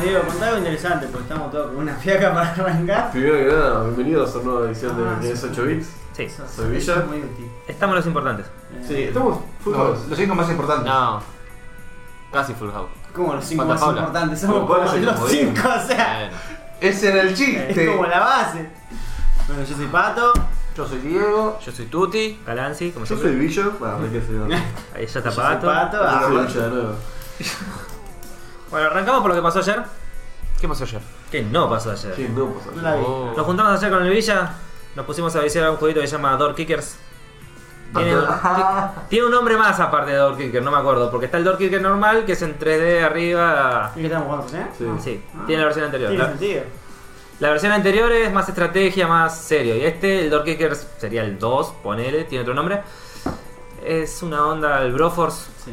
Diego, contá algo interesante, porque estamos todos con una fiaca para arrancar. Primero que nada, bienvenidos a una nueva edición Ah, de sí. 8 Bits. Sí, Eso- Soy Villa. eso es muy útil. estamos los importantes. Eh, Sí, estamos No, fútbol. los cinco más importantes. No. Casi full house. Eh, Como los cinco Falta más Paula. importantes, somos Pero Paula como se Eh, este- los acomodó. cinco, o sea, Bueno. Ese era el es chiste. como la base. Bueno, yo soy Pato. Yo soy Diego. Yo soy Tuti. Calanzi, como Yo siempre. soy Villa. Bueno, me quedé sin- Ahí ya Yo está soy Pato. Pato. Yo Ah, soy bueno. Villa de nuevo. Bueno, arrancamos por lo que pasó ayer. ¿Qué pasó ayer? Que no pasó ayer. ¿Quién no pasa? no la vi. Oh. Nos juntamos ayer con el Villa. Nos pusimos a viciar a un jueguito que se llama Door Kickers. Tiene, ti- tiene un nombre más aparte de Door Kicker, no me acuerdo. Porque está el Door Kicker normal, que es en 3D arriba. ¿Y qué estamos jugando, eh? Sí. Sí, Ah. tiene la versión anterior. Tiene La, sentido. la versión anterior es más estrategia, más serio. Y este, el Door Kickers, sería el 2, ponele, tiene otro nombre. Es una onda, el Broforce. Sí.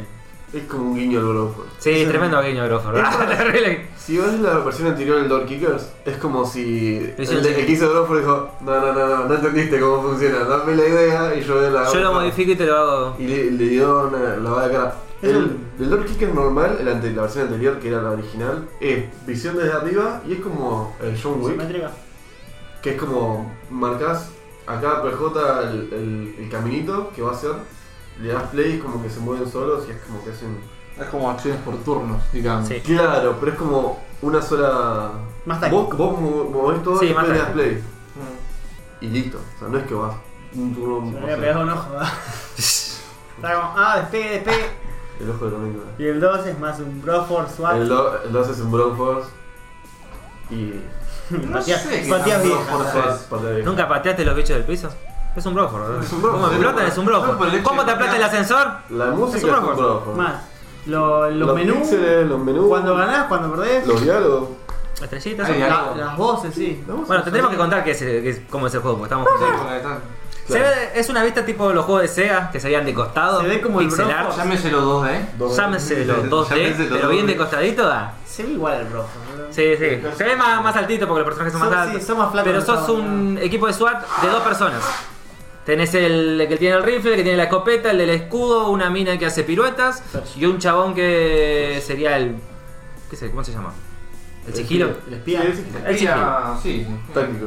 Es como un guiño al Brofor. Sí, Es el- tremendo guiño, Broforce. Terrible. Si ves la versión anterior del Door Kickers, es como si Lo el, el que hizo Brofor dijo: No, no, no, no, no entendiste cómo funciona. Dame la idea y yo la. Yo otra". lo modifico y te lo hago. Y le, le dio una lavada de cara. Es El, un- el Door Kicker normal, el ante- la versión anterior, que era la original, es visión desde arriba y es como el John Wick. Simétrica. Que es como marcas a cada PJ el, el- el caminito que va a hacer, le das play y es como que se mueven solos y es como que hacen. Es como acciones por turnos, digamos. Sí. Claro, pero es como una sola. Más táctico. Vos, vos mo- movés todo Sí, y más después le das táctico. play. Y listo. O sea, no es que vas un turno. Se me no había sé, pegado un ojo. ¿verdad? Está como, ah, despegue, despegue. el ojo de la única. Y el 2 es más un Broforce SWAT. El 2 es un Brown Force y. No Patea- sé qué patea tan vieja, Broforce ¿sabes? es patada de- ¿Nunca pateaste los bichos del piso? Es un brojo, ¿verdad? Es un brojo, ¿Cómo me sí. explotan? Es un No, pero el brojo. hecho ¿Cómo de te aplasta el patear- ascensor? La música es Es un un Brown Force. Brown Force. Más. Lo- los, menús. píxeles, los menús. Cuando ganás, cuando perdés. Los diálogos. Estrellitas. Ay, son- ay. la- las voces, sí. La música Bueno, te es tenemos que contar qué es, qué es- cómo es el juego, porque estamos juntos. Se Claro. ve- es una vista tipo los juegos de SEA que se veían de costado. Se ve como el pixel brojo. art. Llámese los dos, ¿eh? dos- Llámese los 2D, Llámese los pero bien de 2D. costadito. da. Se ve igual el Broforce. ¿verdad? Sí, sí. Se ve más, más altito porque los personajes son más Son- altos. sí, son más flacos pero que sos todos, un equipo de SWAT de dos personas. Tenés el que tiene el rifle, el que tiene la escopeta, el del escudo, una mina que hace piruetas y un chabón que sería el. ¿Qué sé? ¿Cómo se llama? El sigilo. El espía. Sí, sí. El sigilo. Ah, sí. Táctico.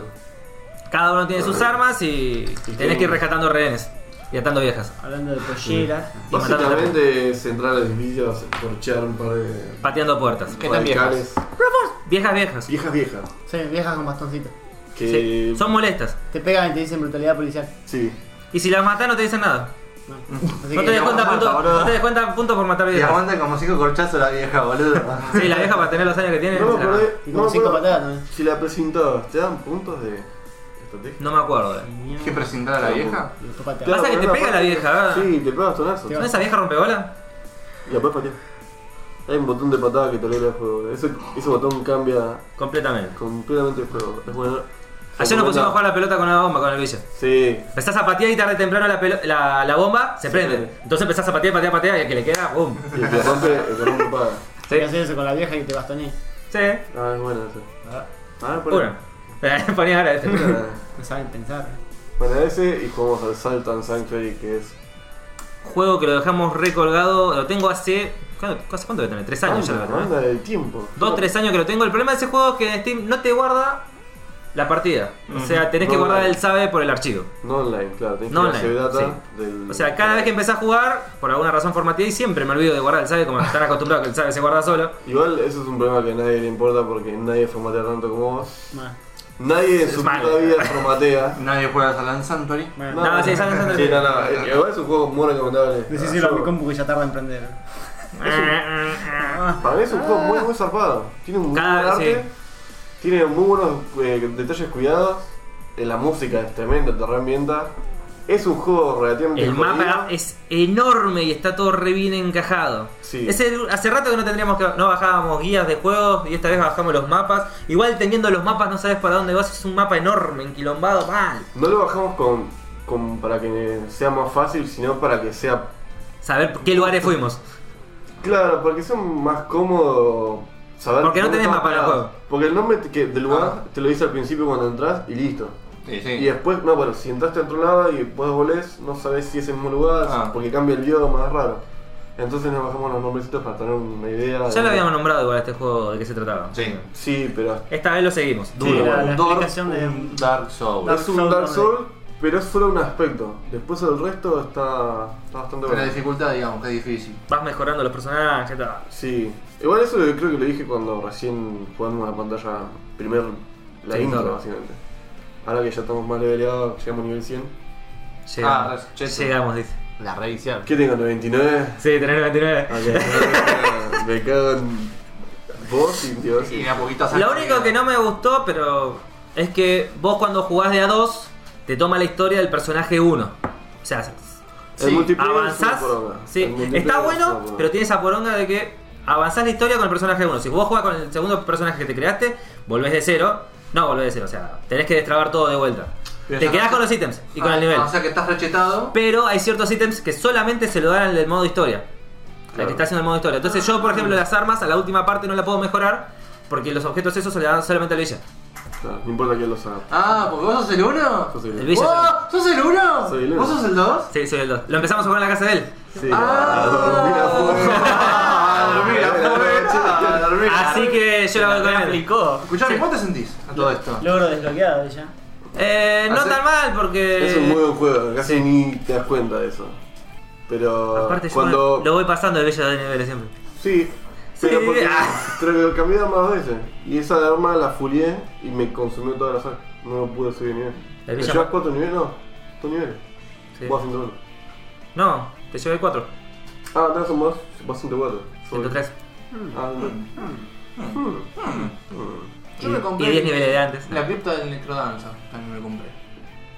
Cada uno tiene sus armas y, y tenés que ir rescatando rehenes y atando viejas. Hablando de polleras. Y matando gente. Básicamente es entrar al edificio, torchear un par de. Pateando puertas. ¿Qué tan viejas? radicales. Viejas, viejas. Viejas viejas. Sí, viejas con bastoncito. Que. Sí. Son molestas. Te pegan y te dicen brutalidad policial. Sí. Y si las matás no te dicen nada. No, No te des la cuenta mata, punto, boludo. no te des cuenta punto por matar Y viejas. aguanta como cinco corchazos la vieja, boludo. Sí, la vieja para tener los años que tiene. No se me la- acordé. Y No como me cinco acuerdo. patadas también. Si la presentabas, ¿te dan puntos de estrategia? No me acuerdo. eh. ¿Qué presentar a la vieja? Y después patear. Pasa que pero te no, pega la aparte- vieja, ¿verdad? Sí, te pegas tonazos. Te ¿No esa vieja rompebola? Y después pateas. Hay un botón de patada que tolera el juego. Ese, ese botón cambia Completamente. completamente el juego. Es bueno. Ayer Ah, nos pusimos a jugar a la pelota con una bomba con el bicho. Sí. Empezás a patear y tarde o temprano la, pelo- la, la bomba se prende. prende. Entonces empezás a patear, patear, patear y el que le queda, ¡boom! Y el que rompe, el que rompe paga. Hay que Sí. hacer eso con la vieja que te bastoné. Sí. Ah, es bueno eso. Ah, por Uno. Ponía ahora este. No saben pensar. Bueno, ese y jugamos al Salt and Sanctuary que es. Juego que lo dejamos recolgado, lo tengo hace. ¿cuándo- ¿Hace cuánto debe tener? Tres años ya lo Anda, debe tener. anda del tiempo. Dos, tres años que lo tengo. El problema de ese juego es que en Steam no te guarda la partida. O sea, tenés que No, guardar no. el save por el archivo. No online, claro, tenés No que ir online, a save data del. O sea, cada vez que empecé a jugar, por alguna razón formativa, y siempre me olvido de guardar el save, como están acostumbrados que el save se guarda solo. Igual eso es un problema que a nadie le importa porque nadie formatea tanto como vos. Más. Nadie en su mal. puta vida formatea. Nadie juega a Salan Santori. Bueno, No, sí, Salt and Sanctuary. Sí, no, no. eh, Igual es un juego muy recomendable. decíselo a Yo- mi compu que ya tarda en prender. Eh, Para mí es un juego muy, muy zarpado. Tiene un muy buen Cada vez, arte. Tiene muy buenos eh, detalles cuidados. Eh, la música es tremenda, te reambienta. Es un juego relativamente. El mapa jodido. es enorme y está todo re bien encajado. Sí. Es el- hace rato que no tendríamos que no bajábamos guías de juegos y esta vez bajamos los mapas. Igual teniendo los mapas no sabes para dónde vas, es un mapa enorme, enquilombado, mal. No lo bajamos con, con- para que sea más fácil, sino para que sea. Saber qué lugares fuimos. Claro, para que sea más cómodo saber. Porque no dónde tenés estás mapa en el parado. juego. Porque el nombre te- que, del lugar Ah. te lo dice al principio cuando entras y listo. Sí, Y después, no, bueno, si entraste a otro lado y después volvés, no sabés si es el mismo lugar, Ah. porque cambia el idioma, es raro. Entonces nos bajamos los nombrecitos para tener una idea. Ya de- lo habíamos nombrado igual a este juego de qué se trataba. Sí. Sí, pero Esta vez lo seguimos. Sí, Duro. la- un la Dark- explicación de- Un Dark Souls. Dark es un Souls, Dark ¿no? Souls, pero es solo un aspecto. Después el resto está, está bastante Pero bueno. la dificultad, digamos, que es difícil. Vas mejorando los personajes, Ah, tal. Sí, igual eso lo- creo que lo dije cuando recién jugamos la pantalla, primer, la Sí, intro claro. básicamente. Ahora que ya estamos más leveleados, llegamos a nivel 100. Llegamos. Ah, cheto. Llegamos, dice. La reiniciar. ¿Qué tengo, 99? Sí, tener 99. Ok, me cago en vos y Dios. Y de a poquito Lo único que no me gustó, pero es que vos cuando jugás de a dos, te toma la historia del personaje 1. O sea, el Sí, multiplayer avanzás. es una poronga. El Sí, multiplayer está es una bueno, poronga. pero tiene esa poronga de que avanzás la historia con el personaje 1. Si vos jugás con el segundo personaje que te creaste, volvés de cero. No, volvés de cero, o sea, tenés que destrabar todo de vuelta. Pero te ya quedás no- Ah, con los ítems y con el nivel. O sea que estás rechetado. Pero hay ciertos ítems que solamente se lo dan al del modo historia. La Claro. Mm. que está haciendo el modo historia. Entonces yo, por ejemplo, las armas a la última parte no la puedo mejorar porque los objetos esos se le dan solamente al Villa. Claro, no importa que lo haga. Ah, porque vos sos el uno. Yo soy El el- Villa. ¡Oh! ¿Sos el uno? Soy el uno. ¿Vos sos el dos? Sí, soy el 2. Lo empezamos a jugar en la casa de él. Sí, Ah. a dormir afuera. Ah, dormir Ah, afuera, dormir. Así que yo la voy con él. Aplicó. Escuchame, ¿cómo te sentís a todo esto? Logro desbloqueado ya. Eh, no Hace- tan mal porque... Es un muy buen juego, casi ni te das cuenta de eso. Pero Aparte yo cuando... lo voy pasando el Villa de niveles siempre. Sí, pero Sí, porque ah. pero que lo cambié más veces. Y esa arma la fulié y me consumió toda la saga. No pude subir nivel. La ¿Te Villa- llevas cuatro niveles? No, dos niveles. Sí. Vos haciendo uno. No, te llevé 4. Ah, tenés un vos, vos 104. Sobre. 103. Ah, no. Mm. Yo me Y compré 10 niveles de antes. la cripta del Necrodanza, también me compré.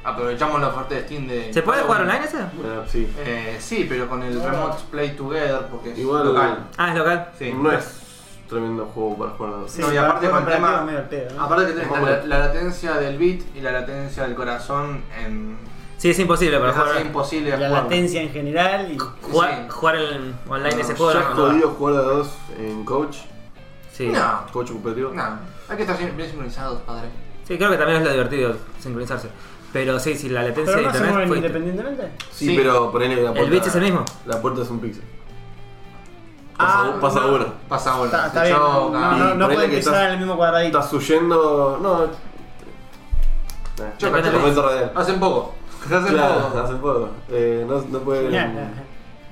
Aprovechamos la oferta de Steam de... ¿Se puede jugar online ese? Ah, sí. Eh, sí, pero con el Remote Play Together porque es Igual eh, local. Ah, es local. Sí. no es tremendo juego para jugar a dos. Sí, No, y para aparte jugar con el tema- cooperativo medio al pedo, ¿no? Aparte que tenés Vamos. la, la latencia del beat y la latencia del corazón en... Sí, es imposible para es jugar, así imposible La jugarlo. latencia en general y. jugar, sí. jugar en- online ese Ya juego. has no, no. podido jugar a dos en coach, Sí. No, coach cooperativo. no. Hay que estar bien bien sincronizados, padre. Sí, creo que también es lo divertido, sincronizarse. Pero sí, si la latencia ¿Pero no de se internet mueven fue- independientemente? Sí, Sí. pero ponele que la puerta. bicho es el mismo? La puerta es un pixel. Ah, Pasa, pasa no. uno. Pasa uno. Está, se está bien, no, choca. no, no, Y no ponele pueden que pisar estás- en el mismo cuadradito. Estás huyendo. No. eh. Choca, Te choca. puedes rodear. Hacen poco. Hacen Claro, poco. hace poco. Eh, no, no puede. Genial.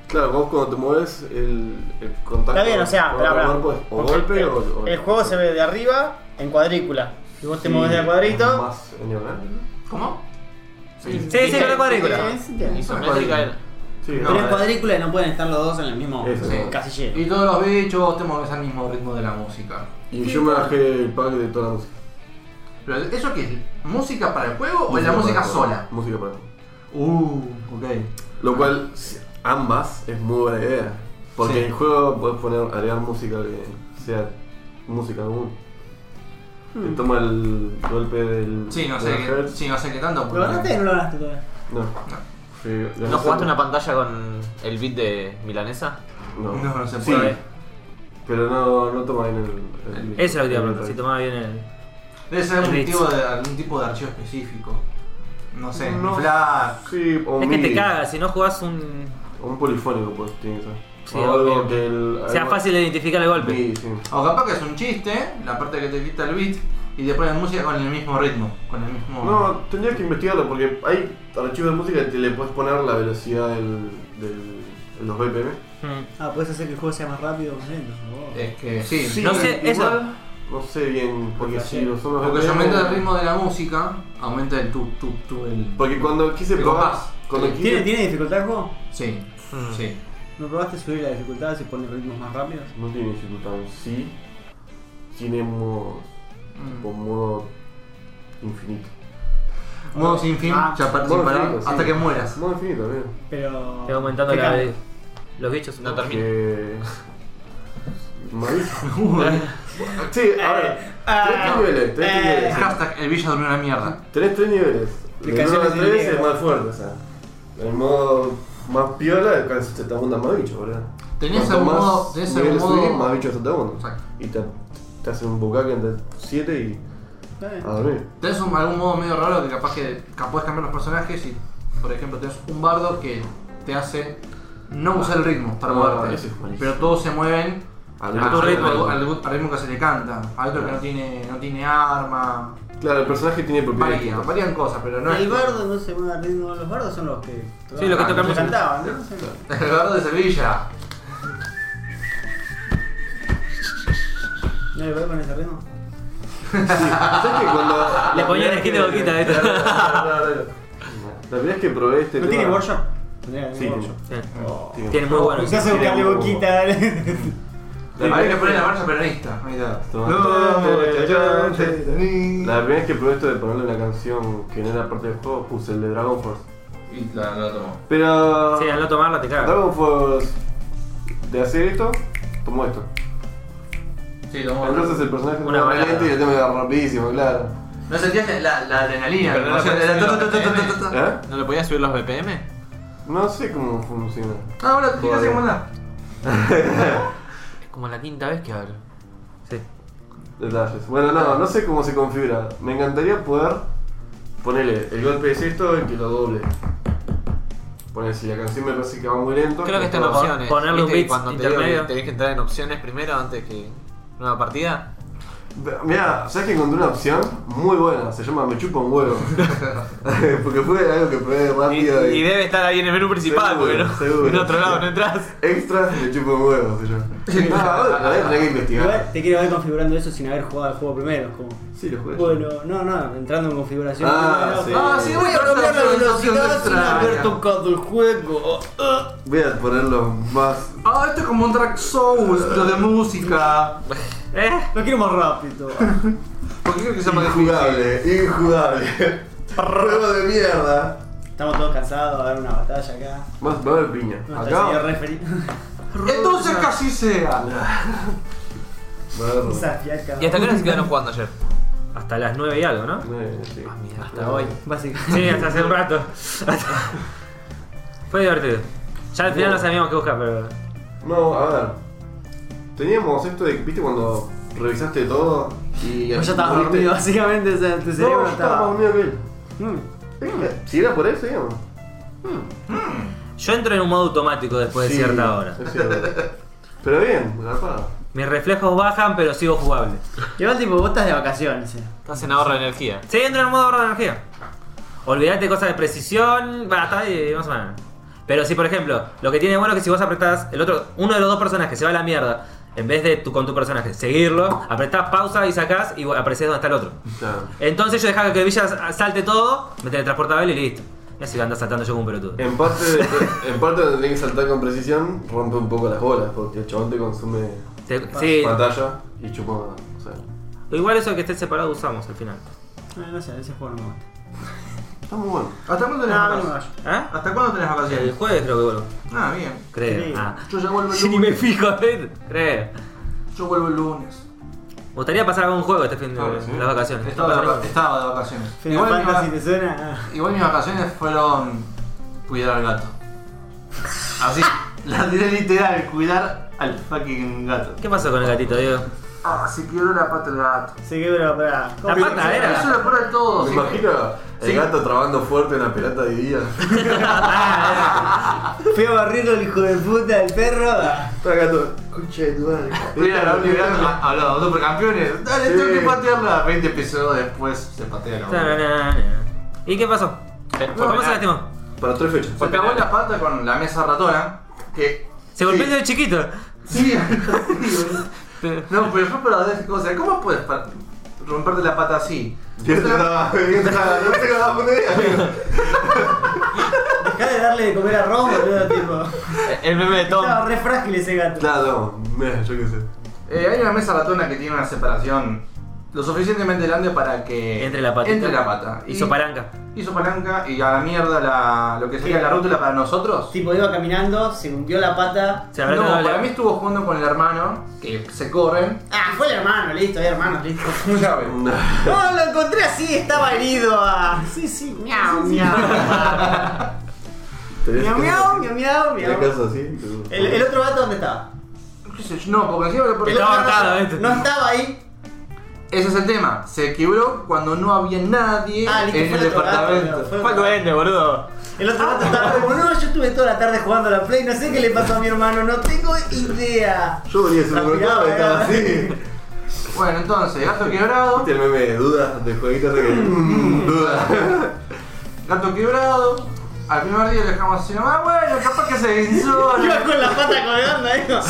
Claro, vos cuando te mueves, el, el contacto. Está bien, o sea, con pará, pará. otro cuerpo es o Ok, golpe el, o, o- el juego se ve de arriba en cuadrícula. Y vos te Sí, mueves de a cuadrito. Más en diagonal. ¿Cómo? Sí, sí, con la cuadrícula. Sí, sí, sí. Isométrica era. Sí, No, no, Pero es eh. cuadrícula y no pueden estar los dos en el mismo Eso. Sí. casillero. Y todos los bichos tenemos al mismo ritmo de la música. Y yo me bajé el pack de toda la música. ¿Pero eso qué es? ¿Música para el juego o es la para música todo. sola? Música para todo. Uh, ok. Lo cual, si- ambas es muy buena idea. Porque Sí. en el juego puedes poner, agregar música que sea música común. Te toma el golpe del. Hmm. Sí, no del sé qué, hertz. sí, no sé qué tanto. ¿Lo ganaste o no lo ganaste todavía? No. Sí, ¿No jugaste una pantalla con el beat de Milanesa? No. No, no se Sí, puede. pero no, no toma bien el. el- Eso es lo que te iba a preguntar, el- si tomaba bien el. Debe ser algún Ritz. tipo, de, algún tipo de archivo específico. No sé, No. flash. Sí, o un Es que te MIDI, cagas, si no jugás un. o un polifónico, pues tiene que ser. Sí, O algo ok. que el- sea algo- fácil de identificar el golpe. Sí, sí. O capaz que es un chiste, la parte que te quita el beat, y te ponen música con el mismo ritmo, con el mismo... No, tendrías que investigarlo porque hay archivos de música que te le puedes poner la velocidad del, del, de los BPM. Mm. Ah, puedes hacer que el juego sea más rápido o más lento. oh. Eh. Es que sí, No sé, igual, eso- No sé bien, porque si lo son los Porque si BPM, aumenta el ritmo de la música, aumenta el tu, tu, tu, el... Porque cuando quise El probar. compás. Cuando quise, ¿Tiene, ¿Tiene dificultad el juego? Sí, Mm. sí. ¿No probaste subir la dificultad si pones ritmos más rápidos? No tiene dificultad en sí. Tiene modos. Mm. Con modo infinito. Modo sin fin, Ah, ya para- modo sin parar, infinito, sí. hasta que mueras. Modo infinito también. Pero. Te va aumentando ¿Qué la- cambia? los bichos. No termina. Que. Maldito. sí, a ver. Tres Ah, niveles, tres niveles. Hashtag, el villa durmió una mierda. Tenés tres niveles. El modo Aplicaciones 3 es enemigas. más fuerte, o sea. El modo más piola, el cual se te abundan más bichos, ¿verdad? Tenés Cuanto el más modo- tenés el niveles modo- subís, más bichos se te abundan. Exacto. Y te, te hacen un bucaque entre 7 y está bien. a dormir. Tenés un- algún modo medio raro que capaz que capaz podés cambiar los personajes y, por ejemplo, tenés un bardo que te hace no usa el ritmo para No, moverte. eso es buenísimo. pero todos se mueven Al- a al- tu ritmo, al- al, al ritmo que se le canta. Hay otro que no tiene, no tiene arma. Claro, el personaje tiene Varía, propiedades. varían cosas, pero no El es. bardo no se mueve al ritmo, los bardos son los que. Ah, Sí, los que tocan música. cantaban, ¿no? Sí. El bardo de Sevilla. ¿No le puedo poner ese ritmo? ¿Sabes que cuando. Le la ponía primera el skin que- de boquita, ¿viste? Claro, claro, claro. La primera vez que probé este ¿No tema- tiene workshop? Tendría que Sí, tener tiene. workshop. Sí. Oh. Tiene- Tiene muy bueno. Se hace buscarle Tiene- boquita, dale. Hay que poner la marcha peronista. Ahí está. La primera vez que probé esto de ponerle una canción que no era parte del juego, puse el de Dragon Force. Y la, la tomó. Pero. Sí, al no tomarla te cagas. Dragon Force. De hacer esto, tomó esto. Sí, tomó. Entonces el personaje Una era balada. lento y el tema era rapidísimo, claro. No sentías la- la, la adrenalina. Pero no ¿no? la O sea, puedes la- subir ta, los ta, ta, ta, ta, ta. ¿Eh? ¿No le podías subir los BPM? No sé cómo funciona. Ah, Ahora tú fíjate Joder. cómo anda. Es como la quinta vez que hablo. Sí. Detalles. Bueno, no, no sé cómo se configura. Me encantaría poder ponerle el golpe es esto y que lo doble. Poner si la canción me parece que va muy lento. Creo que está en va- opciones. Este, Ponerle un ¿Viste que beat cuando te digo que intermedio. tenés que entrar en opciones primero antes que nueva partida. Mira, sabes que encontré una opción muy buena, se llama Me chupa un huevo. Porque fue algo que probé Y, rápido. y debe estar ahí en el menú principal, Seguro, porque no, seguro. en otro lado no entras. Extra me chupa un huevo, se llama. No, la voy a tener que Igual investigar. te quiero ver configurando eso sin haber jugado al juego primero. Como, Sí, lo jugué. bueno, no, no, entrando en configuración. Ah, primero. sí. Ah, sí, voy a cambiar la velocidad sin haber tocado el juego. Voy a ponerlo más. Ah, esto es como un track soul, lo de música. ¿Eh? Lo quiero más rápido. ¿Por qué creo que se llama difícil? Injugable, injugable. Juego de mierda. Estamos todos cansados, va a haber una batalla acá. Más va a haber piña. No está el señor Acá referee. Entonces que así sea. va a haber. Esa fiaca. ¿Y hasta qué hora se quedaron jugando ayer? Hasta las 9 y algo, ¿no? Eh, sí. Ah, Hasta hoy, básicamente. Sí, hasta hace un rato. Fue divertido. Ya al final no sabíamos qué buscar, pero. No, a ver. Teníamos esto de, viste, cuando revisaste todo y. Vos ya estabas dormido, básicamente, o sea, tu No, cerebro yo estaba más estaba. dormido que él. Mm. Eh, Si era por eso, digamos. Yo entro en un modo automático después de Sí, cierta hora. es cierto. Pero bien, garpada. Mis reflejos bajan, pero sigo jugable. Igual, tipo, vos estás de vacaciones. eh. Estás en ahorro de energía. Sí, entro en un modo ahorro de energía. Olvídate cosas de precisión. Va, está ahí, más o menos. Pero si, por ejemplo, lo que tiene bueno es que si vos apretás, el otro, uno de los dos personajes se va a la mierda. En vez de tú con tu personaje seguirlo, apretás pausa y sacás y apareces donde está el otro. Claro. Entonces yo dejaba que Villa salte todo, me teletransportaba él y listo. Y así que anda saltando yo como un pelotudo. En parte, en parte donde tenés que saltar con precisión, rompe un poco las bolas, porque el chabón te consume Te- sí, pantalla y chupa. O sea, igual eso que esté separado usamos al final. Ah, No sé, ese juego no me gusta. está muy bueno. ¿Hasta cuándo tenés No, no me vacaciones? vaya. ¿Eh? ¿Hasta cuándo tenés El vacaciones? jueves creo que vuelvo. Ah, bien. Creo. Sí. Ah. Yo ya vuelvo el Yo ni me lunes. fijo, ¿eh? Creo. Yo vuelvo el lunes. Me gustaría pasar algún juego este Ah, fin de Claro, sí. las vacaciones. Estaba de, vaca- estaba de vacaciones. Final mis Fantasy vac- te suena. Ah. igual mis vacaciones fueron cuidar al gato. Así, la diré literal, cuidar al fucking gato. ¿Qué pasó con el gatito, Diego? Ah, se quebró la pata del gato. Se quebró para. La pata Eso es era. lo peor de todo. Me sí. imagino el Sí. gato trabando fuerte en la pelota de día. Fui a barrirlo el hijo de puta del perro. Ah. Está gato. Concha de tu madre. Mira, la única vez que hablaba de supercampeones. Dale, Sí. tengo que patearla. 20 episodios después se patea la bola. Tararana. ¿Y qué pasó? Fue ¿Cómo se penal. lastimó? Para tres fechas. Se cagó la pata con la mesa ratona. Que. Se golpeó de chiquito. Eh, Sí, No, pero fue para ver cosas. ¿Cómo puedes pa- romperte la pata así? Yo estaba. Yo estaba. No tengo la puta idea, amigo. Dejá de darle de comer a Ron, boludo, tipo. El meme de Tom. Estaba re frágil ese gato. Claro, mira, yo qué sé. Eh, hay una mesa ratona que tiene una separación lo suficientemente grande para que. Entre la pata. Entre la pata. Hizo palanca. Hizo palanca y a la mierda la, lo que sería la rótula para nosotros. Tipo, iba caminando, se hundió la pata. Se habrá no, tratado de- para mí estuvo jugando con el hermano, que se corren. Ah, fue el hermano, listo, había hermanos, listo. No sabe. No, lo encontré así, estaba herido ah. Sí, sí, miau, miau. Miau, miau, miau, miau, ¿Tenés miau. caso así? El, el otro gato, ¿dónde estaba? ¿Qué sé yo? No, porque encima lo El porque- Estaba otro gato hartado, ¿viste? No estaba ahí. Ese es el tema. Se quebró cuando no había nadie Ah, listo, en fue el el otro gato, departamento. claro, fue- Fue el duende, boludo. El otro rato estaba como, no, yo estuve toda la tarde jugando a la Play, no sé qué le pasó a mi hermano, no tengo idea. Yo volví al supermercado y estaba así. Bueno, entonces, gato quebrado. ¿Viste el meme de dudas de jueguitos de que. mm, duda. Gato quebrado. Al primer día le dejamos así, ah, bueno, capaz que se hizo. Iba con la pata colgando, digo.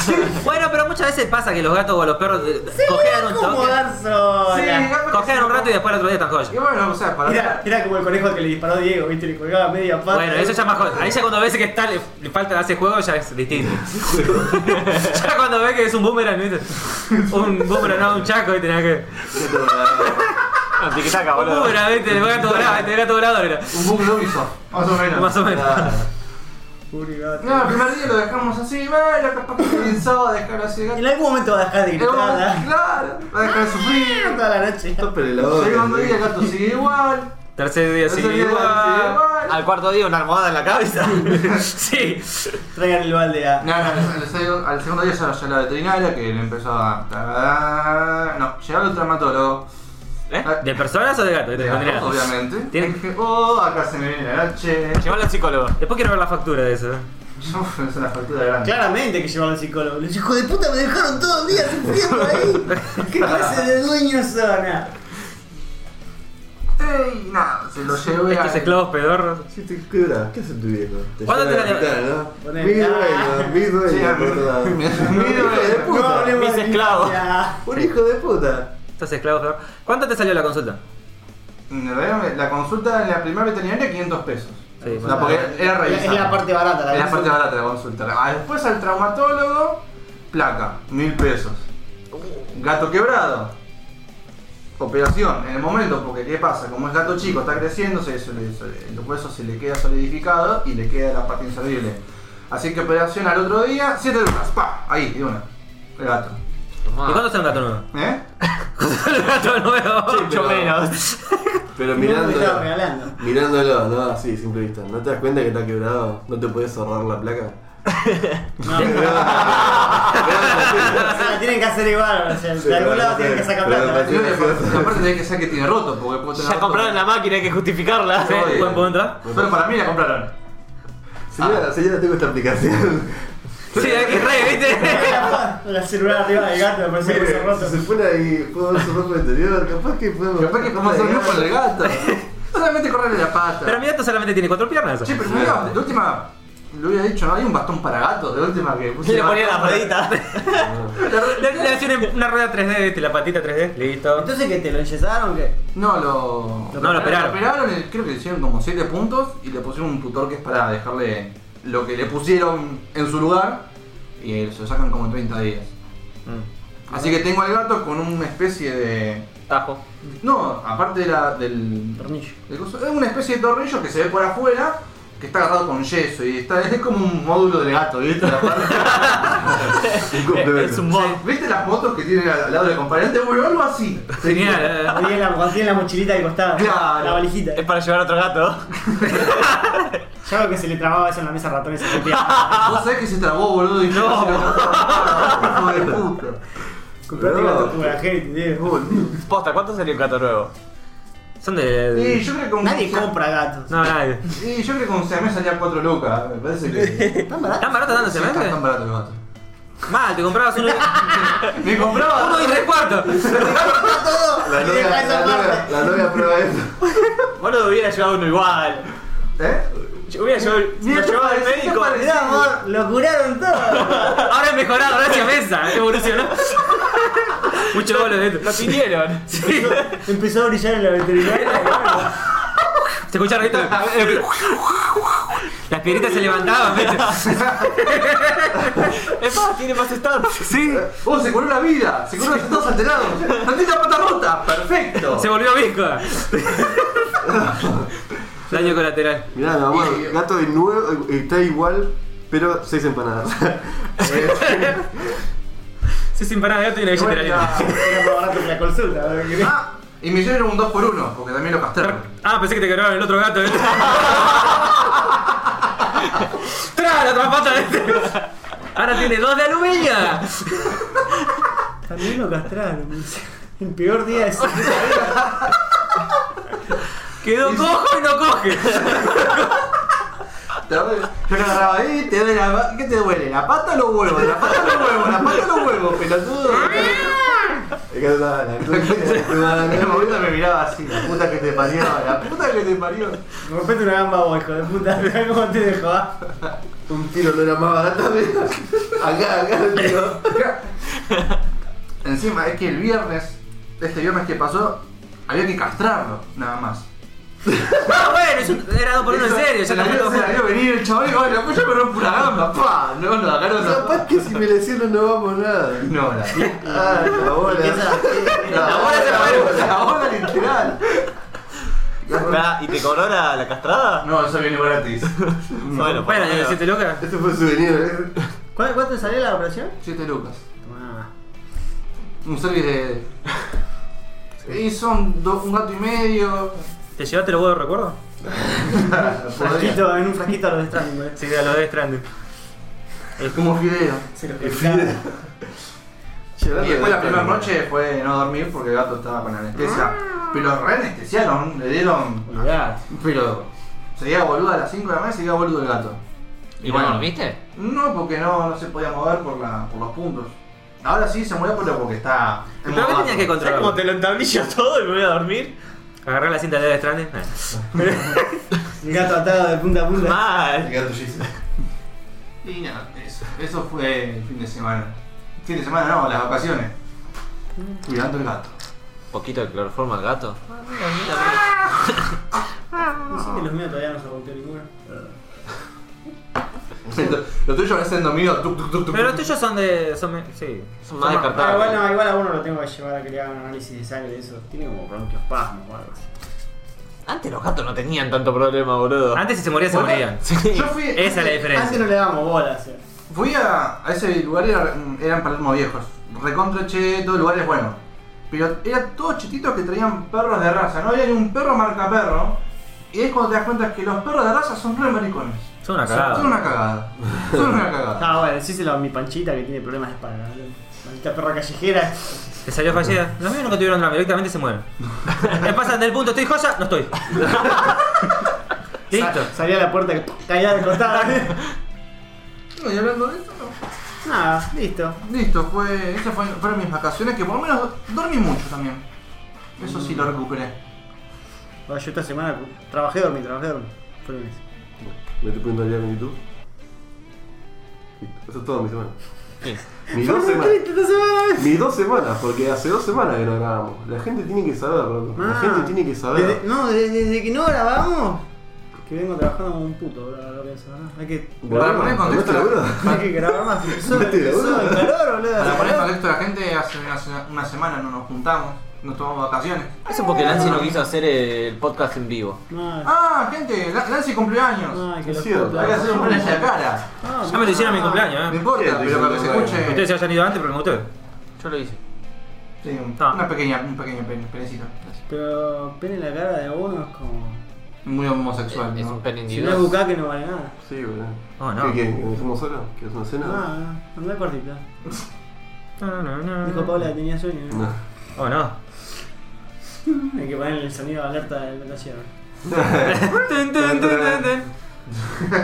Bueno, pero muchas veces pasa que los gatos o los perros eh, cojean un toque, acomodar sola. cojean un rato y después al otro día están Y joyas. bueno, o sea, para Era, era como el conejo que le disparó a Diego, viste, le colgaba media pata. Bueno, eso ya es más joya. Ahí ya cuando ves que está, le, le falta hace juego, ya es distinto. ya cuando ves que es un boomerang, ¿viste? Un boomerang, no, un chaco, ¿viste? Nada que... No, tiquitaca, Un boludo. boomerang, ¿viste? El gato dorado, ¿viste? El gato dorado era. un bug lo hizo, más o menos. Más o menos. Pobre gato. No, el primer día lo dejamos así, bueno, capaz que se hizo, dejarlo así. Gato. En algún momento va a dejar de Pero gritar. bueno, ¿verdad? Claro, va a dejar de sufrir. Toda la noche. Esto es la El segundo día el gato sigue igual. Tercer día el sí. tercer día el gato sigue igual. igual. Al cuarto día una almohada en la cabeza. Sí. Traigan el balde a. No, no, al, segundo, al segundo día ya lo llevó la veterinaria que le empezó a. ta- No, llegó el traumatólogo. ¿Eh? ¿De personas o de gato? Ah. De gatos, obviamente. Tiene- Dije, oh, acá se me viene la noche. Llévalo al psicólogo. Después quiero ver la factura de eso. Yo es una factura grande. Claramente que llevaron al psicólogo. Los hijos de puta me dejaron todo el día sufriendo ahí. ¿Qué clase de dueño son? ah? Ey, nada, se lo llevé Estos a. esclavos pedorros. Si te quebras, ¿qué hace tu viejo? Te ¿Cuándo lleva te a la quitar, ¿no? Ponele. Mi dueño, mi Sí, dueño. por todas. mi- mi Un hijo de dueño. No puta. hablemos mis de esclavos. violencia. Un hijo de puta. Estos esclavos pedorros. ¿Cuánto te salió la consulta? En realidad, La consulta en la primera veterinaria, 500 pesos. Sí, No, porque era Es revisar. la parte barata, la Es la parte consulta. barata de la consulta. Ah, después al traumatólogo, placa, mil pesos. Gato quebrado. Operación, en el momento, porque ¿qué pasa? Como el gato chico está creciendo, se, se le- se le- el hueso se le queda solidificado y le queda la pata inservible. Así que operación al otro día, siete lucas, pa, ahí, de una. El gato. ¿Y cuánto sale un gato nuevo? ¿Eh? un gato nuevo. Mucho menos. Pero No me estaba mirándolo. regalando. Mirándolo, no, así, simple vista. ¿No te das cuenta que está quebrado? ¿No te puedes ahorrar la placa? No, pero se la tienen que hacer igual. O sea, Sí, de algún bueno, lado tienen sí. que sacar Pero plata. me- Y aparte- aparte tenés que saber que tiene roto, porque puede tener Ya roto. compraron la máquina, hay que Ah, justificarla. Sí. Buen punto. ¿eh? Solo para mí la compraron. Señora, señora, tengo esta aplicación. Sí, hay que re, ¿viste? La celular arriba del gato me parece que se Mire, roto. si se pone ahí, puedo ver su ropa interior, capaz que podemos... Capaz que podemos hacer un grupo del gato. Solamente correrle la pata. Pero mi gato solamente tiene cuatro piernas. Che, pero mira, de última, lo hubiera dicho, ¿no? Hay un bastón para gatos, de última que puse. Y le ponía la bastón para- ruedita. Le, le hacían una rueda 3D, ¿viste? La patita 3D. Listo. Entonces, ¿qué? ¿Te lo enyesaron? ¿Qué? No, lo. No, lo operaron. y creo que le hicieron como 7 puntos y le pusieron un tutor que es para dejarle lo que le pusieron en su lugar y se lo sacan como en 30 días. Así que tengo al gato con una especie de. Tajo. No, aparte de la, del. Tornillo. del coso, Es una especie de tornillo que se ve por afuera que está agarrado con yeso y está, es como un módulo de gato, ¿viste? La parte- Un complemento. Es un mod. ¿Viste las fotos que tiene al lado del acompañante? Bueno, algo así. Genial. Ahí en la, cuando tiene la mochilita que costaba. Claro. La valijita. Es para llevar a otro gato. Yo creo que se le trababa eso en la mesa ratón y se rompía. Vos sabés que se trabó, boludo, y yo No. se lo- Hijo de puta. Comprate No. gato como la gente, Diego. Posta, ¿cuánto salió un gato nuevo? Son de. Y yo creo que con Nadie con- compra gatos. No, nadie. Y yo creo que con Seamé salía 4 lucas, me parece que. ¿Están baratos? ¿Están baratos dando Sí, están tan semestre? barato el gato. Mal, te comprabas uno. Me compraba. Uno y tres cuartos. Está todo. La Y deja novia, esa la novia, parte. la novia prueba esto. Boludo, hubiera llevado uno igual. ¿Eh? Yo hubiera llevado, Ni lo esto llevaba al parece- esto médico. parece- Mirá, amor, lo curaron todo. Ahora he mejorado, gracias Mesa, evolucionó. Mucho gol de esto. Lo tinieron. Sí. Empezó a brillar en la veterinaria. y bueno. ¿Se escucharon esto? Las piedritas se levantaban, ¿viste? Es más, tiene más stats. Sí. Oh, se curó la vida, se curó los estados alterados. No tiene la pata rota, perfecto. Se volvió visco. Daño colateral. Mirá, mi amor, gato de nuevo, eh, está igual, pero seis empanadas. Sí, sin parar de ¿eh? gato y una billetera linda. Era más barato que la consulta. ¿verdad? ¿Qué querés? Ah, y me hicieron un 2x1, porque también lo castraron. Ah, pensé que te cargaron el otro gato, ¿eh? ¿viste? ¡Tra! La otra pata, este. ¿viste? Ahora tiene dos de aluminio. También lo castraron. me dice. El peor día de su vida. Quedó cojo y no coge. Te duele- Yo la agarraba ahí, te duele la, ¿qué te duele? ¿La pata o los huevos? La pata o los huevos, la pata o los huevos, pelotudo. Es que la- la- la- ¡Ah! En el la- momento me miraba así, la puta que te parió, la puta que te parió. Rompete una gamba vos, hijo de puta. Mirá cómo te dejó. ah. Un tiro no era más barato. ¿verdad? Acá, acá el tiro. Encima es que el viernes, este viernes que pasó, había que castrarlo, nada más. Ah, bueno, es un- era dos por uno en Eso- serio. Se Ya la la vio se la vio venir el chaval y dijo, "Ay, la puya me rompe una gamba, pa, no, no, acá no, Capaz no. que si me lesiono no vamos nada. No, pues la Ah, la bola. La bola se la la bola literal. Pará, ¿Y te cobró la, la castrada? No, eso viene gratis. Bueno, Bueno, por lo menos. ¿siete locas? Este fue souvenir. ¿eh? ¿Cuánto, ¿Cuánto salió la operación? 7 lucas. Tomá. Un service de. Y son do- un gato y medio. ¿Te llevaste los huevos, recuerdo? Podría. Frasquito, en un frasquito a los Stranding, eh. Sí, de los de Stranding. Es como fideo. Se lo compraba. Y después la primera noche fue no dormir porque el gato estaba con anestesia. Pero re anestesiaron, le dieron. Olvidá. Pero. Seguía boludo a las 5 de la mañana, seguía boludo el gato. ¿Y bueno, ¿lo viste? No, porque no, no se podía mover por, la, por los puntos. Ahora sí se mueve pero porque está. ¿Pero qué tenías que ¿Sabes cómo controlar? te lo entablillo todo y me voy a dormir? ¿Agarrar la cinta de Death Stranding? Eh. El gato atado de punta a punta. Mal. gato Jason. Y nada, eso, eso fue el fin de semana. Fin de semana no, las vacaciones. Cuidando el gato. Poquito de cloroformo al gato. No sé que los míos todavía no se rompió ninguno. Lo tuyo es endominio. tuc, tuc, tuc, tuc. Pero los tuyos son de. Son, me- sí. Son más Ah, igual, descartables. no, igual a uno lo tengo que llevar a que le hagan un análisis de sangre de eso. Tiene como bronquiopasmo o algo así. Antes los gatos no tenían tanto problema, boludo. Antes si se moría, se morían. Yo fui. Esa es la Antes no diferencia. le dábamos bola, o sea. Fui a, a ese lugar, era- eran Palermo viejos. Recontra cheto, lugares buenos. Pero eran todos chetitos que traían perros de raza. No había ni un perro marca perro. Y es cuando te das cuenta que los perros de raza son re maricones. Son una Son cagada. una cagada. Son una cagada. Ah, bueno, decíselo a mi panchita que tiene problemas de espalda. ¿no? Maldita perra callejera. Te salió fallida. Los míos nunca tuvieron drama, directamente se mueren. Me pasan del punto, estoy joya, no estoy. Listo. Sa- salía a la puerta que caía de costado. Y hablando de eso, no. Nada, listo. Listo, fue, esas fue- fueron mis vacaciones que por lo menos dormí mucho también. Eso sí lo recuperé. Bueno, yo esta semana cu- trabajé dormí, trabajé dormí. Fue lunes. Me te cuento allá en YouTube. Eso es todo mi semana. Sí. Mi Fue dos muy semanas. triste esta semana. Mis dos semanas, porque hace dos semanas que no grabamos. La gente tiene que saber, bro. La Ah. gente tiene que Desde- saber. no, desde, desde que no grabamos. Que vengo trabajando como un puto, boludo, ahora lo pienso, ¿no? Hay que. Para poner en contexto, ¿No te la- Hay que grabar más. Empezó Vete, empezó boludo. el calor, boludo. Para el poner en calor. contexto a la gente, hace una, se- una semana no nos juntamos, nos tomamos vacaciones. Eso porque Nancy no quiso hacer el podcast en vivo. No, Ah, gente, La- Lancy cumpleaños. no, hay que Es los cierto. putos. Hay que hacer un plan de cara. No, Ya me lo hicieron a mi No cumpleaños, eh. importa, Sí, pero para que se sí, sí. Ustedes escuche. se hayan ido antes porque me gustó. Yo lo hice. Sí, un- Ah. una pequeña, un pequeño pene- penecito. Pero pene en la cara de uno es como. Muy homosexual, Es ¿no? un pene Si no es individual. bucaque no vale nada. Sí, boludo. Oh, no. ¿Qué quieren? ¿Que nos hacemos solos? ¿Que es una cena? No, no, Ah, andá cortita. Dijo Dijo Paula que tenía sueño. ¿no? No. Oh, no. Hay que poner el sonido de alerta de alimentación. Tun, tun, tun, tun, tun.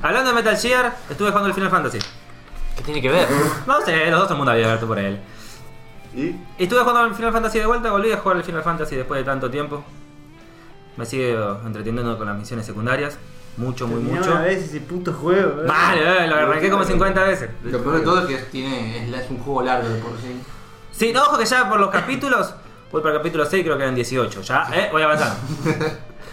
Hablando de Metal Gear, estuve jugando el Final Fantasy. ¿Qué tiene que ver? No sé, los dos son mundo abierto por él. ¿Y? Estuve jugando al Final Fantasy de vuelta, volví a jugar al Final Fantasy después de tanto tiempo. Me sigue entreteniendo con las misiones secundarias. Mucho, muy Terminé mucho. Una vez ese puto juego. boludo. Vale, eh, lo arranqué como 50 veces. Lo peor de todo es que tiene, es, la- es un juego largo de por sí. Sí, no, ojo que ya por los capítulos, voy para el capítulo 6, creo que eran 18. Ya, eh, voy avanzando.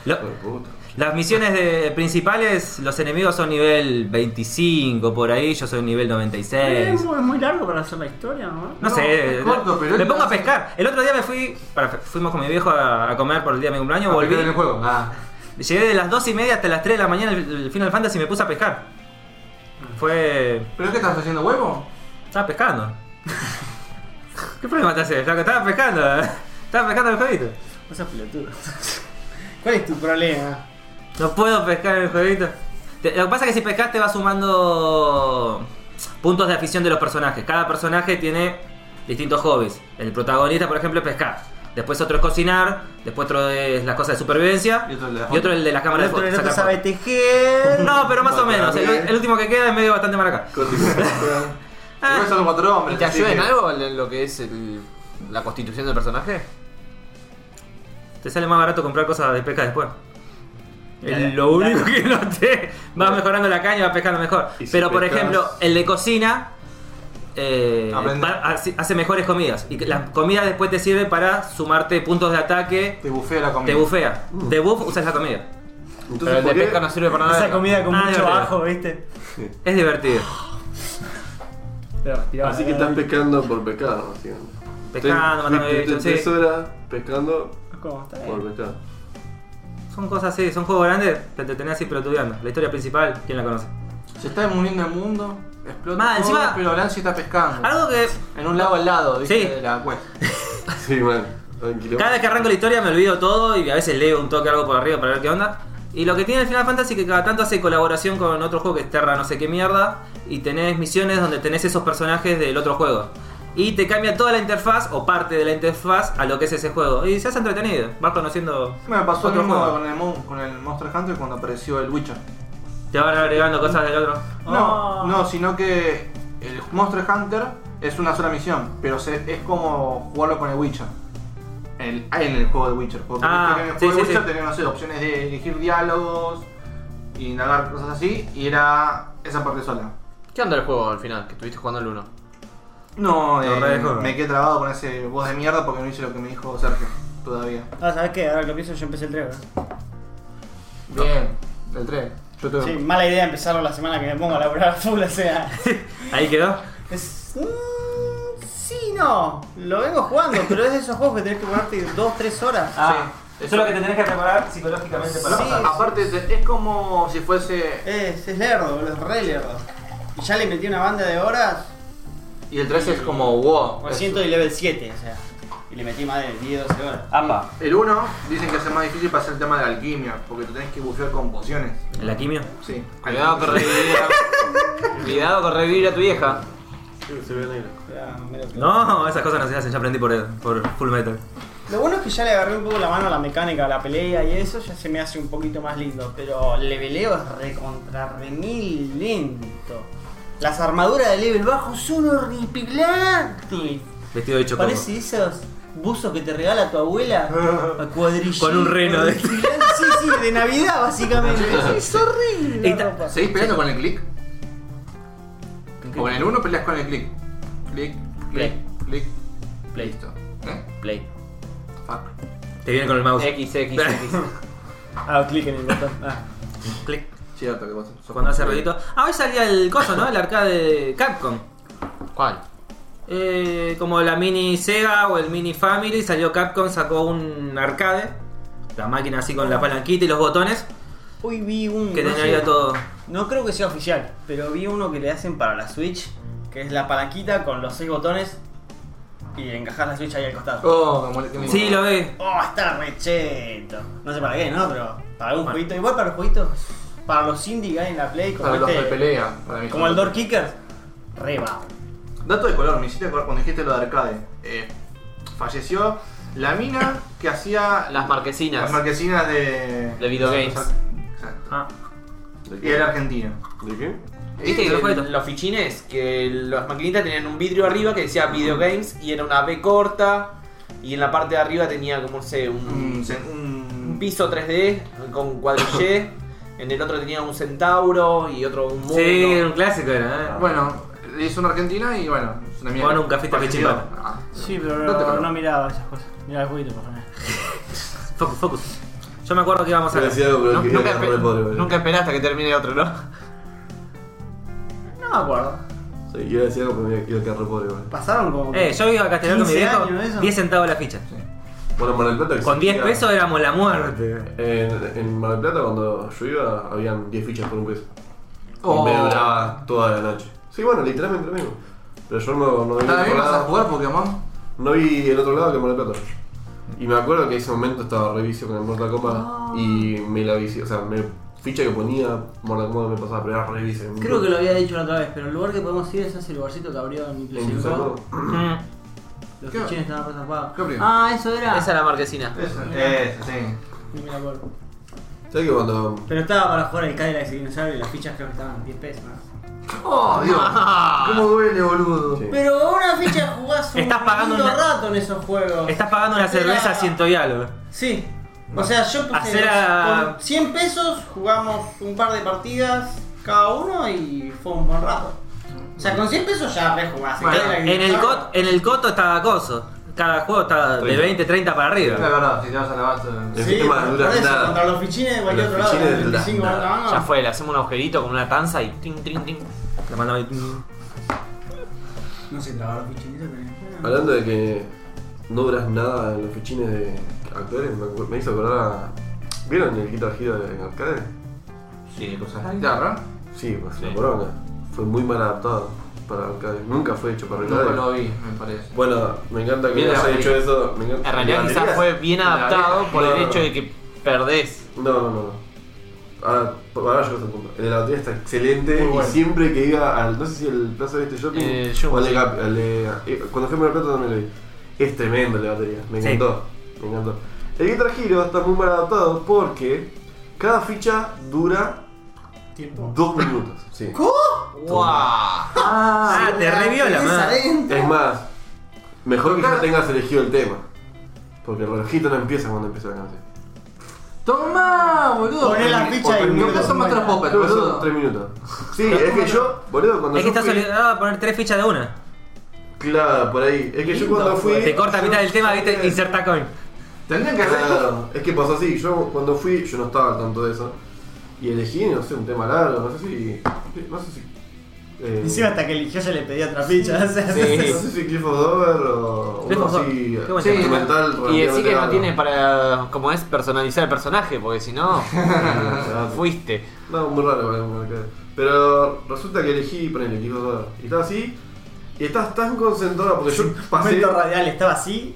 Lo- Por puta. las misiones de- principales, los enemigos son nivel 25 por ahí, yo soy nivel Eh, Es 96. muy, es muy largo para hacer la historia, ¿no? No, No, sé, es corto, pero me es- pongo a pescar. El otro día me fui, para- fuimos con mi viejo a, a comer por el día de mi cumpleaños, Ah, volví. pero en el juego. Ah. Llegué de las 2 y media hasta las 3 de la mañana el el Final Fantasy y me puse a pescar. Fue. ¿Pero qué estás haciendo huevo? Estaba pescando. ¿Qué problema te haces, flaco? Estaba pescando. Estaba pescando el jueguito. No seas pelotudo. ¿Cuál es tu problema? No puedo pescar en el jueguito. Te- Lo que pasa es que si pescas te va sumando puntos de afición de los personajes. Cada personaje tiene distintos hobbies. El protagonista, por ejemplo, es pescar. Después otro es cocinar, después otro es las cosas de supervivencia Y otro el de la y otro el de las cámaras de otro fotos. era que sacar sabe tejer. fotos. No, pero más o menos. El, También. el último que queda es medio bastante maracá. Ah. Igual son cuatro hombres. ¿Y te así ayuda en que- algo en lo que es el- la constitución del personaje? Te sale más barato comprar cosas de pesca después. Ya, Es ya, lo ya. único que no te vas mejorando la caña y vas pescando mejor. Y si Pero por pescas- ejemplo, el de cocina eh, Aprende. va- hace, hace mejores comidas. Y que las comidas después te sirven para sumarte puntos de ataque. Te bufea la comida. Te bufea. Mm. De buff usas la comida. Pero Entonces, el de ¿por qué? pesca no sirve para Esa nada. comida con Ah, de mucho verdad. ajo, ¿viste? Es divertido. Pero, tiraba Así la que verdad. estás pescando por pescado, básicamente. Pescando, matando Te- te- bichos, te- sí. Tres horas pescando Ah, ¿Cómo está? por pescado. Son cosas así, son juegos grandes, te entretenés así pelotudeando. La historia principal, ¿quién la conoce? Se está muriendo el mundo. Explota. Mal, todo, encima- Pero Lancy está pescando. Algo que En un lago al lado, ¿viste? Sí. De la cuesta. Sí, mal. Tranquilo. Cada vez que arranco la historia me olvido todo y a veces leo un toque algo por arriba para ver qué onda. Y lo que tiene el Final Fantasy es que cada tanto hace colaboración con otro juego que es Terra no sé qué mierda y tenés misiones donde tenés esos personajes del otro juego. Y te cambia toda la interfaz o parte de la interfaz a lo que es ese juego. Y se hace entretenido, vas conociendo Me pasó lo otro mismo juego. con el, mon- con el Monster Hunter cuando apareció el Witcher. Te van agregando cosas del otro. No, Ah. no, sino que el Monster Hunter es una sola misión, pero se- es como jugarlo con el Witcher. El, ah, en el juego de Witcher. Porque Ah, en el sí, juego de sí, Witcher sí. tenés, no sé, opciones de elegir diálogos, indagar cosas así, y era esa parte sola. ¿Qué onda el juego al final? Que estuviste jugando el 1. No, eh, re dejo, me quedé trabado con ese voz de mierda porque no hice lo que me dijo Sergio todavía. Ah, ¿sabes qué? Ahora que lo pienso, yo empecé el trailer. Bien, del 3. Yo te Sí, mala idea empezarlo la semana que me pongo a laburar full, o sea. Ahí quedó. Es. mm, sí, no. Lo vengo jugando, pero es de esos juegos que tenés que jugarte 2-3 horas. Ah, eso es lo que te tenés que preparar psicológicamente para pasar. sí. Aparte, te- es como si fuese. Es, es lerdo, boludo, es re lerdo. Y ya le metí una banda de horas, Y el 3 es como wow. por ciento y level 7, o sea. Y le metí más de 10, 12 horas. Apa. El 1 dicen que hace más difícil para hacer el tema de la alquimia, porque te tenés que bufear con pociones. La quimio. Sí. Cuidado con revivir a... Cuidado con revivir a tu vieja. Sí, Se ve negro. Era medio que- No, esas cosas no se hacen, ya aprendí por, por Full Metal. Lo bueno es que ya le agarré un poco la mano a la mecánica, a la pelea y eso, ya se me hace un poquito más lindo. Pero el leveleo es re contra re mil lento. Las armaduras de level bajo son horripilantes. Vestido de chocolate. Parece esos buzos que te regala tu abuela a cuadrilla. Con un reno de- Sí, sí, de Navidad básicamente. Es horrible. Y ta- la ropa. ¿Seguís peleando con el click? O en el 1 peleas con el click. Click, click, Play. click. Play. Listo. ¿Eh? Play. Fuck. Te viene con el mouse. X, X, X. Ah, clic en el botón. Ah. Clic. Cierto que vos sos- Cuando hace ruidito. Ah, hoy salía el coso, ¿no? El arcade de Capcom. ¿Cuál? Eh, como la mini Sega o el mini Family, salió Capcom, sacó un arcade. La máquina así con la palanquita y los botones. Hoy vi un. Que no tenía sé, ya todo. No creo que sea oficial, pero vi uno que le hacen para la Switch, que es la palanquita con los seis botones y encajar la Switch ahí al costado. Oh, me molesté mucho. Sí, lo ve. Oh, está recheto. No sé para qué, ¿no? Pero para algún jueguito. Igual para los jueguitos. Para los indie que hay en la Play, como, Para los de este- pelea. Para mí como el Door Kickers. Re va. Dato de color, me hiciste acordar cuando dijiste lo de arcade. Eh, falleció la mina que hacía Las marquesinas. las marquesinas de. De videogames. Exacto. Ah, ¿De Y era qué? argentino. ¿De qué? ¿Viste Sí, que los jueguitos. los fichines? Que las maquinitas tenían un vidrio arriba que decía Video Games y era una B corta. Y en la parte de arriba tenía como, no sé, un, Un, sen- un- un piso 3D con cuadrillé. en el otro tenía un centauro y otro un mundo. sí, era un clásico era, ¿eh? Bueno, le hizo una argentina y bueno, es una mierda. Bueno, un café Falleció. tapechito. Ah. Sí, pero No te no, preocupes. miraba esas cosas. Miraba el jueguito, por favor. Focus, focus. Yo me acuerdo que íbamos a. Decía algo, pero Nu- que nunca, era espe- re pobre, boludo. nunca esperaste que termine el otro, ¿no? No me acuerdo. Sí, iba a decir algo, pero me iba a quedar re pobre, boludo. Pasaron como. Eh, yo iba a castelar con mi 15 viejo. años, eso. 10 centavos la ficha. Bueno, en Mar del Plata Con 10 existía- Eh, pesos éramos la muerte. En, en Mar del Plata, cuando yo iba, habían 10 fichas por un peso. Oh. Y me duraba toda la noche. Sí, bueno, literalmente lo mismo. Pero yo no, no vi el ¿También otro vas a lado. jugar Pokémon? No vi el otro lado que Mar del Plata. Y me acuerdo que ese momento estaba revicio con el Mortal Kombat y me la vicio, o sea, me ficha que ponía Mortal Kombat me pasaba, pero era revicio. Creo que lo había dicho la otra vez, pero el lugar que podemos ir es ese lugarcito que abrió en En Tucumán. Mm. Los ¿Qué? chichenes estaban reservados. ¿Qué primo? Ah, eso era. Esa es la marquesina. Eso, eso, sí. No me la acuerdo. ¿Sabes que cuando Pero estaba para jugar el Cadillac y dinosaurio y las fichas creo que estaban 10 pesos. ¿no? Oh, Dios. ¿Cómo duele, boludo? Sí. Pero una ficha jugás un Estás pagando lindo una- rato en esos juegos. Estás pagando una Era- cerveza a ciento y algo. Sí. O sea, yo puse Hacer a- con 100 pesos, jugamos un par de partidas cada uno y fue un buen rato. O sea, con 100 pesos ya rejugás. Bueno, Cadillac y En el, dinosaurio. cot, en el coto está coso. Cada juego está de 20, 30 para Es arriba. verdad, si te vas a la base. El Sí, sistema por no dura eso, nada. contra los fichines de cualquier Los otro lado, fichines los no duran 25 nada. contra uno. Ya fue, le hacemos un agujerito con una tanza y ting, ting, ting. La mandaba ahí, mm. No se traba los fichinitos, pero... Hablando de que no duras nada en los fichines de actores, me, acu- me hizo acordar a... ¿Vieron el Guitar Hero de arcade? Sí, cosas La guitarra. Sí, pues Sí. una poronga. Fue muy mal adaptado para arcade. Nunca fue hecho para Nunca arcade. lo vi, me parece. Bueno, me encanta que Mira, hayas batería. hecho eso. Me encanta. En realidad ¿La quizás batería? fue bien La adaptado vieja. por el No, no, hecho no. de que perdés. No, no, no. Ahora, por- ahora yo te compro. El de la batería está excelente Muy y bueno. siempre que iba al. No sé si el plaza de este shopping. Eh, yo- o al de Gap- al de- eh, cuando fui a Mar del Plata también lo vi. Es tremendo la batería. Me Sí. encantó. Me encantó. El Guitar Hero está muy mal adaptado porque cada ficha dura Tiempo. dos minutos. Sí. ¡Guau! Ah, te revió la madre. Es más, mejor que Tocar- ya tengas elegido el tema. Porque el relojito no empieza cuando empieza la canción. Tomá, boludo. Poné la ficha ahí, No boludo. pasó más Creo Popper, que son boludo. tres minutos. Sí, es que yo, boludo, cuando Es que yo estás fui- obligado a poner tres fichas de una. Claro, por ahí. Es que yo Lindo, cuando fui. güey. Te corta a yo- mitad del tema, viste, inserta coin. Tendrían que hacer. Claro, es que pasó así. Yo cuando fui, yo no estaba al tanto de eso. Y elegí, no sé, un tema largo, no sé si. No sé si. eh, Encima hasta que eligió yo le pedía otra ficha. o sea, No sé si Clifford Dover o. uno Clifford Dover. así. Qué buen sí, tema. instrumental relativamente Y decir que no largo. tiene para, como es, personalizar el personaje, porque si no, Claro. fuiste. No, muy raro, vale, muy raro. Pero resulta que elegí ponerle Clifford Dover. Y estaba así. Y estás tan concentrada porque yo pasé. momento radial estaba así.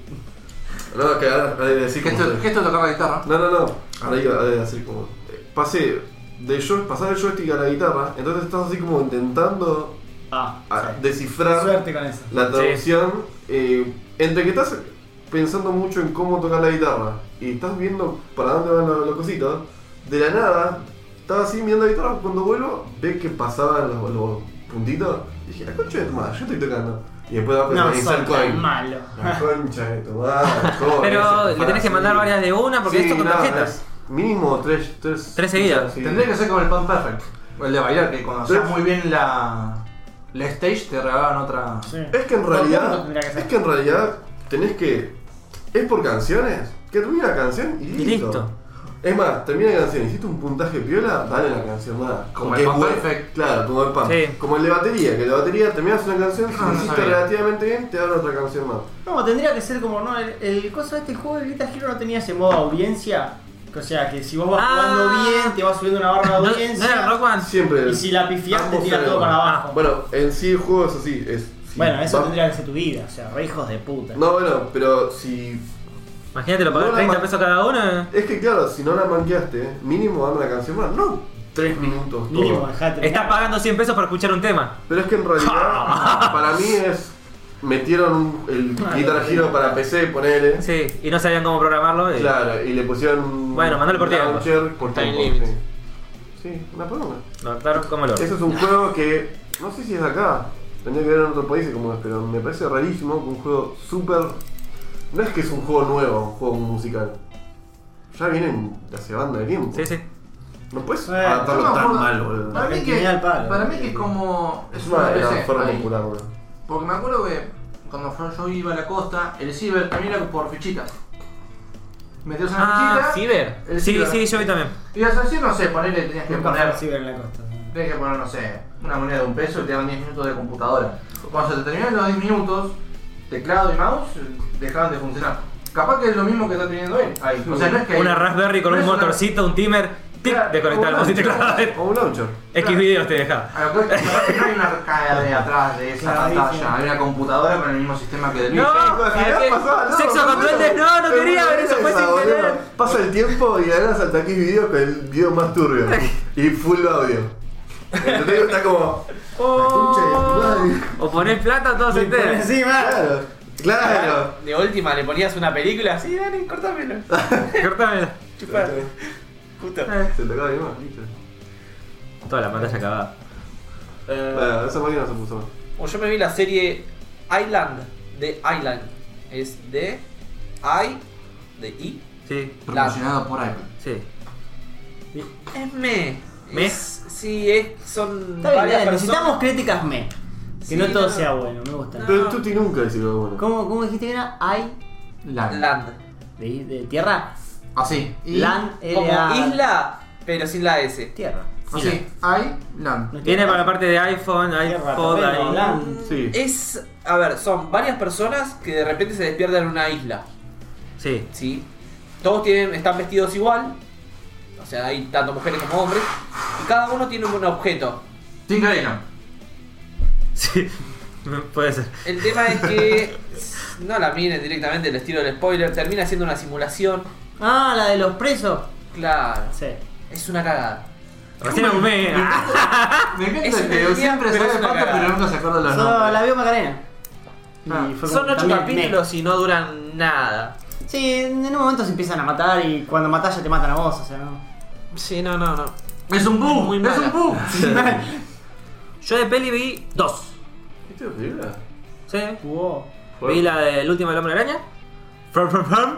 No, que ahora ahora voy a decir Que como esto, estoy. que esto es tocar la guitarra. No, no, no. Ahora iba a decir como. eh, Pasé de joy, pasar el joystick a la guitarra, entonces estás así como intentando Ah, a- sí. descifrar Suerte con eso. la traducción. eh, entre que estás pensando mucho en cómo tocar la guitarra y estás viendo para dónde van los, los cositos, de la nada, estaba así mirando la guitarra, cuando vuelvo, ves que pasaban los, los puntitos, y dije, la concha de tu madre, yo estoy tocando. Y después va a No, personalizar soy tan coin. malo. La concha de tu madre, ¿cómo Pero es? le tenés que mandar Sí. varias de una porque Sí, esto con nada, tarjetas. es Mínimo tres, tres, Tres seguidas. Sí. Tendría que ser como el Pan Perfect. O el de bailar, que cuando hacías muy bien la. La stage te regalaban otra. Sí. Es que en Todo el mundo realidad, tendría que ser. es que en realidad tenés que. Es por canciones. Que termina la canción y listo. Y listo. Es más, termina la canción, hiciste un puntaje piola, dale la canción nada. Como Porque el es Pan bueno. Perfect. Claro, como el pan. Sí. Como el de batería, que la batería terminas una canción, si Ah, la no hiciste sabía. relativamente bien, te dan otra canción más. No, tendría que ser como, no, el, el coso de este juego de Guitar Hero no tenía ese modo audiencia. O sea, que si vos vas Ah. jugando bien, te vas subiendo una barra ¿No, de no audiencia. era Rockman? Siempre. y si la pifiás, te ambos tira se- todo para abajo. Bueno, en sí el juego es así. Es, si Bueno, eso va- tendría que ser tu vida. O sea, re hijos de puta. No, bueno, pero si Imagínate, lo pagás No, la 30 ma- pesos cada eh. una. Es que claro, si no la manqueaste, mínimo dame una canción más. No, tres minutos. todo. Mínimo, dejate. Estás pagando 100 pesos para escuchar un tema. Pero es que en realidad, para mí es. Metieron un- el Ah, Guitar no, Hero no. para PC, ponele. Sí, y no sabían cómo programarlo. eh. y- Claro, y le pusieron. Bueno, mandale por un tiempo. launcher por Time tiempo, limit. Sí, Sí, una poronga. Lo adaptaron como lo. Eso es un juego que. No sé si es de acá. Tendría que ver en otro país como es, pero me parece rarísimo que un juego súper. No es que es un juego nuevo, un juego musical. Ya vienen de hace banda de tiempo. Sí, sí. No puedes Eh, adaptarlo yo me tan acuerdo- mal, boludo. Para mí que, Tenía el palo. para mí que es como. Es una, era PC, forma ahí. popular, boludo. Porque me acuerdo que cuando yo- yo iba a la costa, el ciber también era por fichitas. Metías una Ah, fichita. Ciber. el Sí, ciber. sí, yo vi también. Ibas así, no sé, ponerle, tenías que Nunca fue poner. al ciber en la costa. Tenías que poner, no sé, una moneda de un peso y te daban 10 minutos de computadora. Cuando se te terminaban los 10 minutos, teclado y mouse eh, dejaban de funcionar. Capaz que es lo mismo que está teniendo él. Ahí. O sea, no es que. Una Raspberry con no un es una- motorcito, un timer. Tic, Claro, desconectar el como mouse y una- teclado. O un launcher. X videos te dejaba. A lo Ah, que voy, capaz que no hay una arcada de atrás de esa Clarísimo. pantalla, hay una computadora con el mismo sistema que de Luis. No, ¿qué? Ah, sexo con duendes, no, no quería ver eso, fue sin querer. Pasa el tiempo y de la nada salta aquí video con el video más turbio. y full audio. El tío Oh. está como. La concha de tu madre. O ponés plata, todos se enteran. encima. Claro. Claro. De última le ponías una película así, dale, cortámelo. Cortámela. Chupá. Justo. Se te acaba de ir más, listo. Toda la pantalla acabada. Eh, Bueno, esa máquina se puso mal. o yo me vi la serie Island de Island. Es de I de I. Sí, Promocionado por Apple. sí. Es me. ¿Me? Es- sí, es, son Está bien, varias dale, necesitamos personas. críticas me. Que Sí, no todo no. sea bueno, me gusta. Pero el Tuti nunca dice lo bueno. ¿Cómo, cómo dijiste que era? Hay Land. Land. de, de tierra. Así. Y- Land Como era isla, pero sin la S. Tierra. Así. Hay Land. No es Viene tierra. para la parte de iPhone, Tierra, iPod, terreno, ahí. land. Sí. Eh. Es. A ver, son varias personas que de repente se despiertan en una isla. Sí. ¿sí? Todos tienen, están vestidos igual, o sea, hay tanto mujeres como hombres, y cada uno tiene un objeto. Sin cadena. Sí. Puede ser. El tema es que, no la miren directamente el estilo del spoiler, termina siendo una simulación, Ah, la de los presos. claro, Sí. es una cagada. Recién un mes. Me Es encanta una que idea, siempre pero sabe es una falta, cagada. pero nunca se acuerda los Solo nombres. la vio Macarena. Y Ah. fue Son como- ocho también me. capítulos y no duran nada. Sí, en en un momento se empiezan a matar y cuando matas ya te matan a vos, o sea, ¿no? Sí, no, no, no. Es un bug, Muy es mala. un bug. Yo de peli vi dos. ¿Viste la película? Sí. Wow. Vi la del último del hombre araña. From, from, from.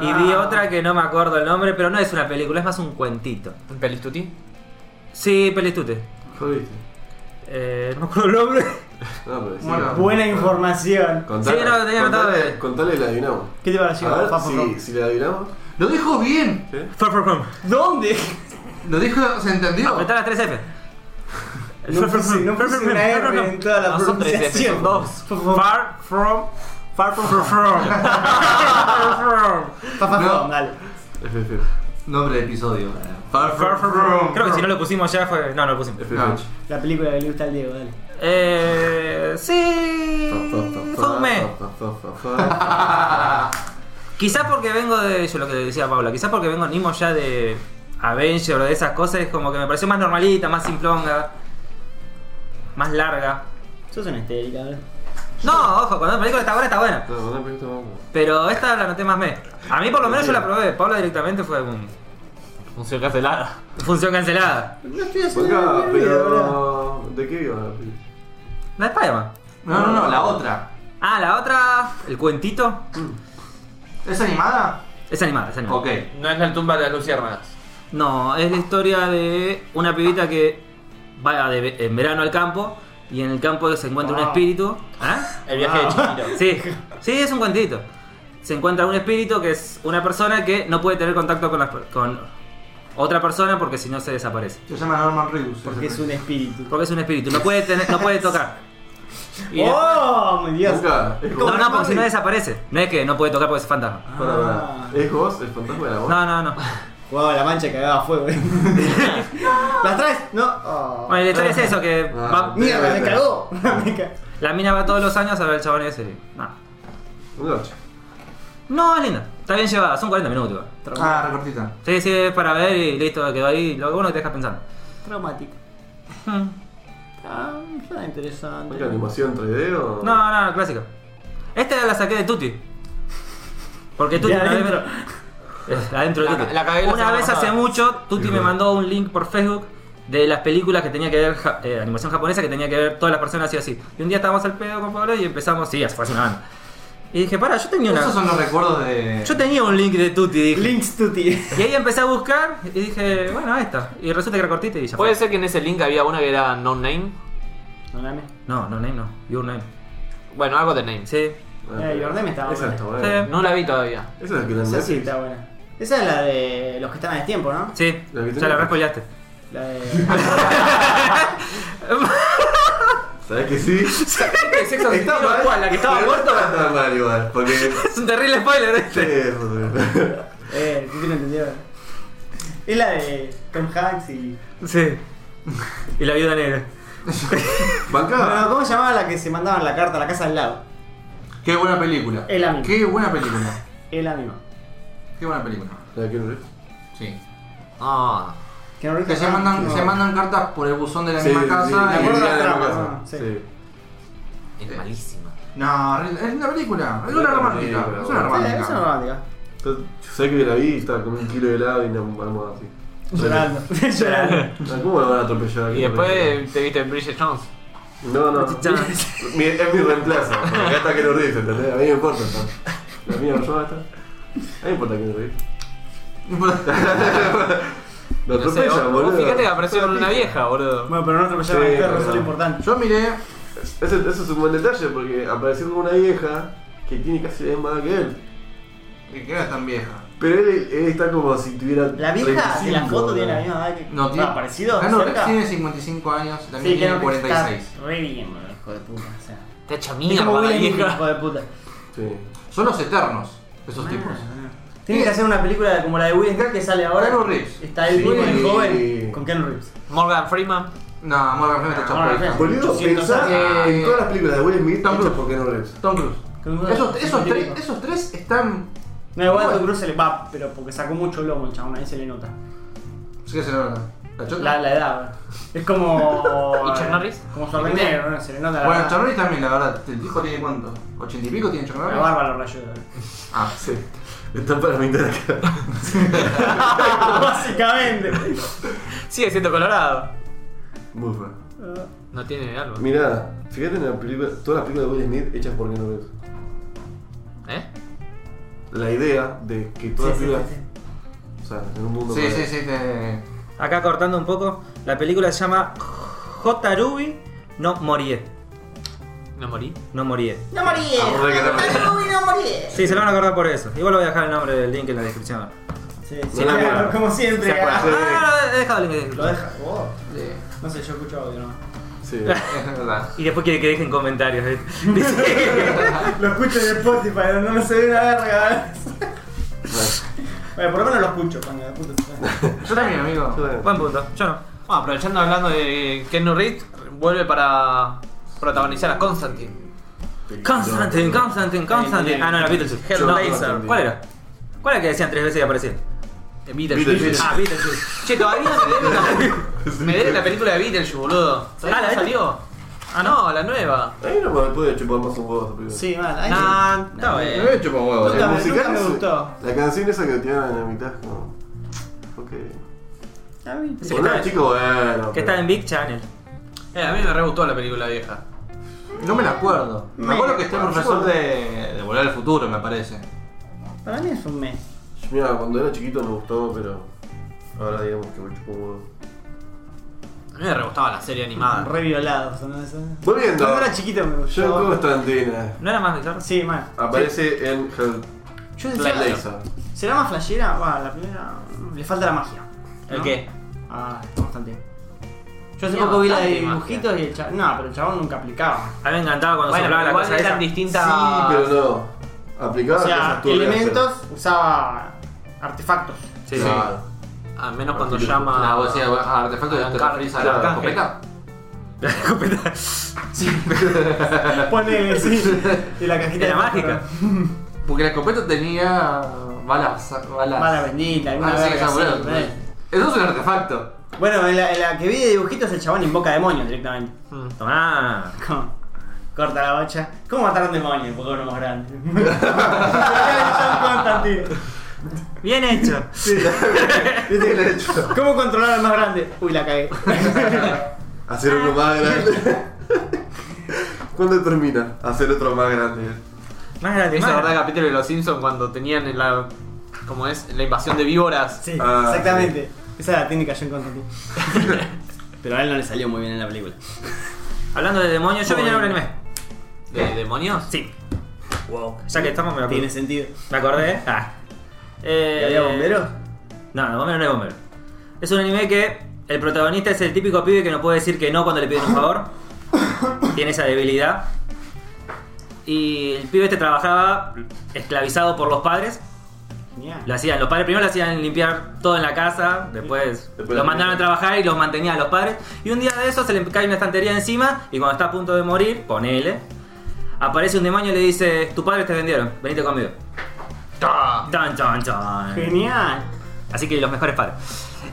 Y vi otra que no me acuerdo el nombre, pero no es una película, es más un cuentito. ¿Un pelistuti? Sí, pelistute. ¿Cuál viste? Eh, no me acuerdo el nombre. No, pero sí. Bueno, Buena información. Contale, Sí, no, lo tenía anotado. eh. contale, contale y la adivinamos. ¿Qué te pareció? A ver Fafo? si, si la adivinamos. Lo dijo bien. ¿sí? From, from, from. ¿Dónde? Lo dijo, ¿se entendió? Apretá las 3 F. No puse- no puse una R en toda la No, son tres F, pronunciación. son dos. Far from. Far from From. from. Fafo, No. dale. FF. Nombre de episodio. Far from, from. Creo que si no lo pusimos ya fue. No, no lo pusimos. FF. No. La película que le gusta al Diego, dale. Eh. Sí. Fue un mes. Quizás porque vengo de. Yo lo que decía Paula, quizás porque vengo mismo ya de Avenger o de esas cosas, es como que me pareció más normalita, más simplonga, más larga. Sos una histérica, ¿eh? ¿verdad? No, ojo, cuando la película está buena, está buena. No, no, pero esto vamos. Pero esta la noté más me. A mí por lo menos yo la probé, Paula directamente fue un. Función cancelada. Función cancelada. No estoy haciendo Acá, nada de mi vida, ¿verdad? pero. ¿De qué iba la película? La de Spider-Man. No, no, no, la otra. Ah, la otra. El cuentito. ¿Es animada? Es animada, es animada. Ok. No es la tumba de las luciérnagas. No, es la historia de una pibita que va de ve- en verano al campo y en el campo se encuentra un Wow. espíritu. ¿Ah? El viaje de Chihiro. Sí, sí, es un cuentito. Se encuentra un espíritu que es una persona que no puede tener contacto con, las per- con otra persona porque si no se desaparece. Se llama Norman Reedus. Porque es Ese un espíritu. Porque es un espíritu, no puede, tener, no puede tocar. Y- ¡Oh, mi Dios! Nunca. Es No, Ghost. no, porque si no desaparece. No es que no puede tocar porque es fantasma. Para, Ah. para. ¿Es Ghost, el fantasma de la voz? No, no, no. Wow, la mancha cagaba a fuego. ¿eh? ¿Las traes? No. Oh. Bueno, la historia es eso, que va- Mierda, me cagó. Me ca- la mina va todos los años a ver el chabón ese. No, Un ocho. no es linda. Está bien llevada, son 40 minutos. igual. Ah, recortita. Sí, sí, es para ver y listo, quedó ahí. Lo bueno que te deja pensando. Traumático. Hmm. Ah, suena interesante. ¿Nunca animación 3D o.? Ah, No, no, clásica. Esta la saqué de Tutti. Porque Tuti De una vez me- adentro. Eh, adentro de La- Tuti. la cagué la una semana vez hace pasada. mucho, Tuti me mandó un link por Facebook de las películas que tenía que ver, ja- eh, animación japonesa, que tenía que ver todas las personas y así. Y un día estábamos al pedo con Pablo y empezamos, sí, hace fue hace una banda. Y dije, para, yo tenía Esos una. son los recuerdos de. Yo tenía un link de Tuti, dije. Links to ti. Y ahí empecé a buscar y dije, bueno, esta. Y resulta que era cortita y ya fue. Puede ser que en ese link había una que era no name. No mames. No, no, name, no. Your name. Bueno, algo de name. Sí. Eh, y Ordem estaba Esa buena. está buena. No la vi todavía. Esa es la que la Esa sí Netflix. está buena. Esa es la de los que están a destiempo, ¿no? Sí, La que ya tenía. la respollaste. La de. ¿Sabes que sí? ¿El sexo sentido cuál? ¿La que estaba pero muerto? No está tan mal igual, porque. Sí, Es un terrible spoiler este. es otro. eh, ¿tú no entendió? Es la de Tom Hanks y. Sí. Y la viuda negra. Bancada. No, ¿Cómo se llamaba la que se mandaban la carta a la casa al lado? Qué buena película. Es la misma. Qué buena película. Es la misma. Qué buena película. ¿La de Keanu Reeves? Sí. Ah. Que no Que se mandan, se mandan cartas por el buzón de la Sí, misma sí, casa. sí, y- acuerdo sí, de la la trama, casa, ¿no? Sí. Sí. Es malísima. No, es una película. Es una Una romántica. película, Es una bueno. Sí, es una romántica. romántica. Entonces, Sé que la vi y estaba con un kilo de helado y una almohada así. Llorando. Llorando. Ah, ¿Cómo lo van a atropellar aquí? Y después te viste en Bridget Jones. No, no. Mi- es mi reemplazo. Porque acá está que lo ríes, ¿entendés? A mí me importa. ¿no? La mía yo está. A mí me importa que lo ríes. Lo No sé, atropellan, vos- boludo. vos fíjate que apareció una vieja, boludo. Bueno, pero no atropellaron Sí, al perro, pero- eso es lo importante. Yo miré. Ese, ese es un buen detalle porque apareció con una vieja que tiene casi la misma edad que él. ¿Qué era tan vieja? Pero él, él está como si tuviera. La vieja de la 35, foto tiene la boludo. misma edad que. No, tiene. Ah, parecido, Ah, no, cerca. tiene 55 años, la mía Sí, que tiene no, que está 46. Re bien, boludo, hijo de puta. O sea, Te hecha es como mierda la Will Smith, vieja. hijo de puta. Sí. Son los eternos, Ah. esos tipos. Tienen que hacer una película como la de Will Smith que sale ahora. Keanu Reeves. Está el Sí. mismo, el joven, Sí. con Keanu Reeves. Morgan Freeman. No, Morgan Freeman está No, hecho Morgan por el- Freeman. Boludo, 800 pensá años. en todas las películas de Will Smith Tom hechas Cruise. por Keanu Reeves. Tom Cruise. Esos, esos, tres, esos tres están. No, igual a Bueno. Tom Cruise se le va, pero porque sacó mucho lomo el chabón, ahí se le nota. Sí, que se nota. ¿La chota? La, la edad, bro. es como. ¿Y Chuck Norris? Como Schwarzenegger, ¿no? Se le nota la Bueno, barba. Charlie también, la verdad. ¿El hijo tiene cuánto? ¿80 y pico tiene La Charlie? barba lo rayó. eh. bro. Ah, Sí. Están para pintar acá. Básicamente. Sigue siendo colorado. Muy raro. No tiene algo. Mirá, fíjate en la película, todas las películas de Will Smith hechas por Keanu Reeves. ¿Eh? La idea de que todas las películas. O sea, en un mundo. sí, paralelo. sí, sí. Te... Acá cortando un poco, la película se llama Jotarubi no morie. No morí. No morie. No morí. Ah, Ahora que la No morí, no morí. Sí, se lo van a acordar por eso. Igual voy a dejar el nombre del link en la descripción. Sí, No la siempre, mira. como siempre. ah, acuerda. Sí. Ah, no, no, he dejado el link en la Lo descripción. deja. vos. Sí, No sé, yo escucho audio nomás. Sí. Ah. es verdad. Y después quiere que dejen comentarios. ¿eh? Dice- Lo escucho en Spotify, no me se ve una verga. ¿eh? Bueno, por lo menos lo escucho cuando de puta se ve. Yo también, amigo. Bueno, Buen punto. Yo no. Bueno, aprovechando hablando de Keanu Reeves, vuelve para protagonizar a Constantine. Constantine, Constantine, Constantine. Eh, Ah, no, era Beetlejuice. Hellraiser. No, ¿Cuál era? ¿Cuál era que decían tres veces y aparecía? Eh, Beetlejuice. Beetlejuice. Ah, Beetlejuice. Che, todavía no me deben la, me deben la película de Beetlejuice, boludo. ¿Todavía Ah, ¿la no viste? salió? Ah, no, la nueva. Ahí no me puede chupar más un huevo esa película. Sí, mal. Ay, Nah, está Me bien. he hecho con huevo. Nunca La me- musical nunca me es- gustó. La canción esa que tiran en la mitad, no. Ok. a mí- Sí, Bueno, está bien. chico, bueno. Que pero- está en Big Channel. Eh, a mí me re gustó la película vieja. No me la acuerdo. Me Me- acuerdo que está el profesor de, de Volver al Futuro, me parece. Para mí es un mes. Mira, cuando era chiquito me gustó, pero. Ahora digamos que me chupó un huevo. A mí me re gustaba la serie animada. Re violados, ¿no? Eso. Volviendo. Cuando era chiquito me John gustó. Constantine ¿No era más bizarro? Sí, mal. Ah, aparece en Hell. Yo decía, Hellraiser. ¿será más flashera? Va, la primera. mm, Le falta la magia. ¿El ¿no? qué? Ah, bastante. Yo hace Tenía poco vi la de bastante magia. dibujitos y el chabón. No, pero el chabón nunca aplicaba. A mí me encantaba Ah, cuando Bueno, pero soplaba la igual cosa eran esa. distintas. Sí, pero no. Aplicaba O sea, cosas turbias, elementos usaba artefactos. pero- Sí, Ah, sí. Claro. Al menos cuando Artículo. llama. Ah, vos decías, ah, artefacto de Alan te Carter, referís a Alan la Carter. escopeta. Pone, sí, y la cajita Era de- mágica. Porque la escopeta tenía balas. balas. Mala bendita, alguna Ah, sí, que verga se así, murió. ¿ves? Eso es un artefacto. Bueno, en la, en la que vi de dibujitos el chabón invoca demonios directamente. Tomá. ¿Cómo? Corta la bocha. ¿Cómo matar a un demonio? Porque uno más grande. John Constantine. Bien hecho. Viste que lo he hecho. ¿Cómo controlar al más grande? Uy, la cagué. Hacer uno más grande. ¿Cuándo termina? Hacer otro más grande. Más grande, ¿Viste la más verdad grande. el capítulo de Los Simpsons cuando tenían en la. como es? La invasión de víboras. Sí, Ah, exactamente. Esa era la técnica John Constantine. Pero a él no le salió muy bien en la película. Hablando de demonios, yo vine a ver un anime. ¿De demonios? Sí. Wow. Ya que estamos, me lo Tiene sentido. Me acordé. Ah. Eh, ¿Y había bomberos? No, no, bombero no es bombero. Es un anime que el protagonista es el típico pibe que no puede decir que no cuando le piden un favor. Tiene esa debilidad. Y el pibe este trabajaba esclavizado por los padres. Genial. Lo hacían, los padres primero le hacían limpiar todo en la casa, después, Después lo la mandaron a comida. trabajar y los mantenía a los padres. Y un día de eso se le cae una estantería encima y cuando está a punto de morir, ponele, aparece un demonio y le dice, tus padres te vendieron, venite conmigo. Tan, tan, tan. Genial. Así que los mejores padres.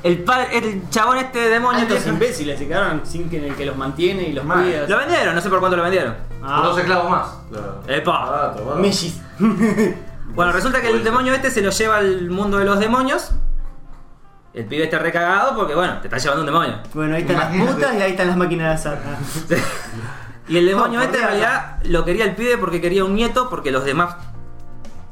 El, padre, el chabón este demonio. Estos viejo, imbéciles se quedaron sin que el que los mantiene y los Mal. cuida. lo vendieron, no sé por cuánto lo vendieron. Por dos Ah, esclavos más. Claro. Epa. Ah, tomá. melliz. Bueno, resulta que el Pues- demonio este se lo lleva al mundo de los demonios. El pibe está recagado porque, bueno, te está llevando un demonio. Bueno, ahí están las Imagínate. putas y ahí están las máquinas de azar. Ah. Y el demonio No, este en por Dios. realidad lo quería el pibe porque quería un nieto, porque los demás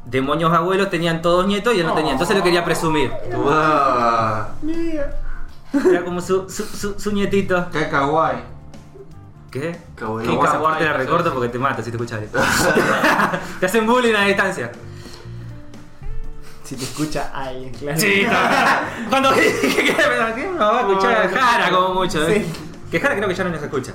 demonios abuelos tenían todos nietos y él no tenía, entonces lo quería presumir. Tomá. Era como su, su, su- su nietito. Qué kawaii. ¿Qué? Kawaii. Que Kawaii. Kawaii te la recorto porque te mata si te escuchas. te hacen bullying a distancia. Si te escucha alguien, claro. Sí, cuando dije que me no va a escuchar a Jara como mucho. ¿eh? Sí. Que Jara creo que ya no nos escucha.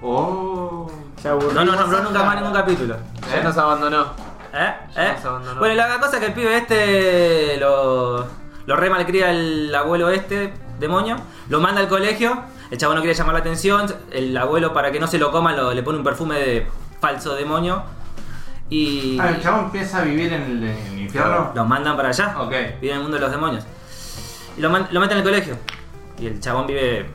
Oh. Ya aburrí. No nos nombró nunca más ningún capítulo. Ya nos abandonó. ¿Eh? Ya ¿Eh? nos abandonó. Bueno, la cosa es que el pibe este lo, lo re malcría el abuelo este, demonio, lo manda al colegio, el chavo no quiere llamar la atención, el abuelo para que no se lo coman lo- le pone un perfume de falso demonio y Ah, el chabón empieza a vivir en el, en el infierno. lo mandan para allá, Ok. vive en el mundo de los demonios. Y lo, man- lo meten al colegio y el chabón vive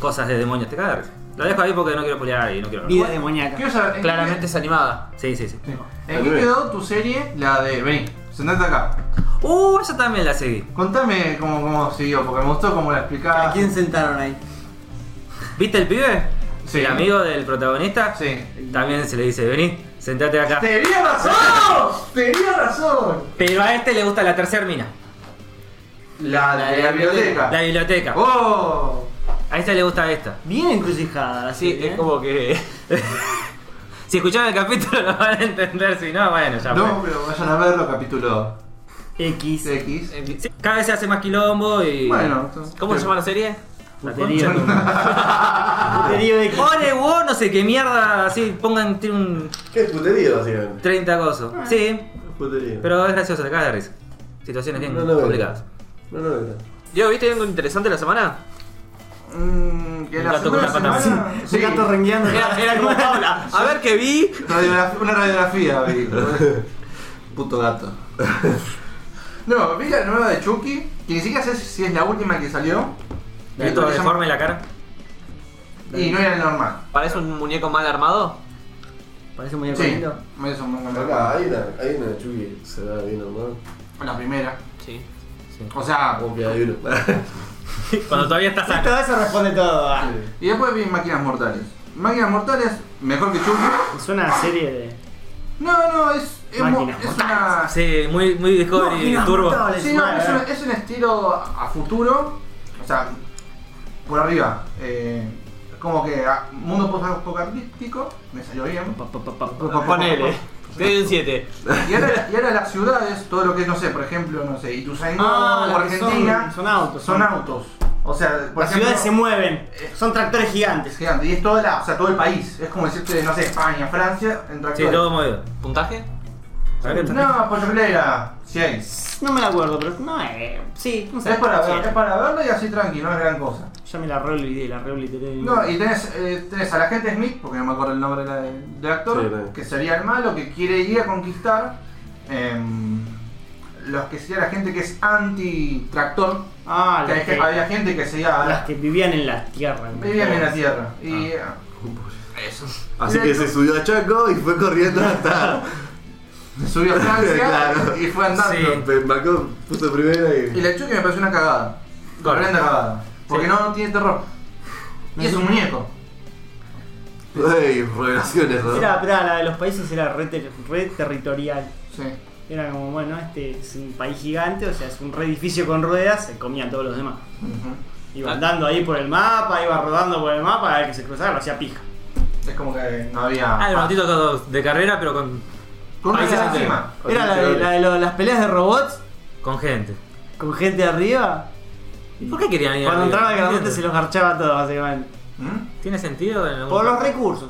cosas de demonios, te cagas. Lo dejo ahí porque no quiero pelear y no quiero... Vida demoníaca. Quiero saber. ¿en Claramente es animada. Sí, sí, sí. qué- ¿En qué quedó tu serie? La de. Vení, sentate acá. Uh, esa también la seguí. Contame cómo, cómo siguió, porque me gustó cómo la explicaba. ¿A quién sentaron ahí? ¿Viste el pibe? Sí. El amigo del protagonista. Sí. También se le dice, vení, sentate acá. ¡Tenía razón! ¡Tenía razón! Pero a este le gusta la tercera mina, La de la biblioteca. la biblioteca. ¡Oh! A este le gusta esta. Bien encrucijada, Sí, así. es como que. Si escucharon el capítulo lo van a entender, si no, bueno, ya No, pero vayan a verlo, capítulo X. X. fue. Eh, Sí, Cada vez se hace más quilombo y. Bueno, ¿Cómo se llama la serie? Puterío. Puterío X. Ore wo, no sé qué mierda, así, pongan tiene un ¿Qué es putería, básicamente? 30 coso. Sí, Putería. pero es gracioso, te cagas de risa. Situaciones bien No, no, no. complicadas. No, no, no. Diego, ¿viste algo interesante la semana? Mmm. Que Un la gato con segunda una pata. semana. Un gato rengueando. Era, era como Paula. A ver qué vi. Radiograf- una radiografía, vi. Puto gato. No, vi la nueva de Chucky, que ni siquiera sé si es la última que salió. ¿Viste todo deforme en la cara? Y no era el normal. ¿Parece un muñeco mal armado? Parece muy Sí, lindo. me hizo un poco Acá hay una, hay una Chucky, se da bien normal. La primera. Sí. O sea, Como que hay una. Cuando todavía está sano. Todo eso responde todo. ah. y después vi Máquinas Mortales. Máquinas Mortales, mejor que Chucky. Es una serie de. No, no, es, es, mu- Máquinas es una... Sí, muy, muy Discovery Máquinas Turbo. mortales, Sí, no, madre. es, un, es un estilo a futuro, o sea, por arriba. eh, como que a, mundo post-apocalíptico, me salió bien. Pa, pa, pa, pa, pa. Ponele. Te doy un 7. Y ahora, y ahora las ciudades, todo lo que es, no sé, por ejemplo, no sé, Ituzaingó Ah, o las que son- Argentina, son autos, Son son- autos. O sea, por Las ciudades se ejemplo, mueven. Son tractores es gigantes. gigante, y es toda la, o sea, todo el país. Es como decirte, no sé, España, Francia, en Sí, tractores. todo movido. ¿Puntaje? No, pollolera, 6. No me la acuerdo, pero no es. Sí, no sé. Es para, ver- Sí. es para verlo y así tranqui, no es gran cosa. Ya me la reolvidé, la reolvidé. No, y tenés, eh, tenés a la gente Smith, porque no me acuerdo el nombre de la- del actor, Sí, claro. que sería el malo, que quiere ir a conquistar em, los que sería la gente que es anti-tractor. Ah, que las hay que, ge- había gente que seguía a las que vivían en las tierras. ¿no? vivían en la tierra. Y eso. Así que se subió a Chaco y fue corriendo hasta. se subió a Francia Claro. y fue andando. Pe- Marcó, puso primera Y y. la Chucky me pareció una cagada. Corriendo cagada. Porque no, no tiene terror. Y es un muñeco. ¡Ey! Revelaciones, ¿no? Era, pero la de los países era re, ter- re territorial. Sí. Era como, bueno, este es un país gigante, o sea, es un re edificio con ruedas, se comían todos los demás. Ujú. Iba Ah. andando ahí por el mapa, iba rodando por el mapa, al que se cruzaba lo hacía pija. Es como que no Ah, el había. ratito de carrera, pero con, Con una países cara enteros. encima. Era la de, la de lo- las peleas de robots con gente. con gente arriba. ¿Y por qué Eh, querían ir Cuando arriba? entraba el grandote ¿Entiendes? se los garchaba todo, básicamente. ¿Mm? ¿Tiene sentido? en algún Por los punto? recursos.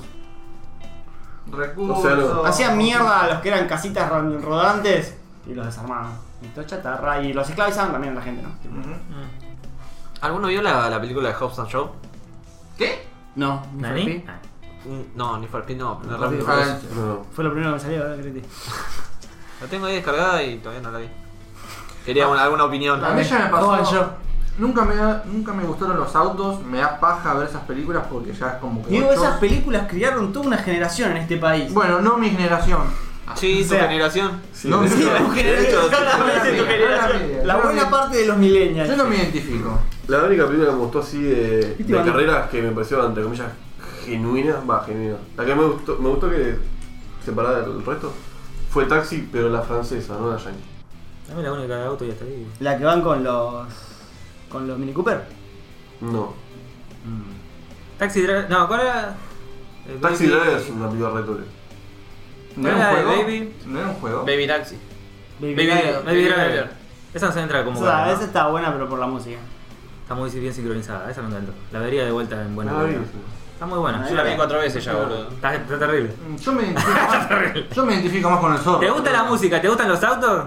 Recursos. O sea, lo- Hacían mierda a los que eran casitas ro- rodantes y los desarmaban. Y todo chatarra. Y los esclavizaban también a la gente, ¿no? Ujú. ¿Alguno vio la, la película de Hobbs and Shaw? ¿Qué? No, ¿Nani? Ah. Mm, No, ni for Speed no. La Ah, rápido. No. Fue lo primero que me salió, ¿verdad? Crete? La tengo ahí descargada y todavía no la vi. Quería una- alguna opinión. A mí ya me pasó. Joven yo. Nunca me, da- nunca me gustaron los autos, me da paja ver esas películas porque ya es como que. Digo, yo- esas películas criaron toda una generación en este país. Bueno, no mi generación. Sí, O su sea, generación. Sí, No, de sí, hecho, tu de hecho, Exactamente, tu Yo no me- generación. La yo no buena me- parte de los millennials. Yo no me identifico. La única película que me gustó así de, ¿Viste, de Iván? carreras que me pareció, entre comillas, genuina, va, genuina. La que me gustó, me gustó que separada del resto fue Taxi, pero la francesa, no la yankee. Dame la única de auto y hasta ahí. La que van con los. con los Mini Cooper. No. Taxi Driver. No, ¿cuál era? Eh, Taxi Baby- Driver es una película retura. ¿No era Hola, un juego? baby. ¿No era un juego? Baby Taxi. Baby Baby, Driver. Baby Driver. Baby Driver. Driver. Esa no se entra como. O sea, cara, ¿no? esa está buena, pero por la música. Está muy bien sincronizada, esa me encantó. La vería de vuelta en buena. No la vi. calidad. Está muy buena. Yo la vi cuatro veces ya, boludo. Está, está terrible. Mm, Yo me identifico más, yo me identifico más con el zorro. ¿Te gusta la música? ¿Te gustan los autos?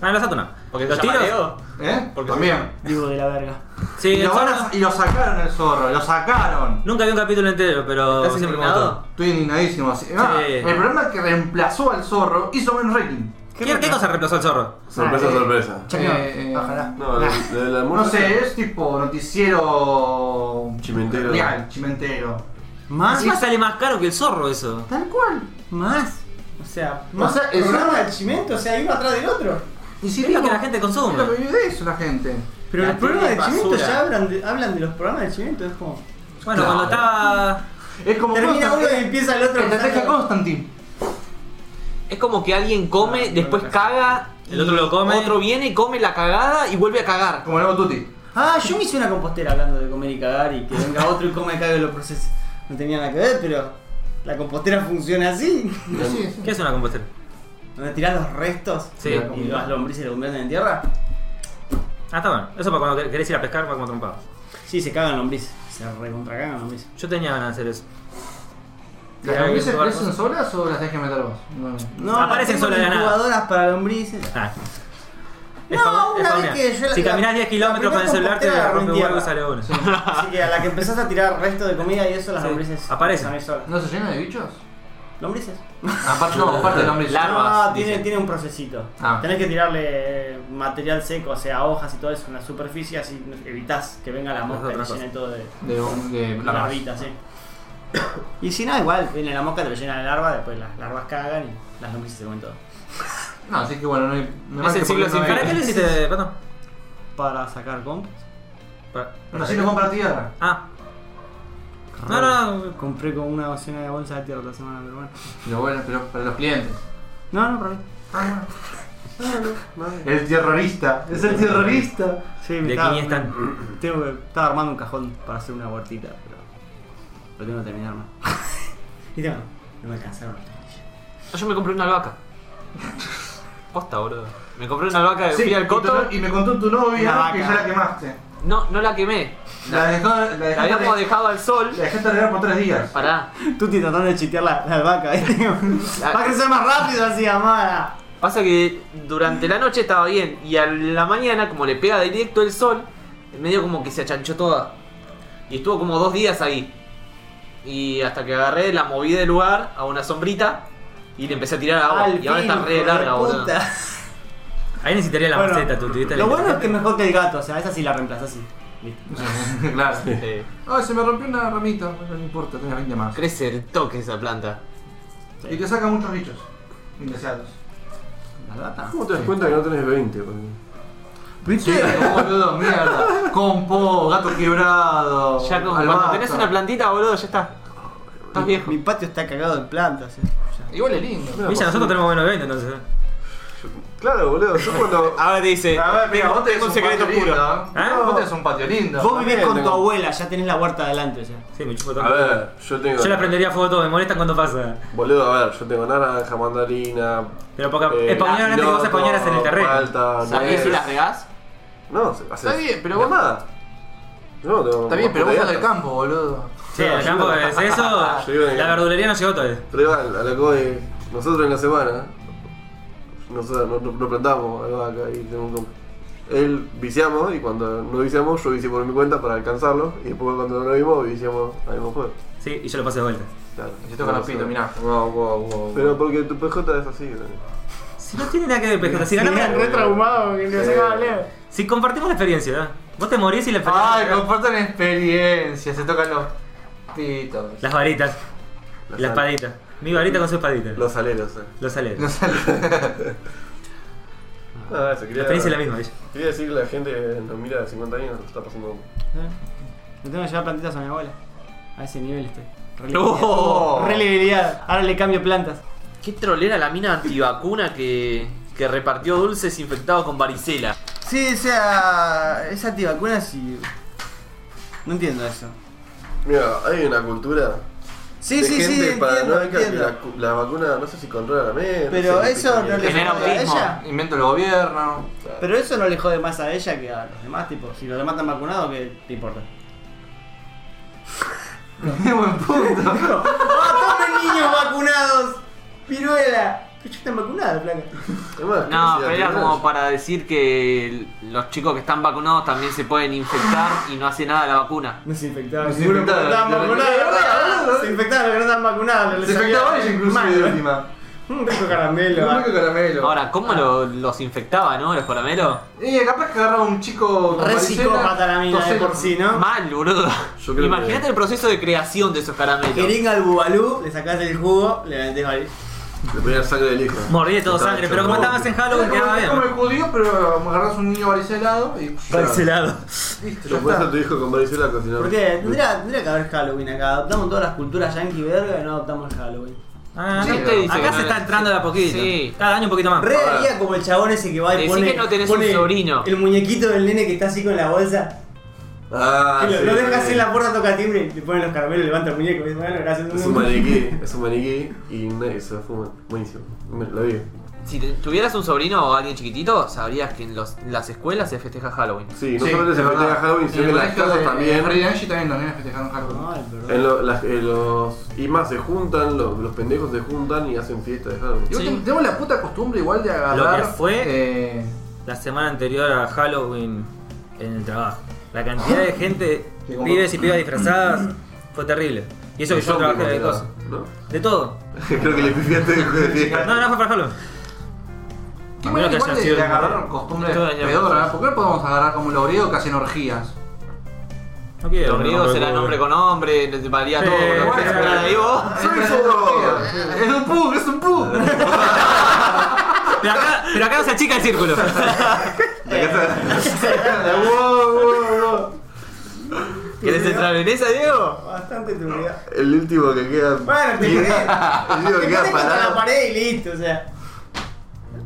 Ah, los autos no. Porque ¿Los se llama tiros? Leo. ¿Eh? Porque También. Digo de la verga. Sí, Y el lo, van a- zorro- y lo sacaron el zorro, lo sacaron. Nunca vi un capítulo entero, pero ¿Estás siempre me indignado? gustó. Estoy indignadísimo. así. Ah, Sí. El problema es que reemplazó al zorro, hizo menos rating. ¿Qué, qué cosa reemplazó al zorro? Sorpresa, Ah, eh. sorpresa. Eh, eh, Ojalá. No, la, la, la No música- sé, es tipo noticiero. Chimentero. Real, chimentero. Ah, Más. Encima sale más caro que el zorro eso. Tal cual. Más. O sea, O sea, el programa zorro- de Chimento, o sea, iba atrás del otro. Y si Es lo digo- que la gente es lo consume. que vive de eso la gente. Pero La los programas de tele es Chimento basura. ya hablan de, hablan de los programas de Chimento, es como. Bueno, Claro. cuando estaba. Es como Termina uno Constantine. y empieza el otro. Estrategia Constantine. Es como que alguien come, después caga. El otro lo come. Otro viene, come la cagada y vuelve a cagar. Como el Tuti. Ah, yo me hice una compostera hablando de comer y cagar y que venga otro y come y cague los procesos. No tenía nada que ver, pero la compostera funciona así. ¿Qué es una compostera? Donde tirás los restos Sí. y las lombrices lo convierten en tierra. Ah, está bueno. Eso para cuando quer- querés ir a pescar, para como trompado. Sí, se cagan lombrices. Se recontracagan lombrices. Yo tenía ganas de hacer eso. ¿Las Sí, lombrices alguien crecen todas- solas o las tenés que meter vos? No, Aparecen tengo solas de la nada. incubadoras para lombrices. Ah. No, Es fauna- es una vez fauna. que yo la- si la- caminás 10 la kilómetros con el primera celular, te compostera rompe un huevo y entierra. sale uno. Así que a la que empezás a tirar restos de comida y eso, las Sí, lombrices. aparecen. salen solas. ¿No se llena de bichos? Ah, ¿Lombrices? Aparte, no, aparte de lombrices. Larvas, no, Ah, tiene, dicen. tiene un procesito. Ah. Tenés que tirarle material seco, o sea, hojas y todo eso en la superficie, así evitás que venga la mosca y otra te cosa. llene todo de De, de de larvas. larvitas, sí. Y si no, igual, viene la mosca, te lo llena de larva, después las larvas cagan y las lombrices se comen todo. No, así que bueno, no hay. No hay más Es el que siglo poner sin una fin. ¿Para qué vela. lo hiciste, pato? Para sacar compas. Para- No, si no compra tierra. Ah. No, no, no. Compré como una docena de bolsas de tierra la semana, pero bueno. Pero bueno, pero para los clientes. No, no, para mí. Ah, bueno. El terrorista. Es el terrorista. Sí, De estaba- 500 Tengo que, estaba armando un cajón para hacer una huertita, pero lo tengo que terminar más. y tengo, no me alcanzaron las tortillas. Yo me compré una albahaca. Posta, boludo. Me compré una albahaca de fui al y coto. tu- y me contó tu Una novia vaca. que ya la quemaste. No, no la quemé. La dejó, la La dejaste, habíamos dejado al sol. la dejaste regar por tres días. Pará. Tú te tratando de chitear la, la albahaca, ¿viste? Va a crecer más rápido así, amada. Pasa que durante la noche estaba bien y a la mañana, como le pega directo el sol, medio como que se achanchó toda. Y estuvo como dos días ahí. Y hasta que agarré, la moví del lugar a una sombrita y le empecé a tirar agua. Al Ah, y ahora está fin, re hijo de larga, boludo. puta. Ahí necesitaría la Bueno, maceta, tú tuviste la Lo bueno es idea. que es mejor que el gato, o sea, esa sí la reemplazas así. Listo. claro. Eh, Ay, Ah, se me rompió una ramita. Bueno, No importa, tenés 20 más. Crece el toque esa planta. Y te saca muchos bichos indeseados. ¿La gata? ¿Cómo te das cuenta que no tenés 20? boludo? ¿Viste? boludo, mierda. Compo, gato quebrado. ya como cuando albahaca. tenés una plantita, boludo, ya está. Estás viejo. Mi patio está cagado de plantas. eh. Ya. Igual es lindo. Villa, nosotros tenemos menos de 20, entonces. pues, ¿eh? Claro, boludo, yo cuando. Ahora te dice. A ver, mira, vos tenés tengo un secreto patio puro. lindo, ¿eh? ¿Eh? Vos tenés un patio lindo. Vos vivís bien, con tu tengo- abuela, ya tenés la huerta adelante, o sea. Sí, me chupo todo. A ver, yo tengo. Yo la prendería a fuego todo, me molestan cuando pasa. Boludo, a ver, yo tengo naranja, mandarina. eh, Pero porque españolas antes que vos españolas en el terreno. Falta, ¿Sabés si las regás? No, se- haces. Está bien, pero vos- nada. No, tengo. Está bien, pero vos sos al del campo, boludo. Sí, el campo es eso. Yo iba de- La verdulería no llegó todavía. Pero igual, a la COE, nosotros en la semana, nosotros no, no, no plantamos albahaca y tenemos un campo. Él viciamos y cuando no viciamos, yo vicié por mi cuenta para alcanzarlo y después cuando no lo vimos, viciamos al mismo juego. Sí, y yo lo pasé de vuelta. Claro. Y se tocan los pitos, mirá. Wow, wow, wow. Pero porque tu PJ es así, ¿no? Sí, Si no tiene nada que ver, pescata. Si ganamos. Eran re traumados, que Eh, no se va a leer. Si compartimos la experiencia, ¿verdad? Vos te morís y la experiencia. Ay, compartan experiencia, se tocan los pitos. Las varitas. Las la al- espadita. Mi varita con su espadita. Los, Los aleros. eh. aleros. No sale. Ah, eso, la quería, experiencia es la misma, ella. quería decir que la gente que nos mira de 50 años nos está pasando. Eh, Me tengo que llevar plantitas a mi abuela. A ese nivel estoy. No. Relevibilidad. Ahora le cambio plantas. Qué trolera la mina antivacuna que, que repartió dulces infectados con varicela. Sí, o sea, es antivacuna si. No entiendo eso. Mira, hay una cultura Sí, de sí, gente sí, entiendo, paranoica que entiendo. la, cu- la vacuna no sé si controla la mente. Pero sé si eso pica no bien. le- Genera ¿A autismo, ella? invento el gobierno. Pero eso no le jode más a ella que a los demás, tipo. Si los demás están vacunados, ¿qué te importa? buen punto. ¡Ah, tomen niños vacunados! ¡Piruela! Que ya están vacunados, placa. Es más, ¿qué No, pero necesidad era como tenés? para decir que el- los chicos que están vacunados también se pueden infectar y no hace nada la vacuna. No se infectaban. No se seguro, infectaban, porque de no estaban repente. vacunados. Se infectaban los que no estaban vacunados. les Se infectaba sabía ella inclusive mal. de última. Un rico Yo caramelo. ah. creo que caramelo. Ahora, ¿cómo lo- los infectaba, no? Los caramelos. Eh, capaz que agarra un chico. con Re varicela, psicópata la mina de toselo. por sí, ¿no? Mal, boludo. Yo creo Imagínate el proceso de creación de esos caramelos. Jeringa al bubalú, le sacás el jugo, le metés ahí. Le ponía sangre del hijo. Mordí de todo Estaba sangre, hecho pero como un estabas en Es Halloween como, quedaba es como el bien. judío, pero agarras un niño varicelado y. pues, Parcelado. Listo, ya Lo puedes está. a tu hijo con varicela a cocinar. Porque tendría, tendría que haber Halloween acá. Adoptamos todas las culturas yankee verga y no adoptamos el Halloween. Ah, Sí, no. te dice que Acá no se le- está entrando de a poquito. Sí. Cada año un poquito más. Re Ah. haría como el chabón ese que va y Decí pone. que no tenés un pone sobrino. El muñequito del nene que está así con la bolsa. Ah, que lo, sí, lo deja así en sí. la puerta, toca timbre, le ponen los caramelos, levanta el muñeco. Y dice, bueno, gracias. Es un maniquí, es un maniquí y nadie se lo fuma. Buenísimo. Me- Lo vi. Si te- tuvieras un sobrino o alguien chiquitito, sabrías que en, los- en las escuelas se festeja Halloween. Sí, no Sí, solamente se es festeja verdad. Halloween, sino En que el las colegio casas de- En también. Ray Angie también los nenes festejaron Halloween. Ah, Ay, perdón. En lo- las- en los y más se juntan, los, los pendejos se juntan y hacen fiesta de Halloween. Yo Sí. ten- tengo la puta costumbre igual de agarrar. Lo que fue- eh, La semana anterior a Halloween en el trabajo. La cantidad de gente, Sí, como- pibes y pibas disfrazadas, fue terrible. Y eso que yo Zombie, trabajé de más cosas. que nada, ¿no? De todo. Creo que le pifiaste el juego de fiesta. No, no fue para Halloween. Qué A bueno menos que igual haya de, sido de el- agarrar costumbre Todo el año pedorra, pasado. ¿no? ¿Por qué no podemos agarrar como los griegos que hacen orgías? No quiero. Los griegos eran hombre con hombre, les valía Sí, todo. sí, ¿no? sí. Era de ahí vos. ¡Soy Es- yo! ¡Es un pug! ¡Es un pug! Pero acá, pero acá no se achica el círculo. La casa- ¿Querés entrar en esa, Diego? Bastante turbidad. El último que queda. Bueno, te bien- El último Te metes que queda contra la parado. pared y listo, o sea.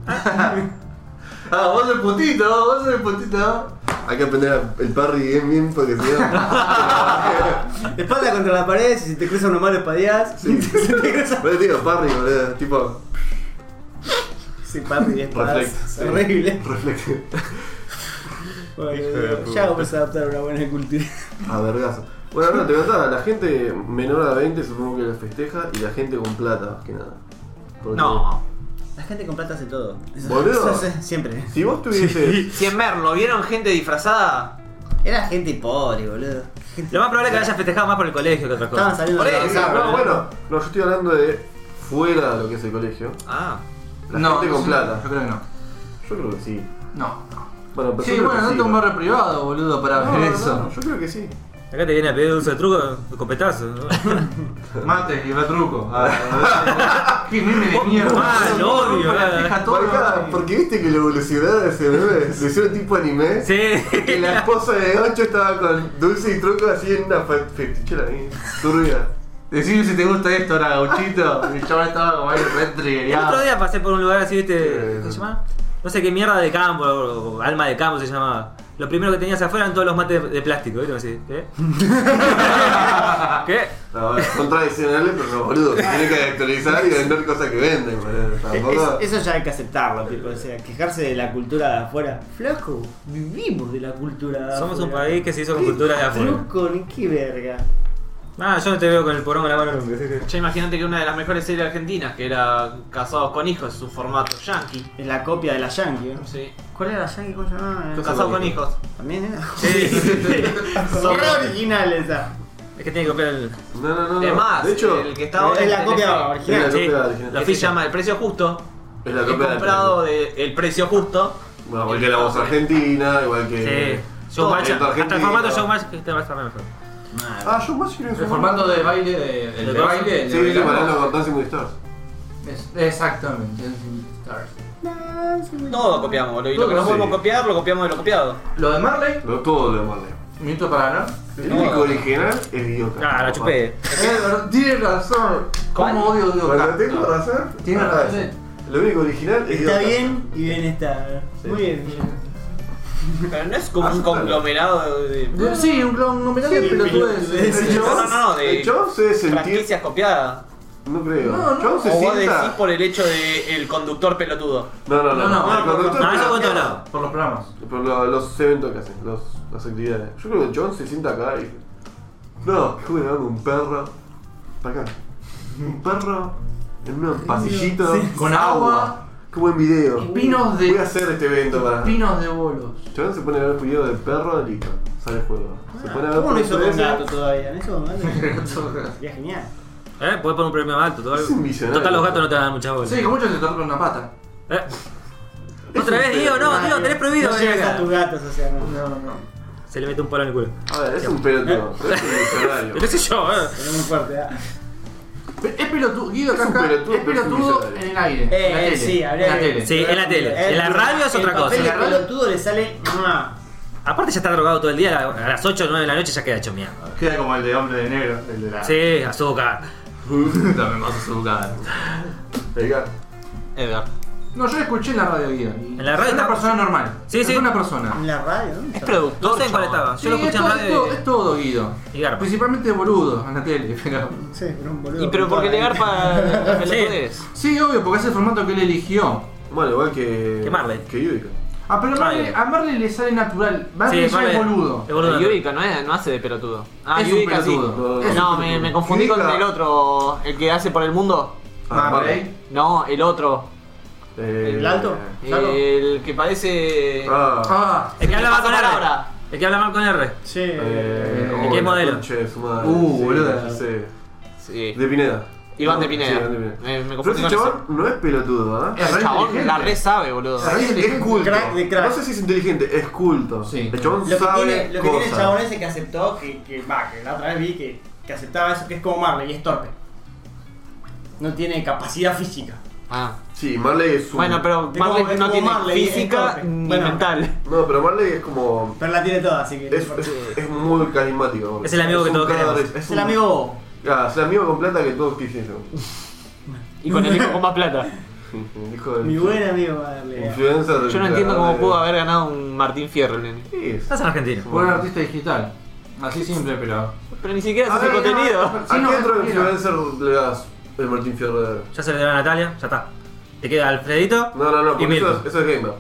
Ah, vos el putito, vos el putito. Hay que aprender el parry bien, bien, porque si no. De Espalda contra la pared, si se te cruza uno malo espadeás. Sí. Si se te cruza. Bueno, tío, parry, boludo. Tipo, Sí, parry de espadas. Reflecto, sí. Horrible. reflexión. Hijo de Bueno, puta. ya vamos a adaptar una buena cultura. A vergazo. Bueno, no, te contaba, la gente menor a 20 supongo que la festeja y la gente con plata, más que nada. Porque No. La gente con plata hace todo. Eso- Boludo. eso es siempre. Si vos tuvieses. Si en Merlo vieron gente disfrazada, Era gente pobre, boludo. Gente- Lo más probable es que hayas festejado más por el colegio que otra Estaban cosa. saliendo Por de eso, la Ah, casa, no, boludo. bueno, no, yo estoy hablando de fuera de lo que es el colegio. ah, La gente con sí, plata. Yo creo que no. Yo creo que sí. No. Bueno, pero Sí, yo creo bueno, que no sí, te un bueno. barrio privado, boludo, para No, ver no, eso. no, yo creo que sí. Acá te viene a pedir dulce de truco, copetazo. Mate y retruco. Ah, Qué meme de mierda. Ah, lo odio, eh. Fija todo. Porque acá, lo- porque viste que lo evolucionaron ese bebé, lo hicieron tipo anime. Sí. Y la esposa de 8 estaba con dulce y truco así en una fe- fetichera ahí, turbia. Decime si te gusta esto, ahora, gauchito. El chaval estaba como ahí re El otro triggereado. día pasé por un lugar así, viste. Eh. ¿Cómo se llama? No sé qué mierda de campo, o- o alma de campo se llamaba. Lo primero que tenías afuera eran todos los mates de plástico, ¿viste? Así, ¿eh? ¿Qué? No, son tradicionales, pero no, boludo, se tienen que actualizar y vender cosas que venden, boludo. Tampoco. Es- eso ya hay que aceptarlo, tipo, o sea, quejarse de la cultura de afuera. Flaco, vivimos de la cultura de Somos un afuera. país que se hizo con ¿Qué cultura de afuera. Truco, ni qué verga. Ah, yo no te veo con el porón en la mano nunca. así que- ya imagínate que una de las mejores series argentinas, que era Casados con Hijos, su formato yankee. Es la copia de la Yankee, ¿eh? Sí. ¿Cuál era la Yankee? ¿Cómo se llamaba? Casados con Hijos. ¿También era? Sí. Son original esa. Es que tiene que copiar el. No, no, no. no. Ah, Es más, de hecho, el que está este, ahora es la en copia Telefe, original. la Sí. copia original. que se llama El Precio Justo. Es la he copia de la comprado de el precio justo. Bueno, igual que la voz argentina, igual que. Sí. Todo, Showmatch, evento hasta el argentino. formato Showmatch que este va a estar mejor. Ah, yo más quiero El formato de baile, de, del de baile. Sí, el sí, de sí, para bailando. la cortancia muy stars. Es- Exactamente, Dancing Stars. Todo copiamos, boludo. Y lo Todo, que no sí. podemos copiar, lo copiamos de lo copiado. Lo de Marley, Lo, todo lo de Marley. minuto para ganar. El único original es Dioca. Ah, la chupé. Eh, pero Tiene razón. ¿Cómo odio Dios? Cuando tengo razón, Tiene ah, razón. eso. Lo único original es Está Dioca. bien y bien está. Sí. Muy bien. Pero no es como un Aceptalo. conglomerado de. de- Sí, un clon no me da que pelotudez. El No, no, chabón- no, de El chabón se sentía. franquicias copiadas. No creo. No, no. El chabón se O vos decís sienta. por el hecho de el conductor pelotudo. No, no, no. No, no, El conductor- No, eso con todos lados. Por los programas. Por lo- los eventos que hacen, los, las actividades. Yo creo que John se sienta acá y dice: No, yo voy a dar un perro. Para acá. Un perro en un pasillito. Con agua. Qué buen video. Pinos Voy a de. hacer este evento para. Pinos de bolos. John se pone a ver video del perro y listo. Sale el juego. Se pone a ver Ah, ¿Cómo lo hizo video con ese. gato todavía? ¿No hizo con gato? Sería genial. Eh, podés poner un premio alto. Todo. Es un millonario. Total, los gatos no te van a dar mucha bola. Sí, que muchos se tornan una pata. Eh. Otra vez, Diego, no, Diego, tenés prohibido No venir llegas a acá. tus gatos, o sea, no. No, no. Se le mete un palo en el culo. A ver, es un pelotudo. pero Es un millonario. ¿Qué sé yo? Eh. Pero muy fuerte, ¿ah? Es pelotudo, Guido Es un Casca. pelotudo, Es pero es un pelotudo millonario. en el aire. en la Eh, tele, sí, habría En la que- tele. Sí, en la tele. En la radio es otra cosa. El En la radio- pelotudo le sale. ¡mua! Aparte ya está drogado todo el día, a las 8 o 9 de la noche ya queda hecho mierda. Queda como el de hombre de negro, el Ah. de la. Sí, azúcar. También vas a su lugar. Venga. Edgar. No, yo escuché en la radio Guido. En la radio Es una está- persona normal. Sí, sí. Es una persona. En la radio, ¿no? Es productor. No sé en cuál chabón. estaba, yo lo Sí, es escuché en todo- es todo- radio Es todo Guido. y- y garpa. Pues Principalmente boludo en la tele, pero. Sí, pero un boludo. Y pero porque le garpa la pelotudez. Sí, obvio, porque es el formato que él eligió. Bueno, igual que. Que Marley. Que Yudica. Ah, pero a Marley, a Marley le sale natural. Marley Sí, ya es Marley. boludo. Es boludo. Y Yudica no, es- no hace de pelotudo. Ah, Es un Yudica sí. pelotudo. Es No, un me, pelotudo. me confundí con Yudica- el otro, el que hace por el mundo. Ah, Marley. No, el otro. Eh, ¿El alto? Claro. El que parece. Ah. Ah, El que habla mal con R. Ahora. El que habla mal con R. Sí. Eh, ¿De qué oh, modelo? la concha de su madre. Uh, boludo. ya sé. Sí. De Pineda. Iván de Sí, Pineda. Iván de Pineda. Eh, me Pero confundí ese con chabón no es pelotudo, ¿ah? Es El re chabón inteligente. la re sabe, boludo. re Es, es inteligente. culto. Crack de crack. No sé si es inteligente, es culto. Sí. El chabón Lo que, sabe tiene, lo que tiene el cosas. chabón ese que aceptó, que, que, va, que la otra vez vi que, que aceptaba eso, que es como Marley y es torpe. No tiene capacidad física. Ah. Sí, Marley es un... Bueno, pero Es como- Marley es no como tiene Marley, es física torpe. ni Bueno. mental. No, pero Marley es como... Pero la tiene toda, así que. no Es, importa. es, es muy carismático. boludo. Es el amigo que un todos cara de queremos. risa, Es el amigo bobo. Un... Ah, es el amigo con plata que todos quisieron. Y con el hijo con más plata. Hijo de... Mi buen amigo Marley. Influencer del Yo no entiendo cómo canal de- pudo haber ganado un Martín Fierro el nene. Sí, es- Estás en Argentina. Fue un artista digital. Así simple, pero. Pero ni Ah, siquiera A hace ver, su contenido. ¿A Sí, no, qué otro mira. influencer le das el Martín Fierro de Ya se le dio a Natalia, ya está. Te queda Alfredito. No, no, no, Y porque Mirko. eso, es, eso es gamer.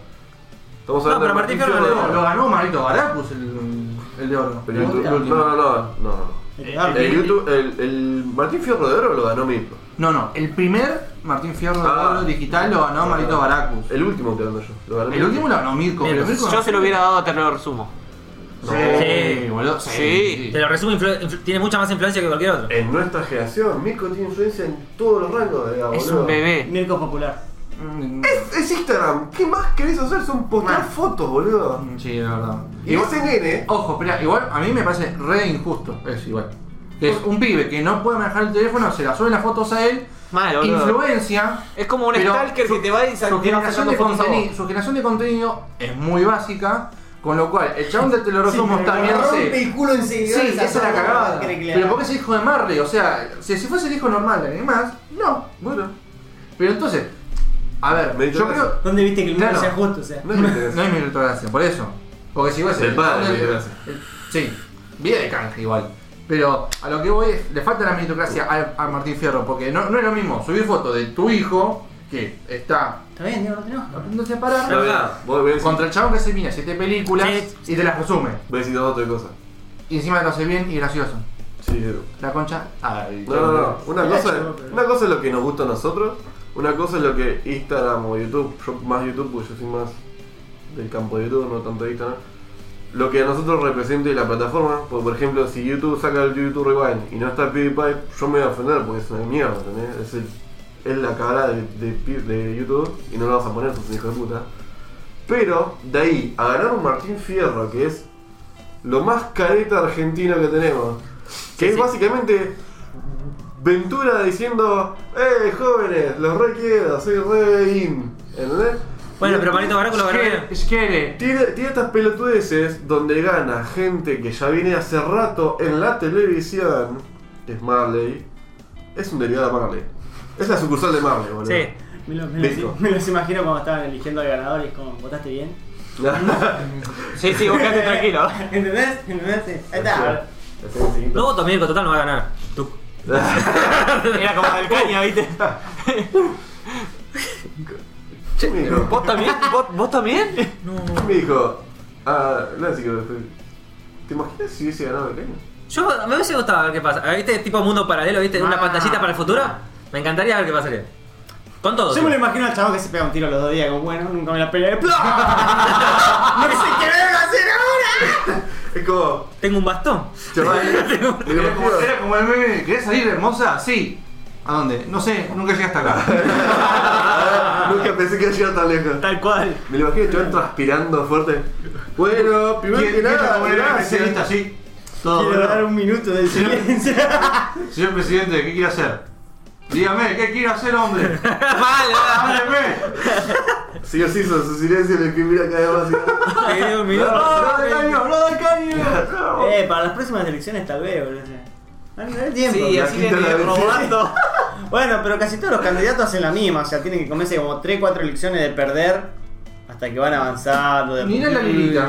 Estamos No, hablando pero de Martín Fierro No, Fierro lo de- ganó Marito Barapus el, el de oro. pero YouTube- El último. No, no, no, no, no. Eh, El, YouTube, el, el Martín Fierro de Oro lo ganó Mirko. No, no, el primer Martín Fierro de Ah. oro digital lo ganó Marito Baracus. El último te ganó yo. Lo ganó El Mirko. último lo ganó Mirko, pero Mirko. Mirko. Yo se lo hubiera dado a Terror Sumo. No. Sí, Sí. boludo. Sí. Sí. Te lo resumo, influ- influ- tiene mucha más influencia que cualquier otro. En nuestra generación, Mirko tiene influencia en todos los rangos. De la, Es boludo. un eh. bebé. Mirko es popular. Mm, Es, es Instagram. ¿Qué más querés hacer? Son postar fotos, boludo. Sí, de verdad. Y vos en N. Ojo, espera, igual a mí me parece re injusto. Es igual. Que es un pibe que no puede manejar el teléfono, se la suben las fotos a él, Mal, boludo. influencia. Es como un pero stalker que su- te va y sa- su te va generación sacando de fotos a vos. contenido- Su generación de contenido es muy básica, con lo cual el chabón de Telerosumo también rompe el culo en Sí, seguidores. esa es la cagada. Pero porque es hijo de Marley, o sea, si, si fuese el hijo normal de alguien más, no, bueno. Pero entonces, a Me ver, yo interesa. creo. ¿Dónde viste que el mundo Claro. sea justo? O sea, No es mi No interés. hay meritocracia, por eso. Porque si fuese. Del padre, el- meritocracia. el- Sí, vida de canje igual. Pero a lo que voy es, le falta la meritocracia a, a Martín Fierro, porque no, no es lo mismo subir fotos de tu hijo que está está bien, Diego, no te enojes. aprendiendo a separar. La verdad, vos ves Contra el chabón que se mira siete películas y te las resume. Voy a decir otra cosa. Y encima lo hace bien y gracioso. Sí, pero- La concha. Ay, No, no, no. Una El cosa, hecho, pero- una cosa es lo que nos gusta a nosotros, una cosa es lo que Instagram o YouTube, yo más YouTube porque yo soy más del campo de YouTube, no tanto de Instagram. Lo que a nosotros represente la plataforma, porque por ejemplo, si YouTube saca el YouTube Rewind y no está PewDiePie, yo me voy a ofender porque es una mierda, ¿entendés? Es el es la cara de, de pi- de YouTube y no lo vas a poner, sos un hijo de puta. Pero de ahí a ganar un Martín Fierro, que es lo más careta argentino que tenemos, que es básicamente Ventura diciendo: ¡Eh, jóvenes! Los re quiero, soy re in", ¿Entendés? Bueno, Eh, pero Palito Baraco lo ganó. bien. Esquere. Tiene, tiene estas pelotudeces donde gana gente que ya viene hace rato en la televisión, que es Marley. Es un derivado de Marley. Es la sucursal de Marley, boludo. Sí. Me, lo- me Listo. los, me los imagino cuando estaban eligiendo al ganador y es como, ¿votaste bien? Sí, sí, vos quedate tranquilo. ¿Entendés? ¿Entendés? Sí. Ahí está. No voto Mirko, total no va a ganar. Tú. Era como del caña, ¿viste? ¿Qué me dijo? ¿Vos también? ¿Vos, vos también? ¿Qué me dijo? Ah, no, sí que lo fui. ¿Te imaginas si hubiese ganado el caño? Yo me hubiese gustado ver qué pasa. ¿Viste tipo mundo paralelo? ¿Viste? Una Ah. pantallita para el futuro. Me encantaría ver qué pasaría. Con todo. Yo sí. me lo imagino al chabón que se pega un tiro los dos días, como, bueno, nunca me la pelearé. ¡Pla! ¡No sé qué debo hacer ahora! Es como, Tengo un bastón. chaval, te lo Era como, juro. era como el meme. ¿Querés salir hermosa? Sí. ¿A dónde? No sé, nunca llegué hasta acá. Nunca pensé que iba a llegar tan lejos. Tal cual. Me lo imagino chaval transpirando fuerte. Bueno, primero que nada, como era especialista, gracias. sí. Todo Quiero bueno. dar un minuto de silencio. Señor presidente, ¿qué quiere hacer? Dígame, ¿qué quiere hacer, hombre? ¡Hábleme! Sí, sí, son su silencio en el que mira cada vez más. Te digo, mirá. ¡No del caño! ¡No del caño! eh, para las próximas elecciones tal vez, boludo. Dale, dale tiempo. Sí, así quita la que robando. Bueno, pero casi todos los candidatos hacen la misma, o sea, tienen que comerse como 3, 4 elecciones de perder hasta que van avanzando. De Mira la Lilita.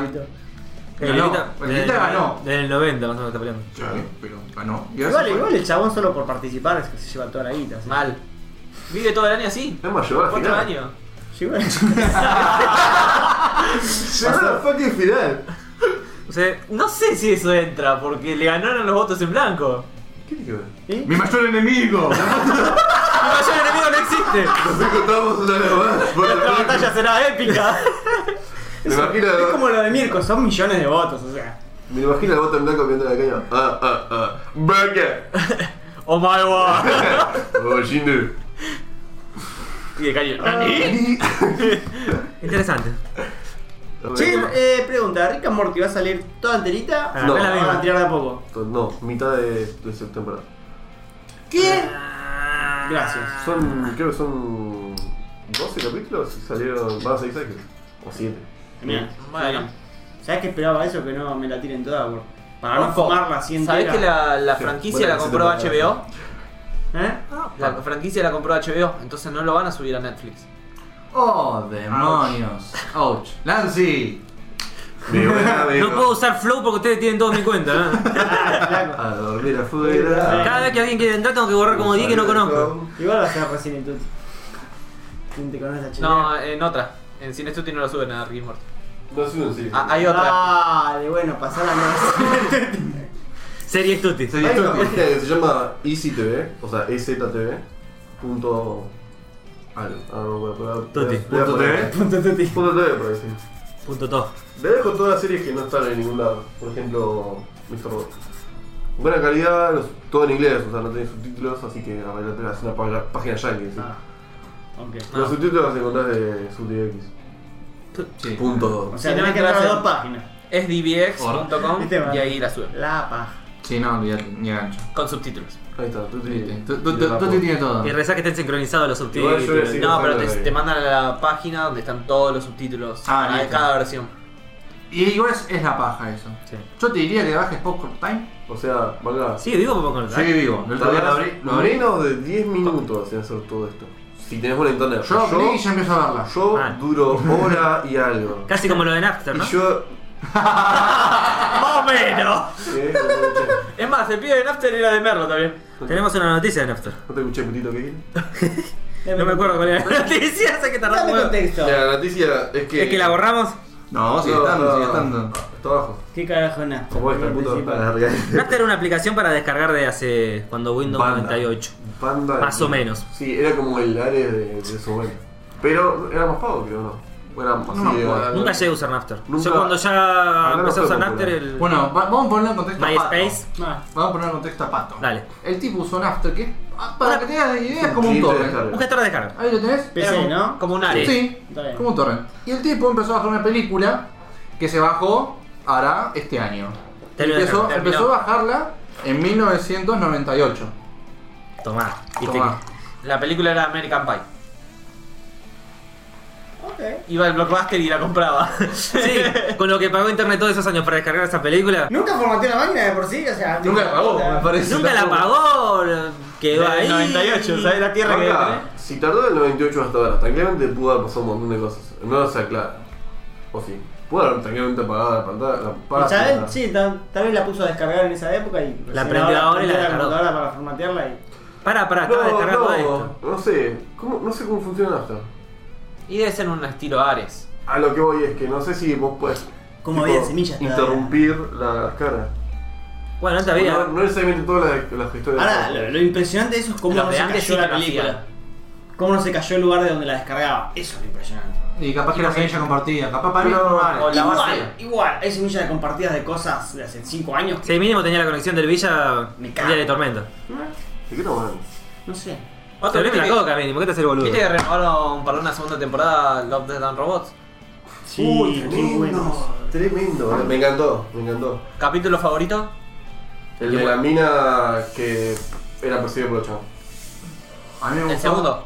Pero Ganó. Lilita- Lilita del- ganó. Del 90 más o menos está peleando. Sí, pero ganó. Y gracias Igual, por- igual el chabón solo por participar es que se lleva toda la guita. o sea. Mal. Vive todo el año así. Es mayor al Cuatro final. años. Llegó- Llegó a la fucking final. O sea, no sé si eso entra, porque le ganaron los votos en blanco. ¿Qué tiene que ver? ¡Mi mayor enemigo! El mayor enemigo no existe. Nos encontramos una vez más. por La batalla será épica. Me imagino, es como lo de Mirko, son millones de votos, o sea. me imagino el botón blanco viendo la caña. Ah, ah, ah. Burger. Oh my god. Oh, Shindu. Y el Ah. caño. Interesante. Che, eh, pregunta, ¿Rick and Morty va a salir toda enterita? Ah, No. ¿O acá la la van a misma. tirar de a poco? No, mitad de, de su temporada. ¿Qué? Ah. Gracias. Son, creo que son 12 capítulos y salieron, van a 6 años. O 7. Mira, Bueno. ¿sabes que esperaba eso? Que no me la tiren toda, por, para no Ojo, fumarla así entera. ¿Sabés que la, la Sí, franquicia bueno, la que se compró te paga. HBO? ¿Eh? La franquicia la compró HBO, entonces no lo van a subir a Netflix. ¡Oh, demonios! ¡Ouch! ¡Lancy! De buena, No viejo. puedo usar Flow porque ustedes tienen todos mi cuenta. ¿eh? Ah. A dormir afuera. Cada vez que alguien quiere entrar tengo que borrar como 10 que no conozco. Igual va a ser Resident Evil. ¿Quién te conoce a Chile? No, eh, en otra. En Cine Studio no lo suben a Rick y Morty. No soy un sí. Ah, hay otra. Dale, bueno, pasá la más. Series Tutti. Se Hay una distorsiona. página que se llama E EasyTV, o sea, E EZTV. Punto. Algo. Ah, no, voy a poner- Tuti. voy a poner- Punto tuti. Punto TV, por decir. Punto todo. Le dejo todas las series que no están en ningún lado. Por ejemplo, Mr. Robot. Buena calidad, los- todo en inglés, o sea, no tiene subtítulos, así que arreglate, es una pá- página yankee. sí. Ah, ok. Los subtítulos los encontrás de SubTX. Sí. Punto. O sea, Si no tenés que entrar entras a en- dos páginas. Es dbx.com Viste, va. y ahí la suben. La paja. Sí, no, olvídate, ni gancho. Con subtítulos. Ahí está, tú Viste, tienes. tú- tú- tú- Tú te tiene todo. Y reza que estén sincronizados los Igual yo voy a subtítulos. decir- Sí, No, pero lo te, saben. te mandan a la página donde están todos los subtítulos Ah, a listo. cada versión. Y igual es, es la paja eso. Sí. Yo te diría que bajes Popcorn Time. O sea, valga. Sí, digo como con Sí, vivo. El otro día lo abrí. Lo abrí. Menos de 10 minutos en hacer todo esto. Si tenés buen internet. Yo lo abrí y ya empiezo a verla. yo Ah. duro hora y algo. Casi como lo de Napster, Y ¿no? yo. Más o menos. Eh, no te escuché. Es más, el pibe de Napster era de Merlo también. Tenemos una noticia de Napster. No te escuché, putito, ¿qué? No me acuerdo cuál era la noticia, sé que Dame tardamos. Es contexto. La noticia es que. que la borramos. No, sigue No, estando, no. sigue estando. Está abajo. ¿Qué carajo es nada? Como esta, el puto. Para la Napster era una aplicación para descargar de hace. cuando Windows Banda. 98. Banda. Más o menos. Sí, era como el área de, de su momento. Pero era más pago, creo, ¿no? O Era más No me así de- acuerdo. Nunca llegué a usar Napster. Nunca- Yo cuando ya Acá no empecé fue a usar popular. Napster, el. Bueno, va- vamos a ponerlo en contexto a Pato. MySpace. Vamos a ponerlo en contexto a Pato. Dale. El tipo usó Napster, que es Para que tengas idea, es como un Sí, te torrent. descarga. Un gestor de descarga. Ahí lo tenés. PC, Era como- ¿no? Como un área. Sí, Está bien. como un torrent. Y el tipo empezó a bajar una película que se bajó ahora este año. Terminó, Empezó, terminó. empezó a bajarla en 1998. Tomá. Viste Tomá. La película era American Pie. Ok. Iba al blockbuster y la compraba. que- Sí, con lo que pagó internet todos esos años para descargar esa película. Nunca formateó la máquina de por sí, o sea. Nunca la pagó, me parece. Nunca la pagó. Quedó Del ahí. 98, ¿sabes la tierra que debe tener? Acá, si tardó del 98 hasta ahora, tranquilamente pudo haber pasado un montón de cosas. No se aclara. O sí. Pudo haber tranquilamente apagado la pantalla. La Quizá él, página. sí, tal, tal vez la puso a descargar en esa época y. La recién prendió ahora y la prendió descargó. computadora para formatearla y. Pará, pará, estaba No, descargando no, esto. no sé. ¿Cómo, no sé cómo funciona esto. Y debe ser un estilo Ares. A lo que voy es que no sé si vos puedes Como tipo, había semillas todavía. interrumpir las caras. Bueno, antes había. No, no necesariamente todas las, las historias. Ahora, lo, lo impresionante de eso es cómo Los no de se antes cayó sí la que lo película. Cómo no se cayó el lugar de donde la descargaba. Eso es lo impresionante. Y capaz que la semilla compartida, capaz para mí Pero- no vale. O la igual, base. igual, hay semillas de compartidas de cosas de hace 5 años. Si mínimo tenía la conexión del Villa, Me el cago. día de tormento. ¿De qué no van? No sé. Te Otro olvidé viste la que- coca, mínimo, ¿qué te hace el boludo? ¿Viste que renovaron para una segunda temporada Love, Death and Robots? Sí, muy Tremendo. buenos. Tremendo. eh. Me encantó, me encantó. ¿Capítulo favorito? El de la mina que era perseguida por los chavos. A mí me El gustó. segundo.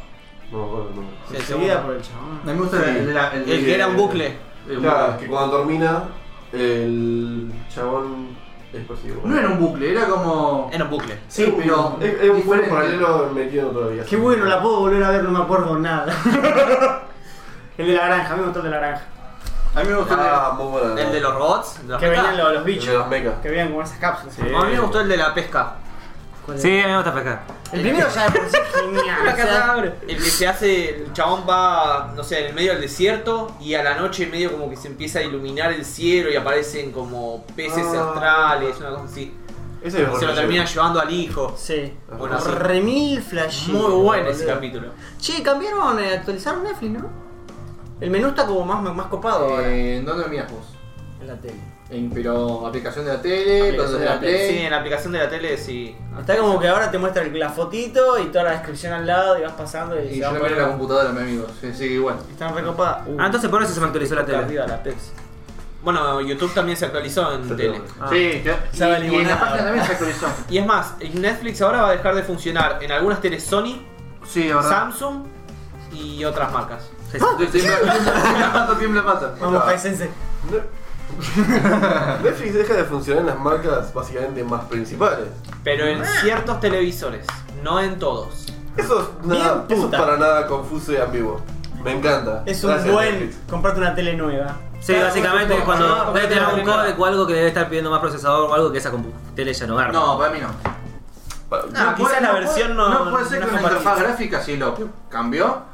No me acuerdo el nombre. Sí, el Seguida segundo. por el chabón. A mí me gusta el- el, el- el- El que era un bucle. Claro, que cuando termina, el chabón es perseguido. No era un bucle, era como. Era un bucle. Sí, pero. Es, es un juego diferente. paralelo metido todavía. Qué bueno, la puedo volver a ver, no me acuerdo nada. el de la granja, a mí me gustó el de la granja. A mí me gustó. el de- Ah, muy buena. El de los robots. de los Que mecha. venían los, los El de los bichos. mechas. Que venían con esas cápsulas. A mí me gustó el de la pesca. Sí, a mí me gusta pescar. El primero ya de por sí es genial. o sea, El que se hace, el chabón va, no sé, en el medio del desierto y a la noche medio como que se empieza a iluminar el cielo y aparecen como peces Ah. astrales, una cosa así. Ese es Y el se lo rollo. termina llevando al hijo. sí. Bueno, sí. Remil flash. Muy bueno ese capítulo. Che, cambiaron, eh, actualizaron Netflix, ¿no? El menú está como más, más copado ahora Eh, ¿En dónde miras vos? en la tele. En, pero aplicación de la tele, Aplicación cuando de de la la tele, play. Sí, en la aplicación de la tele sí. Está como que ahora te muestra el- la fotito y toda la descripción al lado y vas pasando y, Y se yo va la miro en la poniendo- computadora, mi amigo. Sí, sí, igual. Están recopadas. Ah, entonces por eso se me actualizó la tele. Arriba la Pepsi. Bueno, YouTube también se actualizó en tele. Sí, yo. Sabe y, y en limonada. la página también se actualizó. Y es más, el Netflix ahora va a dejar de funcionar en algunas teles Sony, Sí, la verdad. Samsung y otras marcas. Tiembla- Tiembla pata. Vamos, paisense. Ne- Netflix deja de funcionar en las marcas básicamente más principales. Pero en ciertos televisores, no en todos. Eso es, nada, Bien eso es puta. para nada confuso y ambiguo. Me encanta. Es un Gracias, buen. Netflix. Comprarte una tele nueva. Sí, básicamente no, cuando no, debe tener no, un no. codec o algo que debe estar pidiendo más procesador o algo que esa compu tele ya no agarra. No, para mí no. Para- No, quizás la versión no- No puede ser no que es una compatible. interfaz gráfica, si lo cambió.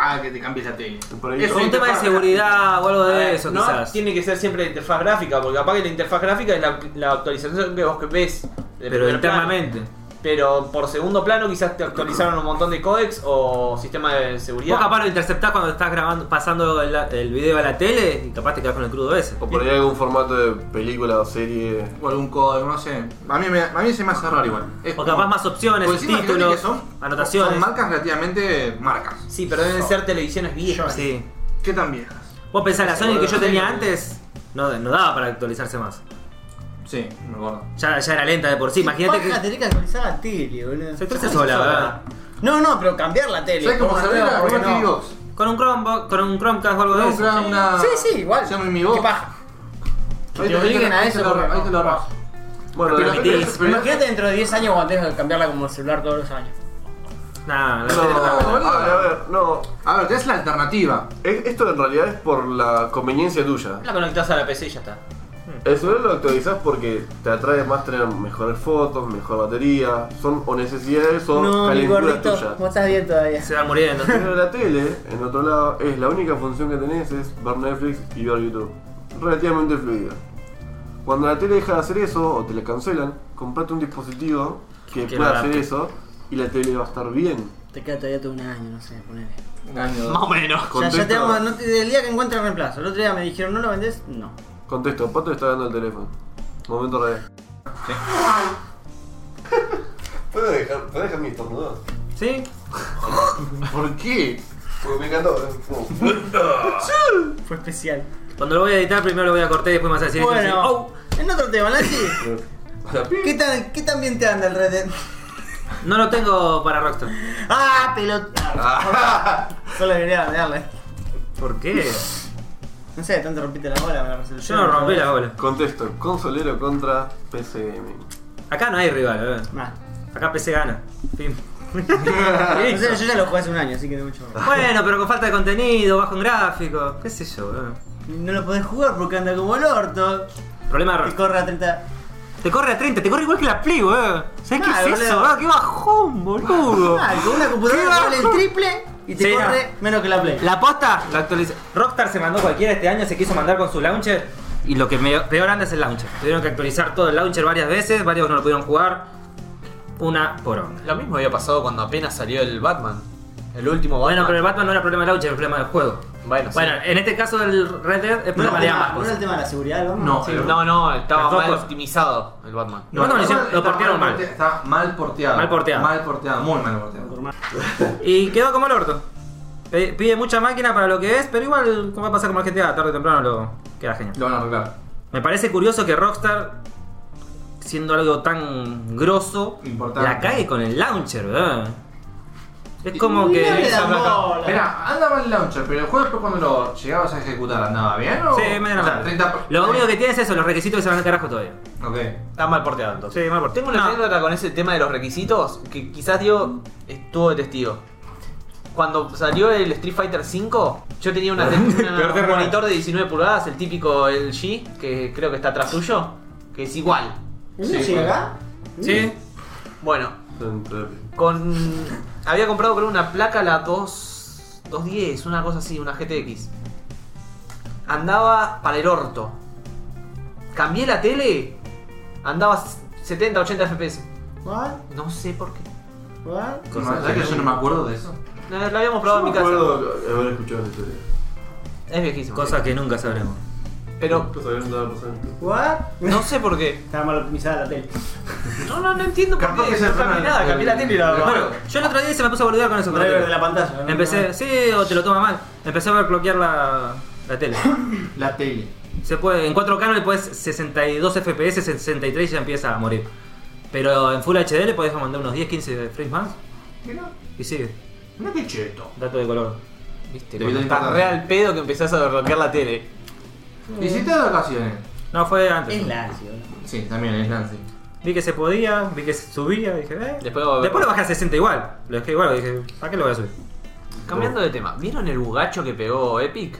Ah, que te cambies la tele. Por ahí Es no. Por un tema de seguridad o algo A de ver, eso no quizás. tiene que ser siempre la interfaz gráfica, porque capaz que la interfaz gráfica es la, la actualización que vos que ves. de Pero primer internamente. plano. Pero por segundo plano quizás te actualizaron un montón de codecs o sistema de seguridad. Vos capaz lo interceptás cuando estás grabando, pasando el, el video a la tele y capaz te quedás con el crudo ese. O por ahí algún formato de película o serie. O algún código, no sé. A mí, me, a mí se me hace raro igual. Es O como- capaz más opciones, Porque sí, imagínate títulos, que son- anotaciones. Son marcas relativamente marcas. Sí, pero deben ser televisiones viejas. Sí. ¿Qué tan viejas? Vos pensás, la Sony que yo Sí. tenía antes no, no daba para actualizarse más. Sí, me acuerdo. Ya, ya era lenta de por sí. Imagínate que. Paja, tenés que actualizar la tele, boludo. Se actualiza sola, ¿verdad? No, no, pero cambiar la tele. ¿Sabes cómo Comprar se ve nueva, la porque una TV no. Box? Con un Chromebox, con un Chromecast o algo de No, eso. era una- Sí, sí, igual. Se llama Mi Box. Qué paja. Que Ahí te obliguen a ahí eso, te lo- porque Ahí no. te lo rajo. Bueno, Pero de la repente- tele- Pero Imagínate dentro de 10 años cuando tengas que cambiarla como el celular todos los años. Nah, No, no. a ver, a ver, no. A ver, ¿qué es la alternativa? Es- Esto en realidad es por la conveniencia tuya. La conectás a la PC y ya está. El celular lo actualizás porque te atrae más tener mejores fotos, mejor batería, son o necesidades o No, mi calenturas gordito, tuyas. vos estás bien todavía. Se va muriendo. Pero la tele, en otro lado, es la única función que tenés es ver Netflix y ver YouTube. Relativamente fluida. Cuando la tele deja de hacer eso o te la cancelan, comprate un dispositivo que, Que lo pueda adapte. hacer eso y la tele va a estar bien. Te queda todavía todo un año, no sé, ponele. Un año. Más o menos. Ya, ya Contesto, te vamos, no te- el día que encuentres reemplazo. El otro día me dijeron, ¿no lo vendés? No. contesto, Pato está dando el teléfono. Momento real. ¿Puedo dejar, ¿puedo dejar mi estornudo? ¿Sí? ¿Por qué? Porque me encantó. ¿eh? Como- Fue especial. Cuando lo voy a editar, primero lo voy a cortar y después me vas a decir. Bueno, "Oh". en otro tema, Lancy. La pi- ¿Qué tan, ¿Qué tan bien te anda el Red Dead? No lo tengo para Rockstar. ¡Ah, pelota! Solo quería darle. ¿Por qué? No sé, tanto rompiste la bola, me la Yo resolución. no rompí la bola. Contesto, consolero contra PCM. Acá no hay rival, eh. Nah. Acá PC gana. Fin. No sé, yo ya lo jugué hace un año, así que no mucho. Bueno, pero con falta de contenido, bajo en gráfico, qué sé yo, eh. weón. No lo podés jugar porque anda como el orto. Problema de Te Rockstar. corre a 30. Te corre a 30, te corre igual que la Play, weón. ¿Sabes Claro, qué es eso, boludo. weón? ¡Qué bajón, boludo! Ah, con una computadora Qué que vale el bajo. triple y te Sí, corre menos que la Play. La posta, la actualiza. Rockstar se mandó cualquiera este año, se quiso mandar con su launcher. Y lo que me- peor anda es el launcher. Tuvieron que actualizar todo el launcher varias veces, varios no lo pudieron jugar. Una por onda. Lo mismo había pasado cuando apenas salió el Batman. El último Bueno, Batman. pero el Batman no era problema del launcher, era problema del juego. Bueno, sí. Bueno, en este caso del Red Dead es No era problema de el tema- ambas no era el cosas. tema de la seguridad, ¿no? No, Sí. el- No, no, Las estaba dos mal cosas. optimizado el Batman. No, no, lo hicieron- lo está portearon mal. porte- Está mal porteado. Mal porteado. Mal porteado, muy mal porteado. Y quedó como el orto. Pe- Pide mucha máquina para lo que es, pero igual como va a pasar como el GTA, tarde o temprano lo queda genial. Lo van a arreglar. Me parece curioso que Rockstar, siendo algo tan grosso, Importante. la cae con el launcher, ¿verdad? Es como Mira que... le da bola. Mira, andaba el launcher, pero el juego después cuando lo llegabas a ejecutar, ¿andaba bien o...? Sí, me da o sea, mal. 30... Lo único que tiene es eso, los requisitos que se van al carajo todavía. Ok. Está mal porteado entonces. Sí, mal por- Tengo una No. anécdota con ese tema de los requisitos que quizás Diego estuvo de testigo. Cuando salió el Street Fighter V, yo tenía una, una- Peor de un raro. monitor de 19 pulgadas, el típico LG, que creo que está atrás tuyo, que es igual. ¿Eso llega? Sí, Bueno, con había comprado creo una placa la 2 210, una cosa así, una GTX. Andaba para el orto. Cambié la tele, andaba 70, 80 FPS. ¿What? No sé por qué. ¿What? La verdad que yo no me acuerdo de eso. La, la habíamos Yo probado me en mi casa. acuerdo de haber escuchado la historia. Es viejísimo. cosas que nunca sabremos. Pero Pues habían dado pasando. ¿What? no sé por qué. Estaba mal optimizada la tele. No, no, no entiendo por Capaz qué. que se no cambié nada, cambié la tele y la Bueno, yo el otro día se me puso a boludear con eso. con la Driver tele. de la pantalla. ¿no? Empecé, sí, o te lo toma mal. Empecé a ver bloquear la, la tele. La tele. Se puede, en 4K no le puedes 62 FPS, 63 y ya empieza a morir. Pero en Full HD le podés mandar unos 10, 15 frames más Mira, y sigue. mira qué cheto. Dato de color. Viste, Te cuando vi la estás internet. re al pedo que empezás a bloquear la tele. Hiciste de vacaciones. No, fue antes. Es Lazio. Sí, también es Nancy. Vi que se podía, vi que se subía, dije, eh. Después lo- Después lo bajé a 60 igual. Lo dejé igual, dije, ¿para qué lo voy a subir? Cambiando de tema, ¿vieron el bugacho que pegó Epic?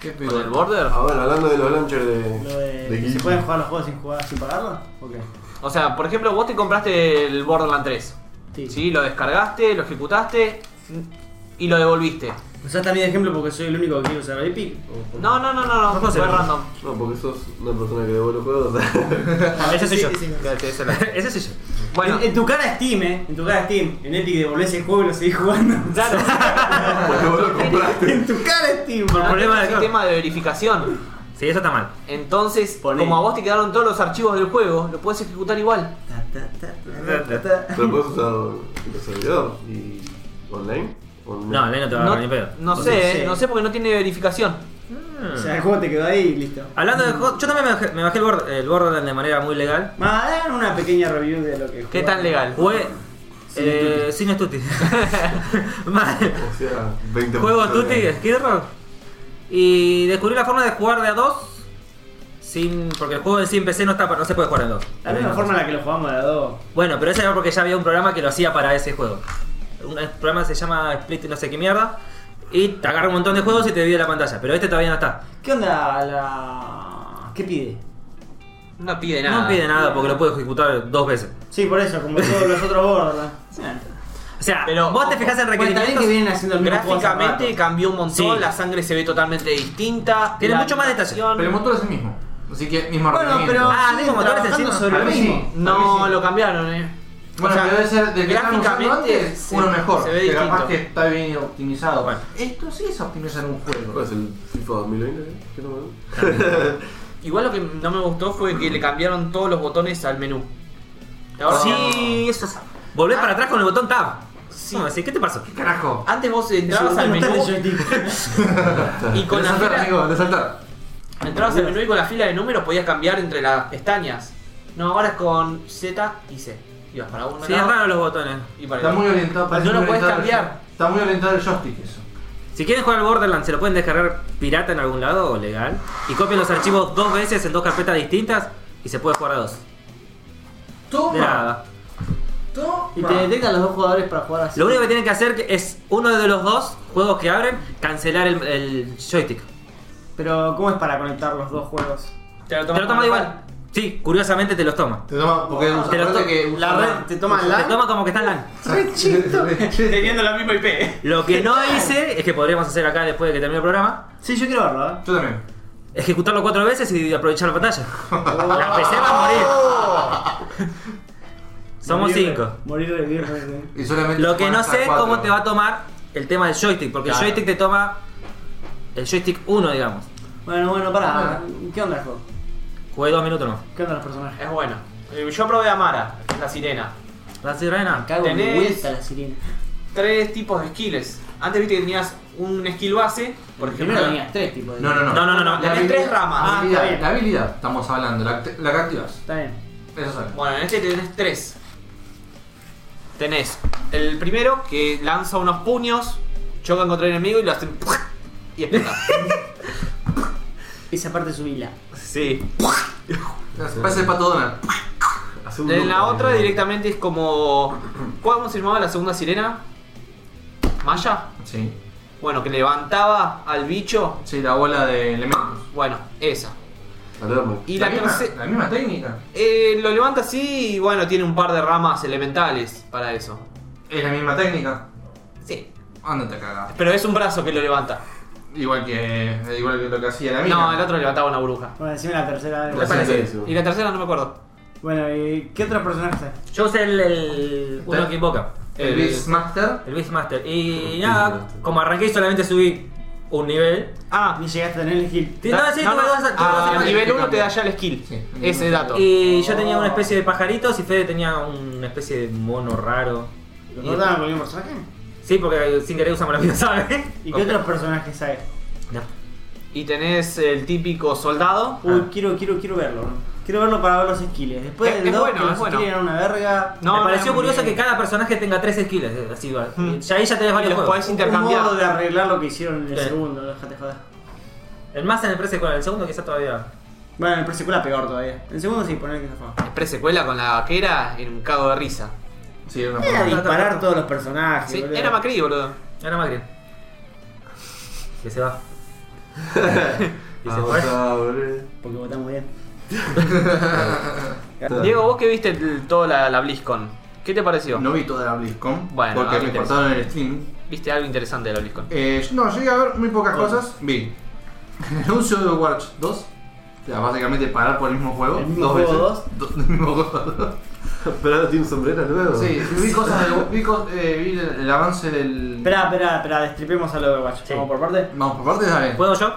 ¿Qué pedo? Con el border. Ahora, hablando de los launchers de. Lo de de. ¿Se Guilty. pueden jugar los juegos sin jugar sin pagarlo? ¿O qué? O sea, por ejemplo, vos te compraste el Borderland 3. Sí. Sí, lo descargaste, lo ejecutaste y lo devolviste. ¿Usaste a mí de ejemplo porque soy el único que quiere usar Epic? No, no, no, no, no, fue José. random. No, porque sos una persona que devuelve juegos. o sea. Ah, Ese soy yo. Quédate, esa es la- Ese soy yo. Bueno, En, en tu cara Steam, eh. En tu cara Steam. En Epic devolvés el juego y lo seguís jugando. claro. Porque vos lo compraste. en tu cara Steam, Por bro. Problema problema de del sistema de verificación. Sí, eso está mal. Entonces, Poné. como a vos te quedaron todos los archivos del juego, lo puedes ejecutar igual. Ta, ta, ta, ta, ta, ta, ta. Pero puedes usar en el servidor y. online. online. No, Ley no te va a Mm. No, agarrar ni pedo. Mm. no Sí, sé, sí. no sé porque no tiene verificación. O sea, el juego te quedó ahí y listo. Hablando de juego- yo también me bajé, me bajé el, Bord- el Borderlands de manera muy legal. Ma, hagan una pequeña review de lo que ¿Qué jugaron. tan legal? Jugué. eh, Sin Stuti. Mal. O sea, 20 Juego minutos Tutti, de- Skidrow. Y descubrí la forma de jugar de a dos. Sin, porque el juego en sí en PC no, está, para- no se puede jugar en dos. La misma forma en la que lo jugamos de a dos. Bueno, pero ese era porque ya había un programa que lo hacía para ese juego. Un programa que se llama Split no sé qué mierda. Y te agarra un montón de juegos y te divide la pantalla. Pero este todavía no está. ¿Qué onda la. ¿Qué pide? No pide nada. No pide nada porque lo puedo ejecutar dos veces. Sí, por eso, como todos los otros Borderlands. O sea, Pero, vos te ojo, fijas en Bueno, pues, está bien requerimientos. que vienen haciendo el mismo juego hace Gráficamente rato. cambió un montón, Sí. la sangre se ve totalmente distinta. Tiene la mucho más detalle. animación- Pero el motor es el mismo. Así que mismo Bueno, rendimiento. pero. Ah, siguen mismo motores trabajando encima. sobre A lo mí sí. mismo. No, A mí sí. lo cambiaron, eh. Bueno, O sea, pero debe ser del que estaban usando gráficamente antes, se- uno mejor. se ve pero capaz distinto. que está bien optimizado. Bueno. Esto sí es optimizar un ¿Cuál juego. es Pues el FIFA 2020? eh? ¿Qué no me Igual lo que no me gustó fue que le cambiaron todos los botones al menú. Ahora Sí, eso es. Volvés para atrás con el botón Tab. ¿Cómo decís? ¿Qué te pasó? ¿Qué carajo? Antes vos entrabas al menú y con la Desaltar, fila, amigo, desaltar. entrabas al menú y con la fila de números podías cambiar entre las pestañas. No, ahora es con Z y C. Ibas para uno Sí, es lado raro los botones. y para el Está otro. muy orientado. parece No lo muy puedes orientado al- cambiar. Está muy orientado el joystick eso. Si quieren jugar al Borderlands, se lo pueden descargar pirata en algún lado o legal. Y copian los archivos dos veces en dos carpetas distintas y se puede jugar a dos. De nada. Y te detectan los dos jugadores para jugar así. Lo único que tienen que hacer que- es uno de los dos juegos que abren, cancelar el, el joystick. Pero, ¿cómo es para conectar los dos juegos? Te lo Te lo toma como igual. Sí, curiosamente te los toma. Te toma porque Te lo to- acuérdate que La red te toma Te la. toma como que está en LAN. Teniendo la misma IP. Lo que no hice, es que podríamos hacer acá después de que termine el programa, Sí, yo quiero verlo, ¿eh? Yo también. ejecutarlo cuatro veces y aprovechar la pantalla. La PC va a morir. Somos Morir de- cinco. Morir de viernes. Y solamente Lo se que juega no hasta sé es cuatro. cómo te va a tomar el tema del joystick, porque el joystick te toma el joystick 1, digamos. Bueno, bueno, pará. ¿Qué onda el juego? Jugué dos minutos no. ¿Qué onda los personajes? Es bueno. Eh, Yo probé a Mara, que es la sirena. La sirena. Cago en Tenés- vuelta la sirena. Tres tipos de skills. Antes viste que tenías un skill base, por ejemplo. Primero tenías tres tipos de. No, no, no. No, no, no, no. La- Tenés tres ramas. La Ah, habilidad, está bien. la habilidad, estamos hablando, la, act- la que activas. Está bien. Eso sale. Bueno, en este tenés tres. Tenés el primero que lanza unos puños, chocan contra el enemigo y lo hacen. y explota. Esa parte subila. sí. Parece el pato Donald. hace un En la loop. otra directamente es como. ¿Cómo se llamaba la segunda sirena? ¿Maya? Sí. Bueno, que levantaba al bicho. Sí, la bola de elementos. Bueno, esa. Palermo. Y la, misma, tercera. la misma técnica. lo levanta así y bueno, tiene un par de ramas elementales para eso. Es la misma técnica. Sí. Ándate a cagar. Pero es un brazo que lo levanta. Igual que, igual que lo que hacía la mina. No, el otro levantaba una bruja. Bueno, decime la tercera La vez. siguiente Y edición. la tercera no me acuerdo. Bueno, ¿y qué otro personaje está? Yo usé el, el uno que invoca, Eh, El Beastmaster. el Beastmaster. Y nada, como arranqué y solamente subí un nivel. Ah, Ni llegaste a tener el hit. Sí, no, sí, tuve dos- tuve Ah, dos el niveles. nivel 1 te da ya el skill. Sí. Ese dato. Y yo tenía una especie de pajaritos y Fede tenía una especie de mono raro. ¿Los dos daban con el mismo personaje? Sí, porque sin querer usamos la misma, ¿sabes? ¿Y qué otros personajes hay? No. Y tenés el típico soldado. Uy, quiero, quiero, quiero verlo. Quiero verlo para ver los skills. Después Ah. Es- del es 2, bueno, que es los bueno. skills eran una verga. No, me no, pareció no, curioso no. que cada personaje tenga tres skills, eh, así va. Hmm. Ya ahí ya tenés Y varios los juegos. podés intercambiar. Un modo de arreglar lo que hicieron en el Sí. segundo, déjate joder. El más en el pre-secuela, el segundo quizá todavía. Bueno, en el pre-secuela peor todavía. En el segundo sí, poner que se fue. Pre-secuela con la vaquera en un cago de risa. Sí, era una Era porra. disparar todos los personajes. Sí, boludo. era Macri, boludo. Era Macri. Que se va. y se Vamos fue. a abrir. Porque votamos bien. Diego, vos que viste el- toda la, la BlizzCon, ¿qué te pareció? No vi toda la BlizzCon. Bueno, porque no me te cortaron el stream. ¿Viste algo interesante de la BlizzCon? Eh, no, llegué a ver muy pocas Oh. cosas. Vi el anuncio de Watch 2. O sea, básicamente parar por el mismo juego. ¿El mismo dos juego veces. Do- el mismo juego dos. Pero ahora tiene un sombrero nuevo. Sí, vi cosas de, vi, cos- eh, vi el, el avance del. Esperá, esperá, esperá, destripemos al Overwatch. Sí. Vamos por parte. Vamos, por parte dale. ¿Puedo yo?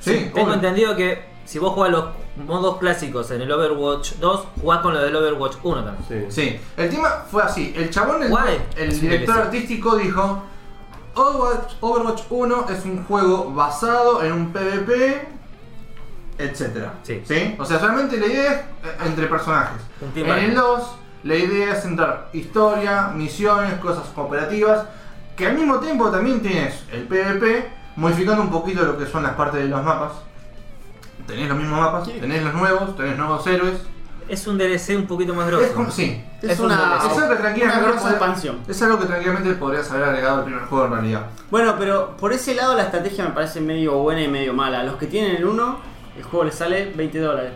Sí, Tengo obvio. entendido que si vos jugás los modos clásicos en el Overwatch 2, jugás con los del Overwatch 1 Sí. también. Sí, el tema fue así. El chabón, el, Guay. el Es un director DLC. artístico dijo, Overwatch, Overwatch 1 es un juego basado en un PvP, etc. Sí. O sea, solamente la idea es eh, entre personajes. Un team En el battle. 2, la idea es entrar historia, misiones, cosas cooperativas, que al mismo tiempo también tienes el PvP, modificando un poquito lo que son las partes de los mapas. Tenés los mismos mapas, tenés los nuevos, tenés nuevos héroes. Es un DLC un poquito más Es grosso. como, sí, Es, Es un una, DLC. es algo que Ah, una tranquilamente grosa podría- expansión. Es algo que tranquilamente podrías haber agregado al primer juego en realidad. Bueno, pero por ese lado la estrategia me parece medio buena y medio mala. Los que tienen el 1, el juego les sale 20 dólares.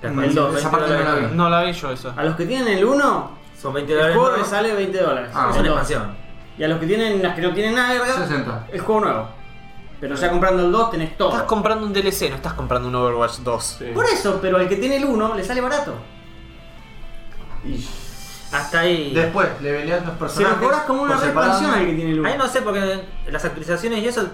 Te Mm, acuerdas, dos, esa 20 parte no la dólares. vi. No la vi yo eso. A los que tienen el 1, Son 20 el dólares. juego nuevos, les sale 20 dólares. Ah, Es El una dos. expansión. Y a los que tienen, las que no tienen nada de verga, 60. es juego nuevo. Pero ya comprando el 2 tenés todo. Estás comprando un DLC, no estás comprando un Overwatch 2. Sí. Por eso, pero al que tiene el 1 le sale barato. Hasta ahí. Después, leveleas los Se lo personajes. cobras como una por separado. expansión al que tiene el 1. Ahí no sé, porque las actualizaciones y eso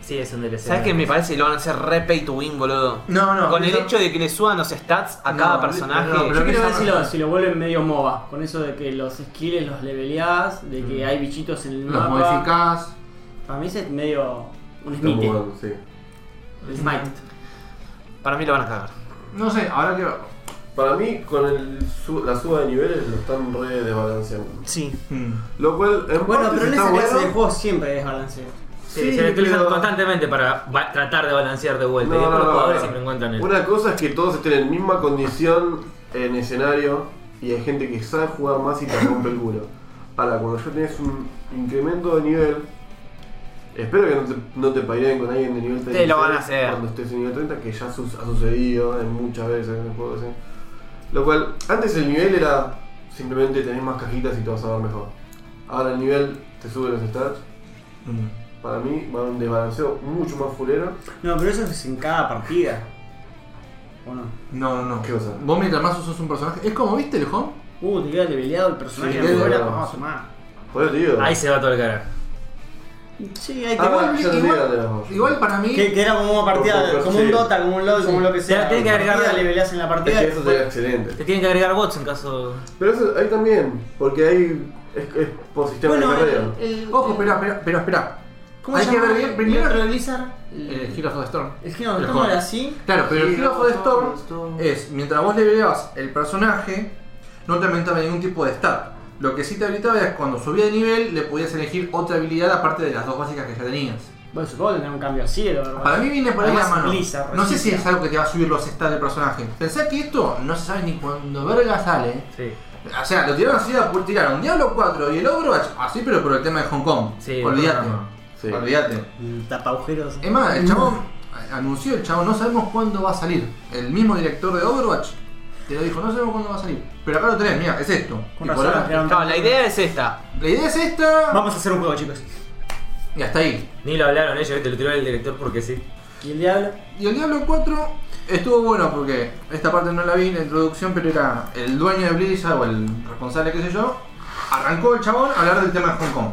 Sí, es un DLC. ¿Sabes qué? Me parece que lo van a hacer re pay to win, boludo. No, no. Con el eso- hecho de que le suban los stats a No, cada no, personaje. no, pero- Yo- que Quiero ver esa- si lo, si lo vuelven medio MOBA, con eso de que los skills los leveleás, de que hay bichitos en el Los mapa. modificás. Para mí ese es medio un Está muy smite. bueno, sí. El smite. Para mí lo van a cagar. No sé, ahora que. Para mí, con el su- la suba de niveles lo están re desbalanceando. Sí. Lo cual, Bueno, en parte pero en está esa clase bueno. de juegos siempre es balanceo. Sí, Sí, se utilizan pero- constantemente para ba- tratar de balancear de vuelta. No, y no, después los no, jugadores no. siempre encuentran el. Una cosa es que todos estén en misma condición en escenario y hay gente que sabe jugar más y te rompe el culo. Ahora, cuando ya tenés un incremento de nivel, espero que no te, no te paireen con alguien de nivel 30. lo van a hacer. Cuando estés en nivel 30, que ya su- ha sucedido en muchas veces en el juego. ¿sí? Lo cual, antes el nivel era simplemente tenés más cajitas y te vas a ver mejor. Ahora el nivel te sube los stats. Para mí va a un desbalanceo mucho más fulero. No, pero eso es en cada partida. ¿O no? No, no, no. ¿Qué cosa? Vos mientras más usas un personaje. Es como, ¿viste el home? Uh, te queda leveleado el personaje Sí, afuera. claro. Vamos a sumar. Por eso te digo. Ahí se va todo el carajo. Sí, ahí te Ah, vuelve. bueno, ya te igual- digo de los- Igual para mí. Que, que era como una partida, Por- por- como sí. un Dota, como un LoL, como lo que sea. Tenés que agregar- Partida, leveleás en la Es partida. que eso sería excelente. Te tienen que agregar bots en caso. Pero eso hay también, porque hay. Es, es por sistema bueno, eh, de carrera. el, el- Ojo, el- espera, espera, espera, espera. ¿Cómo Hay se que llama ver bien. el Primero. otro de Blizzard? El Heroes of the Storm. El Eh, Giro El de Horde. era así. Claro, pero el Hero Heroes of the Storm, of the Storm. es mientras vos leveleabas el personaje, no te aumentaba ningún tipo de stat. Lo que sí te habilitaba es cuando subía de nivel, le podías elegir otra habilidad aparte de las dos básicas que ya tenías. Bueno, supongo que tendrá un cambio así, la verdad. Para mí viene por ahí la Además, mano. Blizzard, No sé si Blizzard. es algo que te va a subir los stats del personaje. Pensá que esto no se sabe ni cuándo verga sale. Sí. O sea, lo tiraron así, a- tiraron Diablo 4 y el Overwatch, así pero por el tema de Hong Kong. Sí, Olvídate. Sí. Olvídate. Mm, Tapa agujeros. Es más, el chavo anunció, el chavo no sabemos cuándo va a salir. El mismo director de Overwatch te lo dijo, no sabemos cuándo va a salir. Pero acá lo tenés, mira, es esto. Con Y por razón, ahora- las crearon Claro, tanto. la idea es esta. la idea es esta. Vamos a hacer un juego, chicos. Y hasta ahí. Ni lo hablaron ellos, te lo tiró el director porque sí. ¿Y el diablo? Y el Diablo 4 estuvo bueno porque esta parte no la vi en la introducción, pero era el dueño de Blizzard o el responsable, qué sé yo. Arrancó el chabón a hablar del tema de Hong Kong.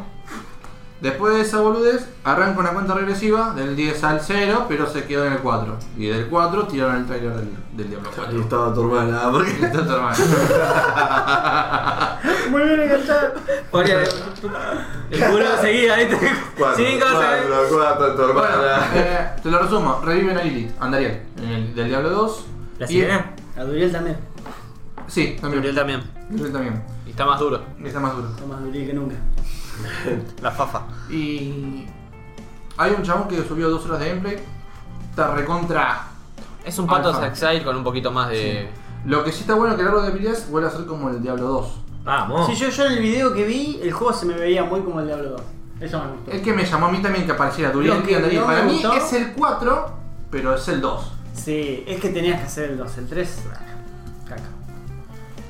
Después de esa boludez, arranca una cuenta regresiva del 10 al 0, pero se quedó en el 4. Y del 4 tiraron el trailer del, del Diablo 4. Y estaba tu hermana, porque. Está tu hermano. Muy bien enganchado. Podría- el culo seguía, ¿viste? Cuatro, Cinco, seis. cuatro, cuatro, tu Bueno, hermana. eh, te lo resumo. Reviven a Lilith, Andariel, en el- del Diablo 2. La Y- sirena. A Duriel también. Sí, Gabriel también. también. Gabriel también. Y está más duro. Está más duro. Está más Duriel que nunca. La fafa. Y hay un chabón que subió dos horas de gameplay. Está recontra. Es un pato Ah. Alfa. de Exile con un poquito más de. Lo que sí está bueno que el árbol de habilidades vuelve a ser como el Diablo 2. Vamos. Sí, yo, yo en el video que vi, el juego se me veía muy como el Diablo 2. Eso me gustó. El que me llamó a mí también que apareciera Duriel Lo que y Andariel. no Para me mí gustó- es el 4, pero es el 2. Sí, es que tenías que hacer el 2, el 3. Caca.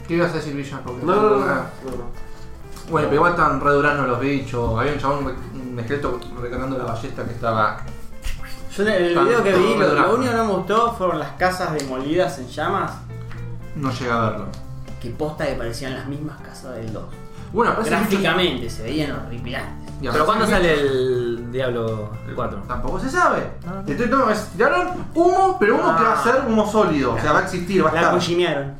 ¿Qué ibas a decir, Villan? Porque- No, no, no, no. Ah. no. Bueno, pero igual están re durando los bichos. Había un chabón, re- un esqueleto recargando la ballesta que estaba. Yo en el Tanto video que vi, lo, drama. lo único que no me gustó fueron las casas demolidas en llamas. No llega a verlo. Que posta que parecían las mismas casas del 2. Bueno, aparece mucho- Gráficamente se veían horripilantes. Y Pero aparece ¿cuándo mucho- sale el Diablo 4? Tampoco se sabe. Entonces, no, es- tiraron humo, pero humo que va a ser humo sólido. O sea, va a existir, va a La estar. cochinearon.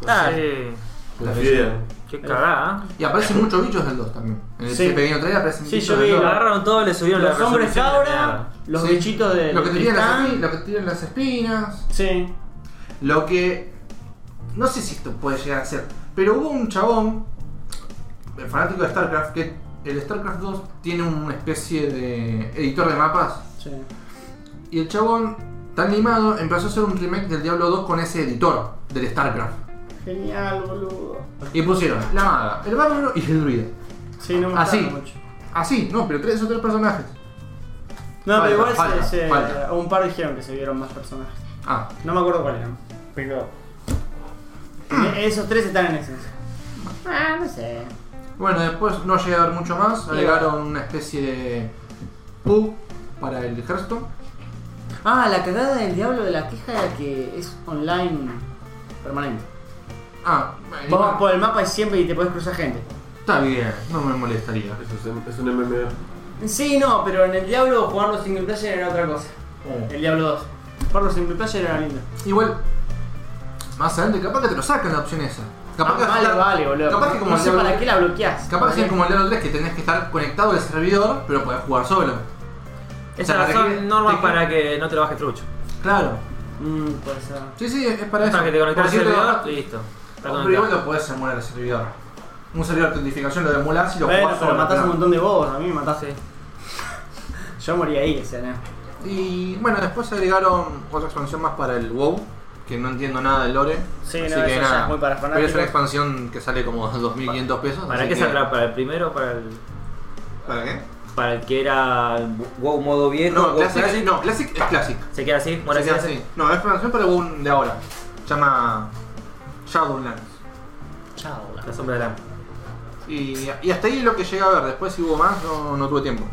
Sí. La idea. Qué cagada. ¿eh? Y aparecen muchos bichos del 2 también. En ese Sí. pequeño trailer aparecen Sí, bichos yo del vi Lo dos. la- agarraron todo, le subieron la Los hombres resolución de cabra, mierda. los Sí. bichitos de. Lo que, te tiran las, están- espi- lo que te tiran las espinas. Sí. Lo que. No sé si esto puede llegar a ser. Pero hubo un chabón. el Fanático de StarCraft. Que el StarCraft 2 tiene una especie de editor de mapas. sí. Y el chabón, tan animado, empezó a hacer un remake del Diablo 2 con ese editor del StarCraft. Genial, boludo. Y pusieron la maga, el bárbaro y el druida. Sí, no me Ah, sí. gustaron mucho. Así, no, pero tres esos tres personajes. No, Falta, pero igual se- falta, se, falta. un par dijeron que se vieron más personajes. Ah, No me acuerdo cuáles eran. Pero. Eh, Esos tres están en esencia. Ah, no sé. bueno, después no llega a haber mucho más. Agregaron una especie de pub para el Hearthstone. Ah, la cagada del diablo de la queja era que es online permanente. Ah, bueno, Vos vas por el mapa y siempre y te podés cruzar gente. está bien, no me molestaría. Eso es, es un MMO. Sí, no, pero en el Diablo jugarlo single player era otra cosa. El Diablo 2. Jugarlo single player era lindo. Igual, más adelante, capaz que te lo sacan la opción esa. Ah, Capaz Ah, que vale, vale, boludo. capaz que como no el sé Diablo- para qué la bloqueás. Capaz que es como el Level 3 que tenés que estar conectado al servidor, pero podés jugar solo. Esa O sea, razón requiere- normas requiere- para que no te lo bajes trucho. Claro. Mm, puede ser. Sí, sí, es para Es eso. para que te conectes Por al cierto, servidor, listo. Está Pero conectado. igual lo podés emular al servidor. Un servidor de autentificación lo emulás y lo Bueno, jugás pero solo. matás pero- un montón de bobos, a mí me mataste. Yo morí ahí, o sea, no. Y bueno, después agregaron otra expansión más para el WoW, que no entiendo nada del lore. Sí, así no, que eso ya nada. es muy para pero es fanáticos. una expansión que sale como 2.500 pesos. ¿Para así qué que- se atrapa? ¿Para el primero o para el.? ¿Para qué? Para el que era WoW modo viejo, No, WoW Classic, Classic. no, Classic es Classic. Se queda así, Se bueno, se queda queda así. así. No, es expansión para el WoW de ahora. Se llama Shadowlands. Chao, la- La sombra de la. Y, y hasta ahí lo que llegué a ver, después si hubo más no, no tuve tiempo.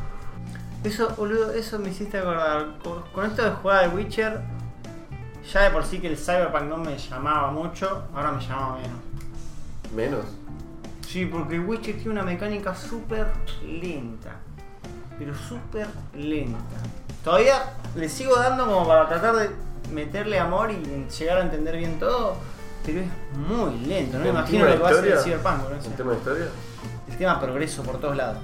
Eso, boludo, eso me hiciste acordar. Con, con esto de jugar al Witcher, ya de por sí que el Cyberpunk no me llamaba mucho, ahora me llama menos. Menos. Sí, porque el Witcher tiene una mecánica súper lenta. Pero súper lenta. Todavía le sigo dando como para tratar de meterle amor y llegar a entender bien todo. Pero es muy lento, no me ¿El imagino tema lo de que va a ser el historia? Cyberpunk. boludo, o sea, ¿Un tema de historia? El tema progreso por todos lados.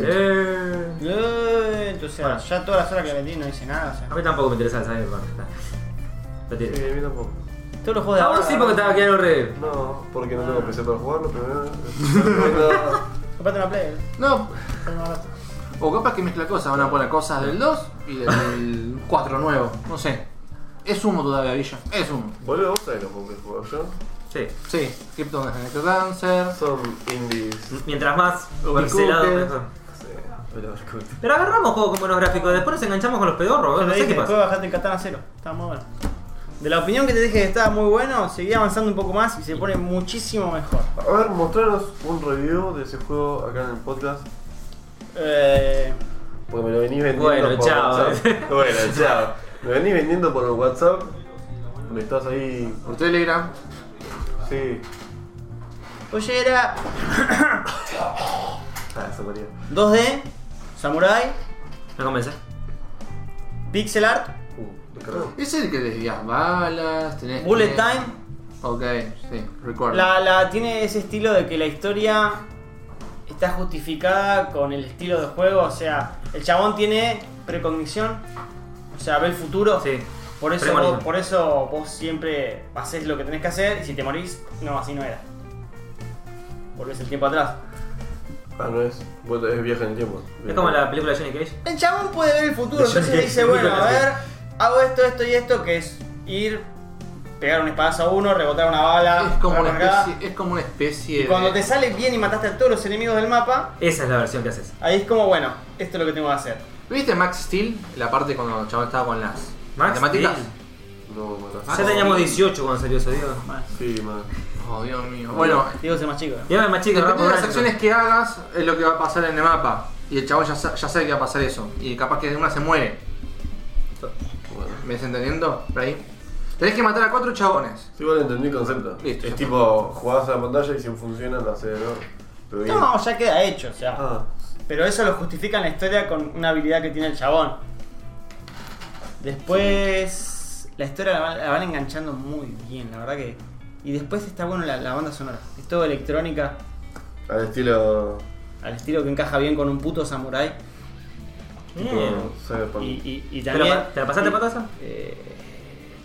Eh, Lento, o sea, Bueno. ya todas las horas que metí no hice nada. O sea. A mí tampoco me interesa el Cyberpunk. está. Lo Sí, tiene. a mí tampoco. Todos los juegos de Ahora ahora- Ah, sí, porque estaba quedando re. No, porque no tengo PC para jugarlo, primero. No. Comprate una Play. No, sale más barato. o capaz que mezcla cosas, van a poner cosas del 2 y del 4 nuevo, no sé. Es humo todavía, Villa, es humo. Boludo, vos sabés los juegos que juego yo. Sí. Sí, Krypton es Necrodancer, Son indies. No Mientras más Overcooked. pixelado, mejor. sé, Overcooked. Pero agarramos juegos con buenos gráficos, después nos enganchamos con los pedorros, Yo no te sé dije, qué después pasa. bajaste el Katana Cero. Estaba muy bueno. De la opinión que te dije que estaba muy bueno, seguí avanzando un poco más y se pone muchísimo mejor. A ver, mostraros un review de ese juego acá en el podcast. Eh, Porque Pues me lo venís vendiendo Bueno, por chao. WhatsApp. bueno, chao. Me venís vendiendo por WhatsApp. Me estás ahí. por Telegram. Sí. oye, era Ah, esa María. 2D, Samurai, Me convence. Pixel Art, Uh, descargado. Es el que desvías balas, tenés. que- Eh. Bullet Time. Ok, sí, recuerdo. La, la tiene ese estilo de que la historia está justificada con el estilo de juego. O sea, el chabón tiene precognición, o sea, ve el futuro. Sí. Por eso, Premonición. vos, por eso vos siempre haces lo que tenés que hacer y si te morís, no, así no era. Volvés el tiempo atrás. Ah, no es. Bueno, es viaje en el tiempo. Es como la película de Johnny Cage. El chabón puede ver el futuro, De Johnny entonces dice, Cage. bueno, a ver, hago esto, esto y esto, que es ir, pegar un espadazo a uno, rebotar una bala, es, como pegar una una cagada. especie, es como una especie. Y cuando de- te sale bien y mataste a todos los enemigos del mapa, Esa es la versión que haces. ahí es como, bueno, esto es lo que tengo que hacer. ¿Viste Max Steel? La parte cuando el chabón estaba con las. Max matemáticas. Steel. No, bueno. Ah, Ya teníamos 18 cuando salió eso, Diego. Sí, man. Oh, Dios mío. Bueno, Diego es el más chico. ¿no? Diego es más chico, Depende de ¿no? las acciones que hagas, es lo que va a pasar en el mapa. Y el chabón ya, sa- ya sabe que va a pasar eso. Y capaz que de una se muere. ¿Me estás entendiendo? Por ahí. Tenés que matar a cuatro chabones. Sí, igual entendí el concepto. Listo, es ya tipo, jugás a la pantalla y si funciona, no sé, ¿no? Pero bien. No, ya queda hecho, o sea. Ah, Pero eso lo justifica en la historia con una habilidad que tiene el chabón. Después. La historia la van, la van enganchando muy bien, la verdad que. Y después está bueno la, la banda sonora. Es todo electrónica, al estilo. al estilo que encaja bien con un puto samurái. Bien. tipo Cyberpunk. Y, y- y ¿Te también. la, ¿Te la pasaste, y- pataza? eh,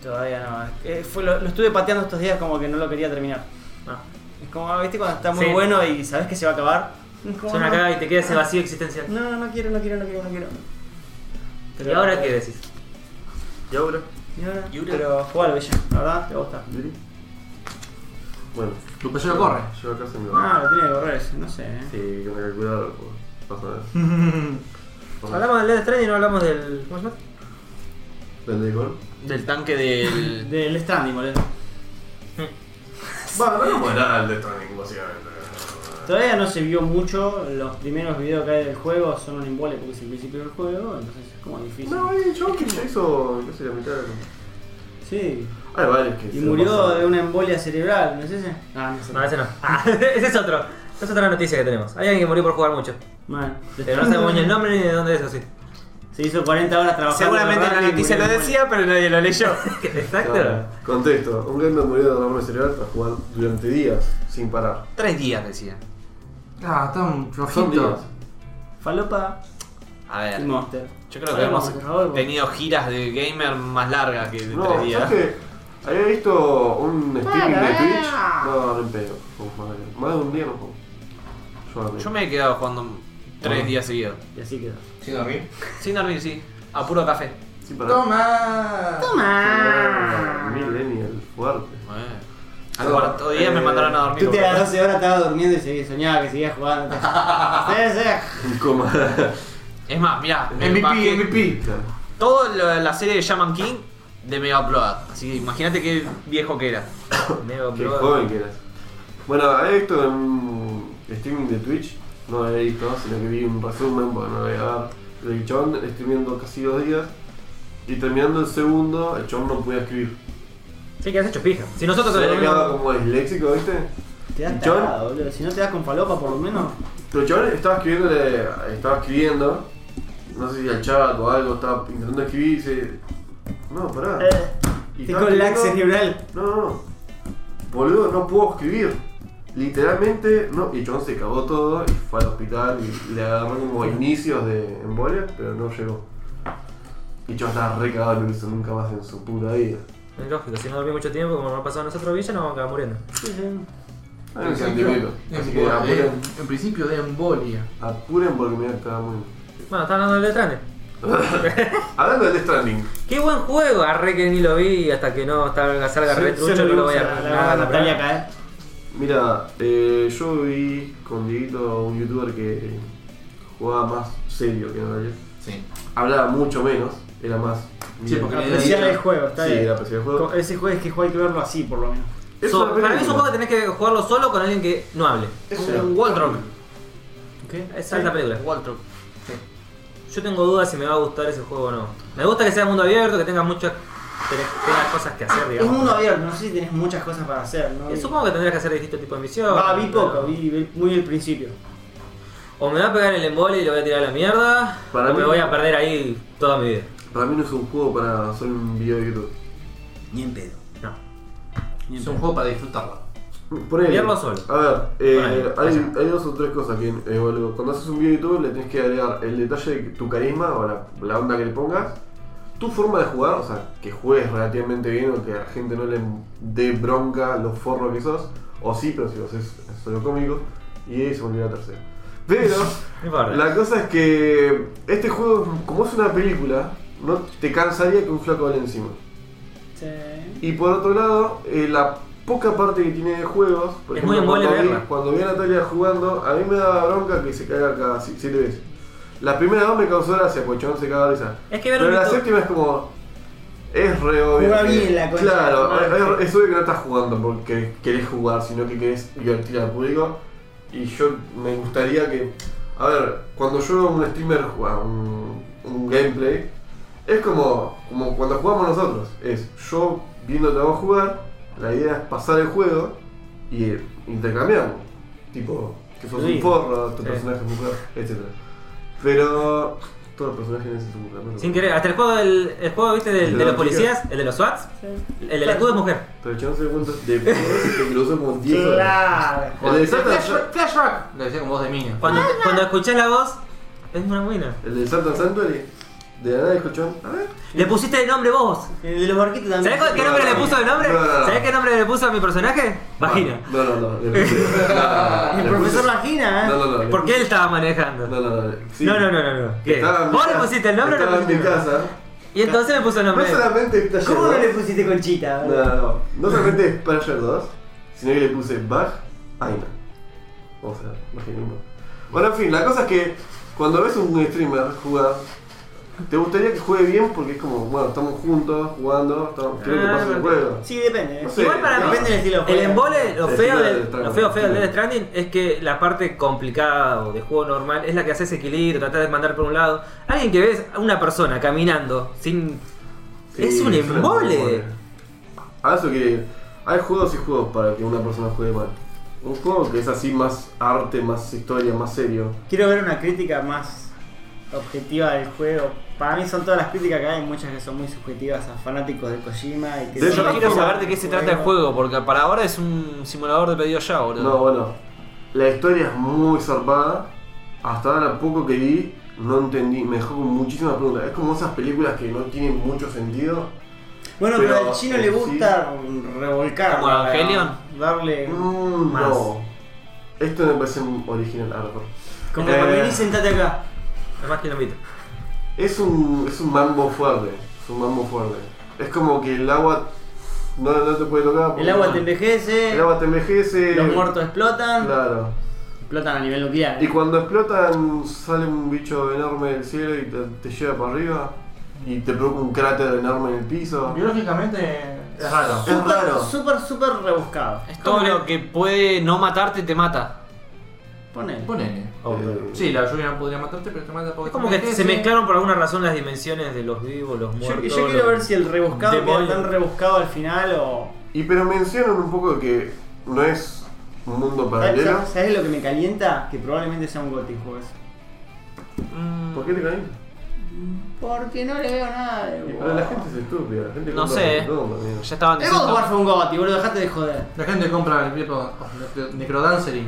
todavía no. es que fue- lo, lo estuve pateando estos días como que no lo quería terminar. No. Es como, ah, viste, cuando está muy Sí. bueno y sabes que se va a acabar. Es como, Se me no, acaba y te queda ese vacío existencial. no, no quiero, no quiero, no quiero, no quiero. ¿Y ahora qué decís? ¿Y ahora? Y ahora, pero jugalo, Bella, la verdad, te gusta. ¿Yuri? Bueno. Tu pecho corre. Yo acá se me va. Ah, lo tiene que correr ese, no sé, eh. Sí, con la calculadora, pues. Pasa a ver. Hablamos del Dead Stranding y no hablamos del. ¿Cómo se llama? ¿Del Deacon? Del tanque del. Del Stranding, boludo. Va, no vamos a hablar del Death básicamente. Todavía no se vio mucho, los primeros videos que hay del juego son un embole porque es el principio del juego, entonces es como difícil. No, el chabón que ya hizo, qué sé, la mitad de la Sí, Hay varios que y se lo murió pasaron. de una embolia cerebral, ¿no es ese? Ah, no sé. No, ese no. Ah, ese es otro. Esa es otra noticia que tenemos. Hay alguien que murió por jugar mucho. Mal. Pero no sabemos ni el nombre ni de dónde es así. Se hizo 40 horas trabajando. Seguramente en la noticia lo decía, pero nadie lo leyó. Exacto. Contesto, un gamer murió de derrame cerebral tras jugar durante días sin parar. Tres días decían. Ah, tan Son días. flojito. Falopa A y ver, Monster. yo creo que Vamos, hemos por favor. tenido giras de gamer más largas que de No, tres ¿sabes días. que Había visto un streaming de Para. Twitch. No, no en pedo. Como madre. Más de un día no juego. Yo dormí. Yo me he quedado jugando tres Bueno. días seguidos. Y así quedó. ¿Sin dormir? Sin dormir, sí. A puro café. Sin parar. Toma. Ah, Millennial, fuerte. Bueno. Al cuarto día me eh, mandaron a dormir. Tú te boludo. a las 12 horas estabas durmiendo y seguías, soñaba que seguías jugando. sí, sí. Un coma. Es más, mirá, me MVP, bajé MVP. Claro. toda la, la serie de Shaman King de Mega Upload. Así que imagínate qué viejo que era. Mega Qué Upload. joven que eras. Bueno, había visto en un streaming de Twitch, no lo había visto, sino que vi un resumen, porque no lo voy a dar, del chabón streameando casi dos días y terminando el segundo, el chabón no podía escribir. Sí, que has hecho pija. Si Se nosotros había quedado tenemos. como disléxico, ¿viste? Te ¿Y das John? tarado, boludo. Si no te das con falopa, por lo menos. Pero el chabón estaba escribiendo, estaba escribiendo, no sé si al chat o algo, estaba intentando escribir y dice, no, pará. Eh, Eh. Y Te estaba con lag escribiendo- cerebral. No, no, no. Boludo, no puedo escribir. Literalmente, no. Y John se cagó todo y fue al hospital y le agarró como inicios de embolia, pero no llegó. Y John estaba re cagado, no hizo nunca más en su puta vida. Es lógico, si no dormí mucho tiempo, como nos ha pasado a nosotros, Villa, nos vamos a acabar muriendo. Ah, Hay un científico. Así que de- apuren, en principio de embolia. apuren porque me estaba muy. Bueno, está hablando del Death Stranding. Hablando del Death Stranding. Qué buen juego, arre que ni lo vi hasta que no salga, salga re trucho, no lo voy a La arruinar. la Natalia verdad. caer. Mira, eh, yo vi con Dieguito a un youtuber que jugaba más serio que Natalia. Sí. Hablaba mucho menos, era más. Sí, porque le Apreciar el juego, está Sí, bien. era apreciar el juego. Co- Ese juego es que juego hay que verlo así, por lo menos. Es So, una para mí es un película. juego que tenés que jugarlo solo con alguien que no hable. Es Un- una- Un Waltrock. ¿Qué? Esa es la película. Waltrock. Yo tengo dudas si me va a gustar ese juego o no. Me gusta que sea mundo abierto, que tenga muchas que tenga cosas que hacer, Ah, Es digamos. mundo abierto, no sé si tenés muchas cosas para hacer, ¿no? Eh, Supongo que tendrías que hacer distintos tipos de misiones. Va, vi pero- poco, vi vi muy el principio. O me va a pegar el embole y lo voy a tirar a la mierda. Para o me mí- voy a perder ahí toda mi vida. Para mí no es un juego para hacer un video de YouTube. Ni en pedo. No. Es un juego para disfrutarlo. Ponele. Mirarlo solo. A ver, eh, Ponele, hay, hay dos o tres cosas que eh, boludo, cuando haces un video de YouTube le tienes que agregar el detalle de tu carisma o la, la onda que le pongas, tu forma de jugar, o sea, que juegues relativamente bien o que a la gente no le dé bronca lo forro que sos, o sí, pero si lo haces solo cómico, y ahí se volvió la tercera. Pero... No importa. La cosa es que este juego, como es una película, no te cansaría que un flaco hable encima. Y por otro lado, eh, la poca parte que tiene de juegos, por Es muy embole cuando, vi, verla. cuando vi a Natalia jugando, a mí me daba bronca que se caiga cada si- siete veces. La primera dos me causó gracia, porque el chabón se cagaba de risa. Es que ver Pero un la YouTube- séptima es como. Es re obvio. Juega que- bien la concha Claro, de tu madre. es, es obvio que no estás jugando porque querés jugar, sino que querés divertir al público. Y yo me gustaría que. A ver, cuando yo veo un streamer jugar un, un gameplay, es como, como cuando jugamos nosotros. Es yo viéndote a vos jugar, la idea es pasar el juego y eh, intercambiamos. Tipo, que sos Sí. un forro, tu Sí. personaje es mujer, etc. Pero. Todos los personajes necesitan mujer, ¿no? Sin querer, hasta el juego del el juego, ¿viste? del- El de de los los policías, el de los SWATs, el del escudo es mujer. Pero el chabón se dio cuenta de que lo usó como 10 horas. Claro. El del Satan Flashback, flashback. Lo decía con voz de mina. Cuando, cuando escuchás la voz, es una buena. El del Satan Sanctuary. De la nada dijo el chabón, a ver. Le pusiste el nombre vos. El de los barquitos también. ¿Sabés qué nombre le puso el nombre? No, no, no. ¿Sabés qué nombre le puso a mi personaje? Vagina. No, no, no. le puse- no, no, El le profesor puse- Lagina, ¿eh? No, no, no. le Porque él estaba puse- manejando. No, no, no. sí. No, no, no, no. no. ¿Qué? Estaba en mi ¿Vos le casa- pusiste el nombre o le estaba pusiste en mi el nombre? casa. Y entonces me puso el No nombre. solamente es Player ¿Cómo no 2. le pusiste conchita? No, no, no. No solamente es Player 2, sino que le puse Bag Aina. O sea, imaginemos. Bueno, en fin, la cosa es que cuando ves un streamer jugar, te gustaría que juegue bien porque es como, bueno, estamos juntos, jugando, estamos, creo que Ah, pasa el porque- juego. Sí, depende. ¿eh? No sé, Igual para mí, Depende del estilo de el juego. embole, lo El feo, estilo del, del Stranding. lo feo, feo del Death Stranding es que la parte complicada o de juego normal es la que haces equilibrio, tratás de mandar por un lado. Alguien que ves a una persona caminando sin. Sí, es un suena como embole. embole. A eso quiere ir. Hay juegos y juegos para que una persona juegue mal. Un juego que es así más arte, más historia, más serio. Quiero ver una crítica más objetiva del juego. Para mí son todas las críticas que hay, muchas que son muy subjetivas a fanáticos de Kojima y que De son- hecho, Quiero saber de qué se trata el Eh. juego, porque para ahora es un simulador de pedido ya, boludo. No, bueno. La historia es muy zarpada. Hasta ahora poco que vi, no entendí. Me dejó con muchísimas preguntas. Es como esas películas que no tienen mucho sentido. Bueno, pero, Pero eh, al chino en le sí- gusta revolcar. ¿Como Evangelion? Darle. Mm, Eh, más. no. Esto me parece un original arte. Como Eh. que vení, sentate acá. Además que lo invito. Es un, es un mambo fuerte. Es un mambo fuerte. Es como que el agua no, no te puede tocar. El agua te envejece, El agua te envejece. los muertos explotan, Claro. explotan a nivel nuclear. Y cuando explotan, sale un bicho enorme del cielo y te, te lleva para arriba. Y te provoca un cráter enorme en el piso. Biológicamente es raro. Es raro. Súper, súper rebuscado. Es todo lo que puede no matarte, te mata. Ponele. Ponele. Eh, Sí, la lluvia no podría matarte, pero te mata porque Es como que se mezclaron por alguna razón las dimensiones de los vivos, los Yo, muertos. yo quiero los- ver si el rebuscado que Demonio. tan rebuscado al final o. Y pero mencionan un poco que no es un mundo paralelo. ¿Sabes, sabes lo que me calienta? Que probablemente sea un Gothic juego eso. ¿Por qué te caen? Porque no le veo nada de Y Pero la gente es estúpida, la gente No compra sé. de todo, amigo. Ya estaban El God diciendo. War fue un Gothic, boludo, dejate de joder. La gente compra el tipo of Necro- Necrodancer y.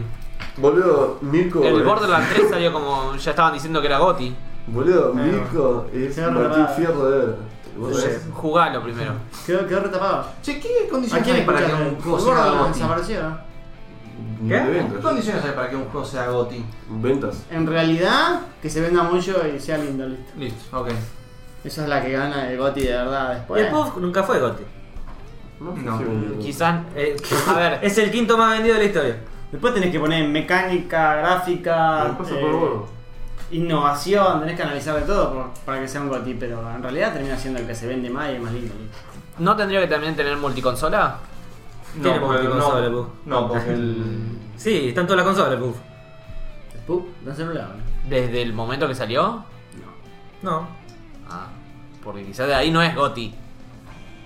Boludo, Mirko. El es- Borderlands 3 salió como. Ya estaban diciendo que era Goti. Boludo, Mirko es Se va a Martín robar. Fierro de verdad. ¿Vos Sí. sabés? Jugalo primero. Quedó, quedó retapado. Che, ¿qué ¿A condiciones quién hay para que escuchas? un El juego sea gordo Goti? desapareció, ¿eh? ¿no? Ni de ¿Qué ventas. condiciones hay para que un juego sea Goti? Ventas. En realidad, que se venda mucho y sea lindo, listo. Listo, ok. Esa es la que gana el Goti de verdad después. El PUBG nunca fue Gotti. No, sé No, si vendió. Quizás. eh, a ver, Es el quinto más vendido de la historia. Después tenés que poner mecánica, gráfica, Me pasa eh, por huevo. innovación, tenés que analizar de todo por- para que sea un Goti, pero en realidad termina siendo el que se vende más y es más lindo. listo. ¿no tendría que también tener multiconsola? Tiene porque multiconsola, no, Pu. no, porque el. Sí, están todas las consolas, PUBG. Pup, no celular. ¿Desde el momento que salió? No. Ah, porque quizás de ahí no es Goti.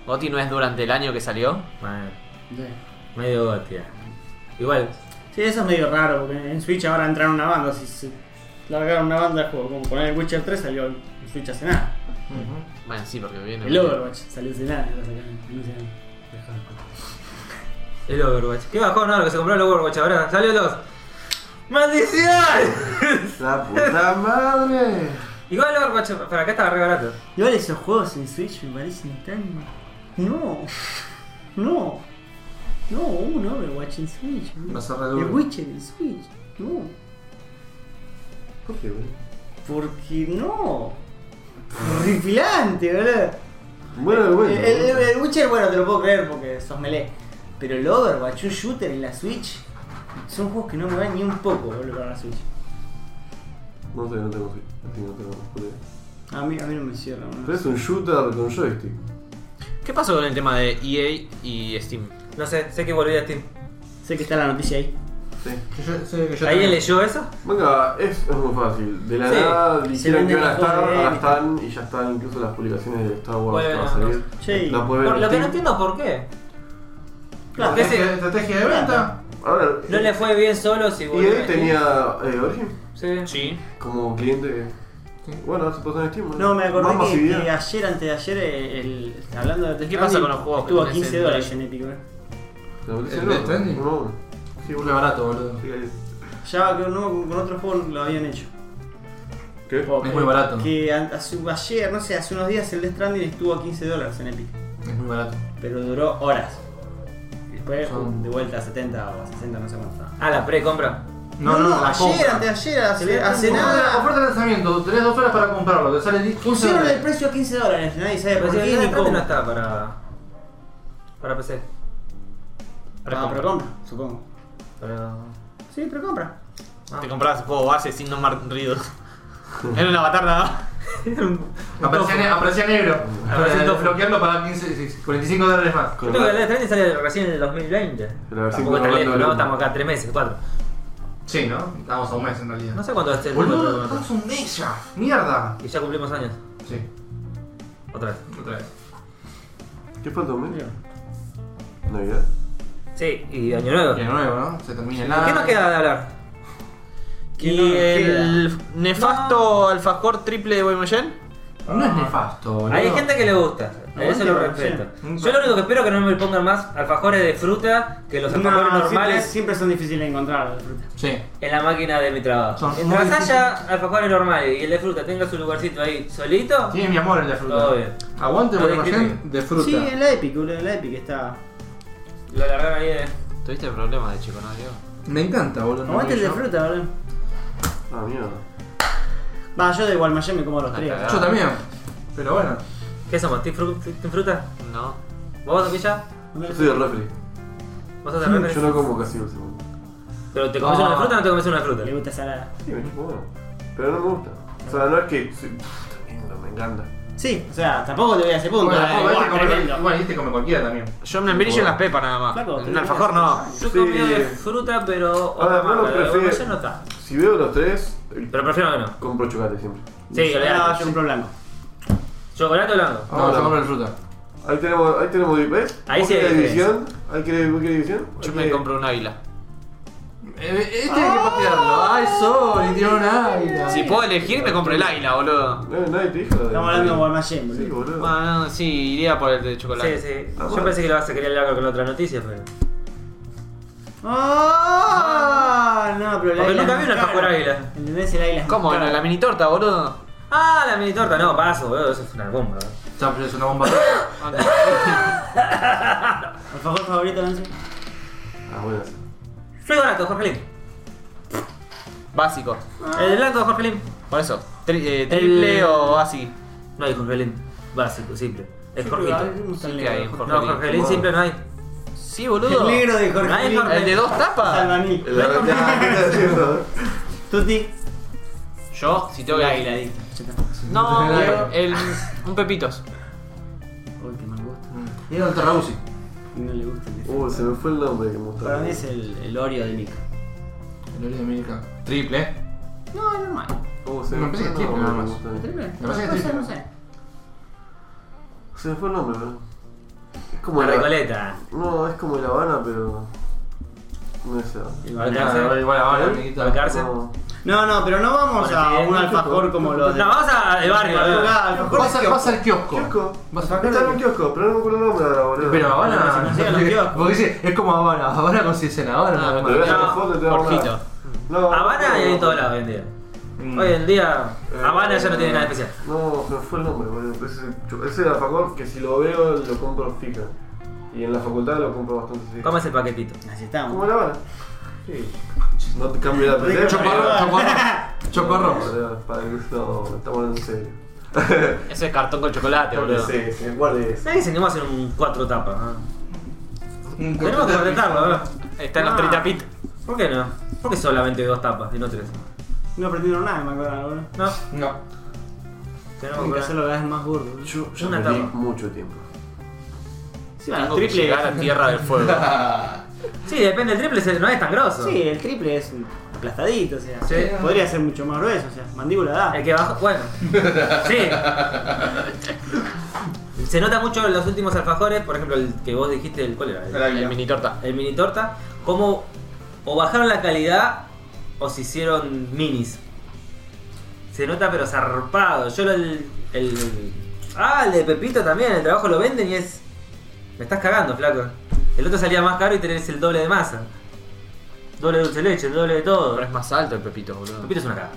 Goti no es durante el año que salió. Bueno, Sí. medio Gotti. eh. Igual, sí, eso es medio raro, porque en Switch ahora entraron una banda, si se largaron una banda de juego, como poner el Witcher 3 salió el Switch hace nada. Bueno, sí, porque viene. El Overwatch salió hace nada, lo sacaron, no sé. el Overwatch. ¿Qué bajó? No, lo que se compró el Overwatch ahora. Salió el 2. ¡Maldición! La puta madre. Igual el Overwatch para acá estaba re barato. Igual esos juegos en Switch me parecen tan. No. No. No, un Overwatch en Switch. Va a ser re El duro. Witcher en Switch. No. ¿Por qué, boludo? Porque no. Horripilante, boludo. Bueno, bueno. El, Eh, el- el Witcher, bueno, te lo puedo creer porque sos melee. Pero el Overwatch, un shooter en la Switch, son juegos que no me van ni un poco, boludo, para la Switch. No sé, no tengo así. Así que no tengo idea. A mí, a mí no me cierra, Pero boludo. es un shooter con joystick. ¿Qué pasó con el tema de EA y Steam? No sé, sé que volví a Steam. Sé que está la noticia ahí. Sí. Que yo- sé que yo ¿Alguien también- leyó eso? Venga, es, es muy fácil. De la Sí, nada dijeron venden que van a los estar, juegos de ahora Elite. están y ya están incluso las publicaciones de Star Wars que Bueno, va a salir. Sí. La puede ver Por en lo que Steam. no entiendo es por qué. Claro, ¿Qué ¿Qué se- es estrategia de venta? A ver, No le fue bien solo si y volvió a ahí Steam. tenía eh, Origin Sí. Sí. como cliente. Bueno, ahora se pasó en Steam. No, me Más acordé que, masividad. que ayer, antes de ayer, eh, el, el- hablando de Death ¿Qué pasa Stranding, con los juegos que Estuvo a tenés 15 en dólares en Epic, eh. bro. La evolución, ¿El Death Stranding? uno a uno. Sí, Sí, uno muy a uno. barato, boludo. Sí, ahí. Ya que no, con otro juego lo habían hecho. ¿Qué? O Es que- muy Ah. barato. Que a- hace- ayer, no sé, hace unos días el Death Stranding estuvo a 15 dólares en Epic. Es muy barato. Pero duró horas. Y Después, Son- pum, de vuelta a 70 o a 60, no sé cuánto estaba. Ah, la pre-compra. No, no, la ayer, compra. antes de ayer, hace, Oferta- hace nada. Oferta de lanzamiento, tenés dos horas para comprarlo, te sale 10 15 Pusieron el dólares. precio a 15 dólares, nadie sabe Pero por si qué el ni Death Stranding no cómo. estaba para. para PC. Ah, precompra, supongo. Pero. Sí, precompra. Ah. Te comprabas el juego base sin nomar ruido. Era un avatar nada más. Aparecía, ne- aparecía negro. Aparecía tofu. bloquearlo para 15, 45 dólares más. Yo creo que el Death Stranding sale recién en el 2020. Pero a ver si Tampoco está podemos lejos, hablar ¿no? de- Estamos acá tres meses, cuatro. Sí, ¿no? Estamos a un mes en realidad. No sé cuánto va a ser el mundo, Boludo, pero- estamos a un mes ya. Mierda. Y ya cumplimos años. Sí, Otra vez. otra vez. ¿Qué falta un mes? ¿Navidad? Sí, y Año Nuevo. Y de nuevo, ¿no? Se termina el año. ¿Qué nos queda de hablar? Y el nefasto alfajor triple de Boimellén. No es nefasto, boludo. Hay gente que le gusta, eso lo respeto. Yo lo único que espero es que no me pongan más alfajores de fruta que los alfajores No, siempre, normales siempre son difíciles de encontrar. Sí. en la máquina de mi trabajo. Son muy Mientras haya alfajores normales y el de fruta tenga su lugarcito ahí solito, Tiene mi amor el de fruta. Todo bien. Aguante No por discrimina. de fruta. Sí, en la Epic, boludo, en la Epic está. lo alargaron ahí de. Tuviste problemas de chico, ¿no, Diego? Me encanta, boludo. Aguante el este de fruta, boludo. Ah, mierda. Va, yo de igual me como los La tres. cagada. Yo también. Pero bueno. ¿Qué somos? ¿Team, fru- team fruta? No. ¿Vos, Villa? Yo soy el refri. ¿Vos sos de Yo refres? no como casi un segundo. ¿Pero te comes una de fruta o no te comes una de fruta? Le gusta salada. Sí, me chupo huevo. Pero no me gusta. O sea, no es que. sí, puta mierda, me encanta. Sí, o sea, tampoco te voy a ese punto. eh, Bueno, igual, este come- tremendo. Igual, este come cualquiera también. Yo me embrillo en las pepas nada más. Flaco, en un alfajor no. Sí. Yo comí de fruta, pero Ahora, no otra lo marca, de prefiero. Boimellén no está. Si veo los tres, el- Pero prefiero que no. compro chocolate siempre. Sí, Ah, olvidate. yo un problema. Chocolate blanco. Vamos no. a comer el fruta. Ahí tenemos, ahí tenemos, ¿ves? Ahí ¿Vos sí hay querés diferencia. división? ¿Ahí querés, vos querés división? Yo Ahí me querés- compro un águila. Eh, este hay que patearlo. ¡Ay, Sol! Y tiró un águila. Si puedo elegir, me compro el águila, boludo. No, nadie te dijo. Estamos hablando de Walmart Sí, boludo. boludo. Bueno, sí, iría por el de Sí, chocolate. sí. Ah, Yo bueno. pensé que lo vas a querer hablar con la otra noticia, pero. Ah, no, pero el Porque águila nunca es más vi una cara. alfajor águila. ¿Entendés? El águila es ¿Cómo? más ¿No? cara. ¿La mini torta, boludo? Ah, la mini torta, no, paso, boludo, eso es una bomba. Está, pero es una bomba. ¿Alfajor favorito, Lance? Ah, bueno. sí. Soy barato, Jorge Lim. Básico. Ah, El blanco de Jorge Lim. Por eso. Tri- eh, triple El- o así. No hay Jorge Lim. Básico, simple. Es Ah, Jorgito. no está el ¿Qué negro. hay, Jorge? No, Jorge Lim simple no hay. Sí, boludo. El negro de No Jorge hay Lim. Jorge ¿El de dos tapas? Salvaní. La verdad, ¿qué estás diciendo? Tuti. Yo, si tengo que Águila, di. Ya está. No, el, un pepitos. Uy, que mal gusto. Y era el Terrabusi. No le gusta el de- Uh, se me fue el nombre que me gustaba. Para mí es el, el Oreo de Nick. El Oreo de América. Triple. No, es normal. Uh, se Me me, parece fue que el tiene nombre nada que me más. gustaba. Triple. Me parece que No sé, triple. no sé. Se me fue el nombre, ¿verdad? Es como La la- Recoleta. No, es como La Habana, pero. No sé. Igual, igual, ahora, amiguita. Alcance. Cárcel. No. No, no, pero no vamos Bueno, a sí, un es alfajor como los de. No, vamos a- al barrio, Al boludo. lugar, alfajor Vas, de a- kiosco. vas al kiosco. ¿Kiosco? Vas a Está en un kiosco, pero no me acuerdo el nombre ahora, boludo. Pero Habana. Sí, en el kiosco. Porque dice, es como Habana. Habana consiste en Habana. nada más. Ah, Pero ves No, la foto y te da Jorgito. una- No, Habana no, y no. en todos lados hoy en día. Mm. Hoy en día, Eh, Habana ya no tiene nada especial. No, se me fue el nombre, boludo. Ese, ese es el alfajor que si lo veo lo compro fija. Y en la facultad lo compro bastante seguido. Comes el paquetito. Así estamos. Como la Habana. Sí. No te cambio la pelea. Chocorro, chocorro. Chocorro. Boludo, Para el gusto, estamos hablando en serio. Ese es cartón con chocolate, boludo. Sí, sí, guarde ese. Nadie se animó a hacer un cuatro tapas. ¿no? Tenemos que completarlo, ¿verdad? Está en los tritapitos. ¿Por qué no? ¿Por qué solamente dos tapas y no tres? No aprendieron nada de McDonald's, boludo. No, No. tenemos Tienen que que hacerlo. hacerlo cada vez más gordo. boludo. Yo ya Una perdí tapa. mucho tiempo. Sí, el Tengo que triple. llegar a Tierra del Fuego. Sí, depende del triple, se- no es tan grosso. Sí, el triple es un aplastadito, o sea. Sí. Podría ser mucho más grueso, o sea, mandíbula da. El que bajó, bueno. Sí. Se nota mucho en los últimos alfajores, por ejemplo, el que vos dijiste, el, ¿cuál era? El, El mini torta. el mini torta, como o bajaron la calidad o se hicieron minis. Se nota pero zarpado. Yo el, el... Ah, el de Pepito también, el trabajo lo venden y es... Me estás cagando, flaco. El otro salía más caro y tenés el doble de masa. Doble de dulce de leche, el doble de todo. Pero es más alto el pepito, boludo. Pepito es una caga.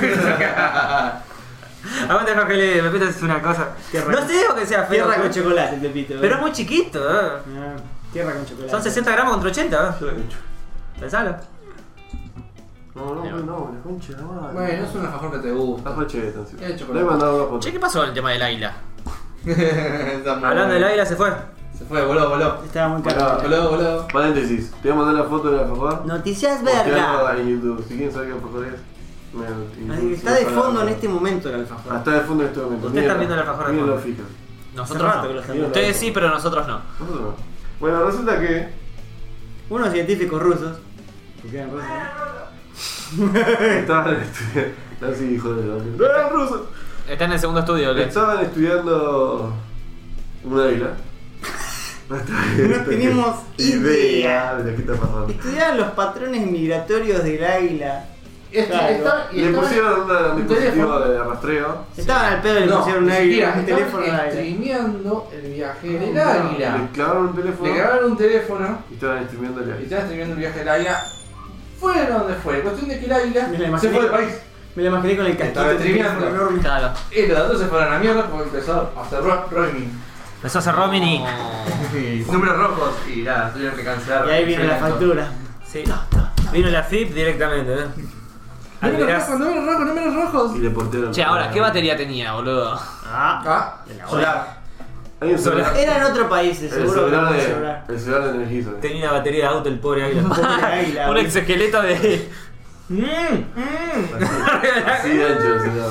Aguante, Jorge Lee, Pepito es una cosa. Tierra no con- te digo que sea feo, Tierra pero- con chocolate, el pepito. pero es boludo. muy chiquito. ¿eh? Ah, Tierra con chocolate. Son 60 gramos contra 80. ¿eh? Yo la concha. Pensalo. No, no, no, no, la concha, no. Bueno, es un alfajor que te Está gusta. faché, tan Tiene serio. Le he chocolate. mandado una foto. Che, ¿qué pasó con el tema del águila? Hablando Hablando del águila se fue. Se fue, voló, voló. Estaba muy Pará. caro. boludo. Voló, voló. Paréntesis, te voy a mandar la foto de la alfajor. Noticias Posteala verga. en YouTube. Si quieren saber qué alfajor es, me- Así que Está de para- fondo en este momento el alfajor. Ah, Está de fondo en este momento. Ustedes están viendo el alfajor de Mírenlo fondo. fijo. Nosotros rato que lo no. están viendo. Ustedes sí, pero nosotros no. Nosotros no. Bueno, resulta que Unos científicos rusos. Porque eran rusos. ¿no? estaban estudiando. Así, hijo de la. ¡No eran rusos! Está en el segundo estudio, ¿ok? Estaban estudiando un águila. No tenemos idea. Este, de lo que está pasando. Estudiaban los patrones migratorios del águila. Es- Claro. Este está- y Le está- pusieron una- un un dispositivo teléfono. de rastreo. Estaban al pedo y le No, pusieron un ni siquiera, este, águila, un teléfono al estaban águila. streameando el viaje del Le águila. clavaron un teléfono Le grabaron un teléfono y estaban streameando el y águila. estaban streameando el viaje del águila. Fue donde fue. Cuestión de que el águila Me la se imaginé. fue del país. Me lo imaginé con el casquito. Estaba del teléfono streameando. enorme. Claro. Y los datos se fueron a la mierda porque empezó a hacer ro- roaming. Empezó a hacer roaming y. Y Números rojos y nada, tuvieron que cancelar. Y ahí viene la factura. Sí. Vino la FIP directamente, ¿eh? Números Almirás- rojos, números rojos, números rojos. Y le portearon. Che, ahora, ¿qué batería tenía, boludo? Ah, solar. Hay un celular. Era en otro país, El seguro. que celular no de. El celular de energizo. Tenía una batería de auto el pobre águila. Águila, Un boludo. exoesqueleto de. Mm. Así de ancho el celular.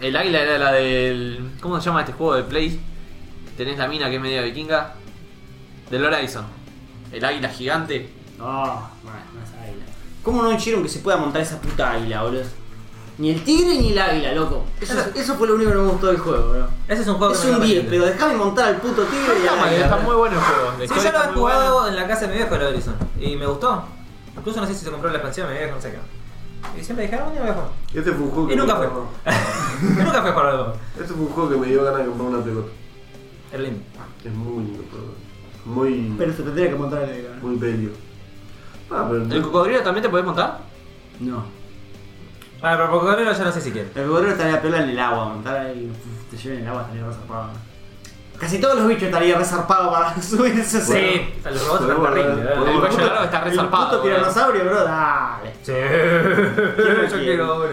El águila era la del. ¿Cómo se llama este juego de Play? Tenés la mina que es media vikinga. Del Horizon. El águila gigante. No, más, más águila. ¿Cómo no hicieron que se pueda montar esa puta águila, boludo? Ni el tigre ni el águila, loco. Eso, eso fue lo único que no me gustó del juego, bro. Ese es un juego Es que no un me 10, entiende. pero déjame montar al puto tigre y al águila. Está bro. muy bueno el juego. La Sí, historia yo lo está he muy buena. jugado en la casa de mi viejo, el Horizon. Y me gustó. Incluso no sé si se compró la expansión, mi viejo, no sé qué. Y siempre dije, ah, un día voy a jugar. Este fue un juego que. Y nunca me- fue. y nunca fue a jugar algo. Este fue un juego que me dio ganas de comprar una pelota. Es lindo. Es muy lindo, pero. Muy. Pero se tendría que montar al águila. Muy bello. Ah, pero. ¿El cocodrilo también te podés montar? No. Vale, pero por correo ya no sé si quiero. El cocodrilo estaría peor en el agua, montar ahí. uf, Te lleven en el agua, estaría resarpado. Casi todos los bichos estarían resarpados para subirse Sí, ese. los robots Podemos están terribles. hablar- El ¿verdad? cuello largo está El puto resarpado. tiranosaurio, bro, dale. Sí, lo yo quiero? quiero uno.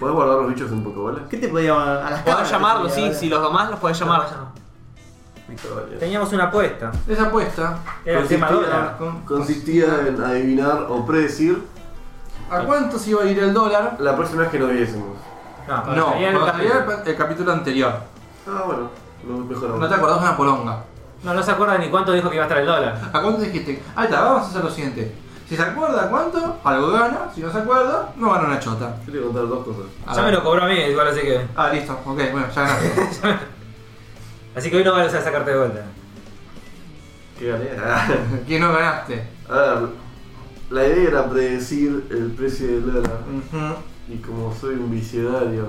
¿Podés guardar los bichos en Pokébola? ¿Qué te podía a las Podés cabras te llamarlo, podía, sí. bro. Si los domás, los podés llamar. Teníamos una apuesta. Esa apuesta Era el tema dólar. Consistía en adivinar o predecir ¿A cuánto se iba a ir el dólar? la próxima vez que nos viésemos. No, No, tenía el cuando capítulo. salía el, el capítulo anterior. Ah, bueno, lo mejoramos. No te acordás de una polonga. no, no se acuerda ni cuánto dijo que iba a estar el dólar. ¿A cuánto dijiste? Ahí está, vamos a hacer lo siguiente. Si se acuerda cuánto, algo gana. Si no se acuerda, no gana una chota. Yo te voy a contar dos cosas. A ya ver. me lo cobró a mí, igual así que. Ah, listo. Ok, bueno, ya ganaste. Así que hoy no vas a sacarte de vuelta. ¿Qué gané? Ah, ¿Quién no ganaste? A ver, la idea era predecir el precio del dólar. Ujú. Y como soy un visionario,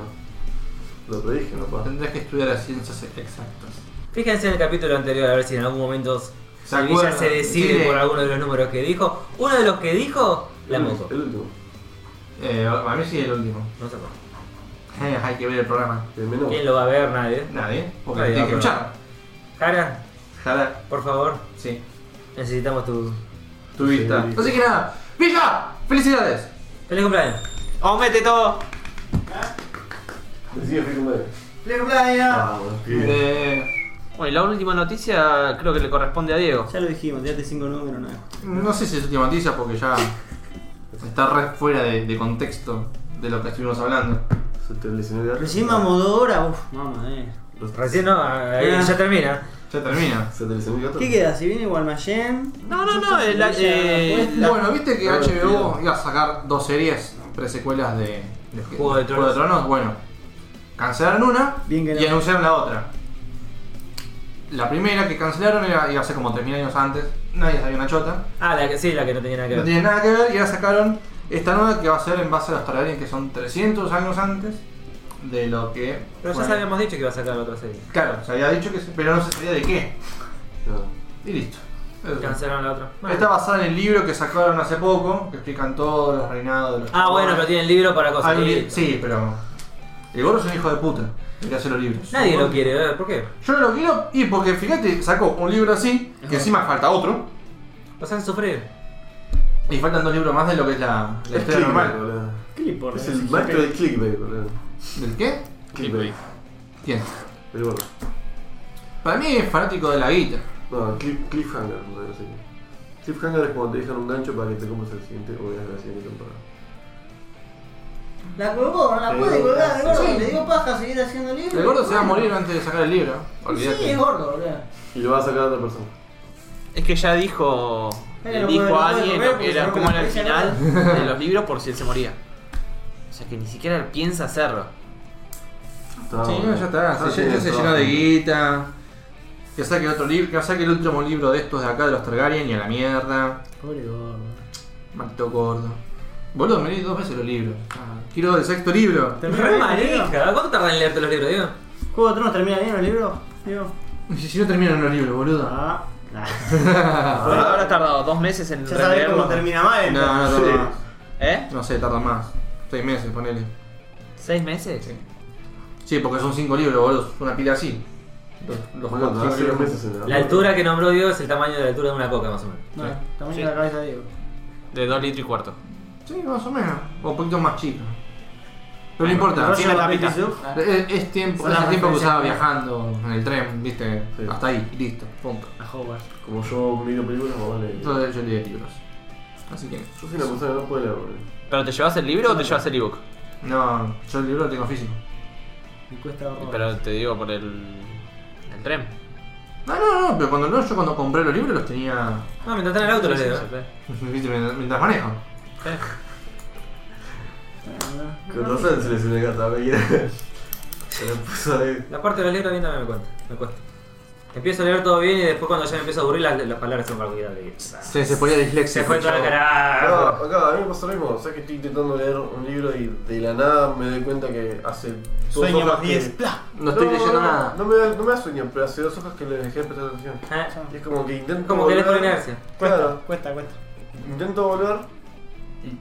lo predije, ¿no? Pa? Tendrás que estudiar las ciencias exactas. Fíjense en el capítulo anterior a ver si en algún momento ¿Se Sevilla acuerdan? se decide Sí. por alguno de los números que dijo. Uno de los que dijo, la El- moto. El último, Eh, a mí sí el último. No se acuerda. Eh, hay que ver el programa. el menor. ¿Quién lo va a ver? Nadie. Nadie, porque Nadie tiene que va a probar. escuchar. Jara, Jala, por favor, sí. necesitamos tu. Tu vista. Sí. Así que nada, ¡Villa! ¡Felicidades! ¡Feliz cumpleaños! ¡Vamos, mete todo! Decía fui con madre. ¡Feliz cumpleaños! Ah, bueno, bien. Eh, Bueno, y la última noticia creo que le corresponde a Diego. Ya lo dijimos, tirate 5 números, no. no sé si es última noticia porque ya está re fuera de, de contexto de lo que estuvimos hablando. Se te lesionó el gato. Recién vamos dos horas, uff, mamá, eh. Recién no, ahí Ah. ya termina. Ya termina. Se te lesionó el gato. ¿Qué queda? Si viene igual Mayen. No, no, no, el- eh, La- Este, Bueno, viste que Ah, HBO tío. iba a sacar dos series, presecuelas de, de Juego de Tronos. Bueno, cancelaron una Bien que y no. anunciaron la otra. La primera que cancelaron era, iba a ser como 3.000 años antes, nadie sabía una chota. Ah, la que sí, la que no tenía nada que No ver. tiene nada que ver y ahora sacaron esta nueva que va a ser en base a los Targaryen que son 300 años antes de lo que... Pero ya bueno, habíamos dicho que iba a sacar otra serie. Claro, se había dicho que sí, pero no se sabía de qué. No. Y listo. Eso. Cancelaron la otra. Bueno. Está basada en el libro que sacaron hace poco, que explican todos los reinados de los... Ah, bueno, pero tiene el libro para cosas. Hay un li- Listo. Sí, pero... El gorro es un hijo de puta, el que hace los libros. Nadie lo quiere ver, ¿por qué? Yo no lo quiero y porque fíjate, sacó un libro así, que encima falta otro, Los hacen sufrir. y faltan dos libros más de lo que es la, la Es historia clickbait, normal. boludo. ¿Qué le importa? Es el maestro del clickbait, boludo. ¿Del qué? Clickbait. ¿Quién? El gordo. Para mí es fanático de la guita. No, clip, cliffhanger, no sé. Cliffhanger es cuando te dejan un gancho para que te compres el siguiente o veas la siguiente temporada. La colgó, no la Sí, puede colgar, sí. gordo. Le dio paja seguir haciendo libros. El gordo se va a morir antes de sacar el libro. Olvídate. Sí, es gordo, boludo. Y lo va a sacar a otra persona. Es que ya dijo. Pero no dijo puede- no a puede alguien correr lo que porque se era rompe como la era el pierna. final de los libros por si él se moría. O sea que ni siquiera él piensa hacerlo. Está Sí, bueno. no, ya está. Ah, Se, sí, ya se está. llenó de guita. Que saque otro libro, que saque el último libro de estos de acá de los Targaryen y a la mierda. Pobre gordo. Maldito gordo. Boludo, me leí dos veces los libros. Ah, Quiero el sexto libro. Re manija. ¿Cuánto tardan en leerte los libros, Diego? ¿Juego de Tronos termina bien el libro? Digo. Y Si no terminan los libros, boludo. Ah. nah. Ah. Ahora habrás tardado dos meses en Ah. Ya sabés cómo releerlo. termina mal. No, no tarda Sí. más. ¿Eh? No sé, tarda más. Seis meses, ponele. ¿Seis meses? Sí, porque son cinco libros, boludo. es Una pila así. Los, los Bueno, cinco hace libros. unos meses en La altura que nombró Diego es el tamaño de la altura de una coca, más o menos. No, tamaño de la cabeza de Diego. De 2 litros y cuarto. Sí, más o menos. O un poquito más chico. Ah, Pero no El importa. rollo tiene de tapita. Petisuf, Ah, Es, es tiempo, Son es las el tiempo que referencias usaba que- viajando en el tren, viste. Sí. Hasta ahí, listo, punto. A Howard. Como yo miro películas, mamá le Yo Entonces yo leí libros. Así que. soy una persona que no puede leer, boludo. ¿Pero te llevas el libro o te llevas el ebook? No, yo el libro lo tengo físico. Me cuesta Oh. horror. Pero te digo por el. el tren. No, no, no, pero cuando no, yo cuando compré los libros los tenía. No, mientras está en el auto los leo. viste, mientras mientras manejo. Que no saben seleccionar carta, me quiere. Se le puso ahí. La parte de los libros a mí también me cuenta, me cuesta. Empiezo a leer todo bien y después cuando ya me empiezo a aburrir las, las palabras son para olvidar de Se, se ponía dislexia. Se fue toda la Acá, cara. acá, a mí me pasó lo mismo. O sea que estoy intentando leer un libro y de la nada me doy cuenta que hace. dos Sueño hojas más que- 10. ¡Pla! No estoy leyendo no, nada. No me, da, no me da sueño, pero hace dos hojas que le dejé de prestar atención. ¿Eh? Y es como que intento. Como que lees por volver- inercia. Claro, Cuesta, cuesta. intento volver y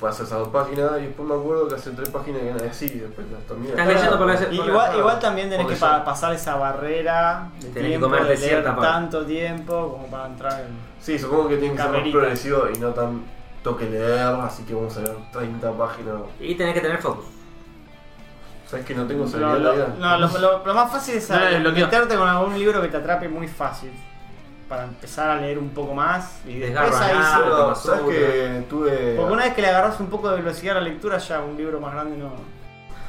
pasas a dos páginas y después me acuerdo que hace tres páginas que nada así y después las terminas. Estás leyendo por la Y Igual, Claro. igual también tenés Porque que pa- yo- pasar esa barrera de Tenés que tiempo, comerte de leer cierta parte. tanto tiempo como para entrar en... Sí, supongo que tiene que ser más Carrerita. progresivo y no tan toque leer, así que vamos a leer 30 páginas. Y tenés que tener focus. ¿Sabes que no tengo Lo, seguridad lo- en la vida? no, lo- lo- lo más fácil es No, a- no, bloqueo. meterte con algún libro que te atrape muy fácil. Para empezar a leer un poco más. Y desgarra Después ahí nada, sí. lo que Pero, pasó, ¿Sabes que Porque una tuve.? vez que le agarras un poco de velocidad a la lectura, ya un libro más grande no.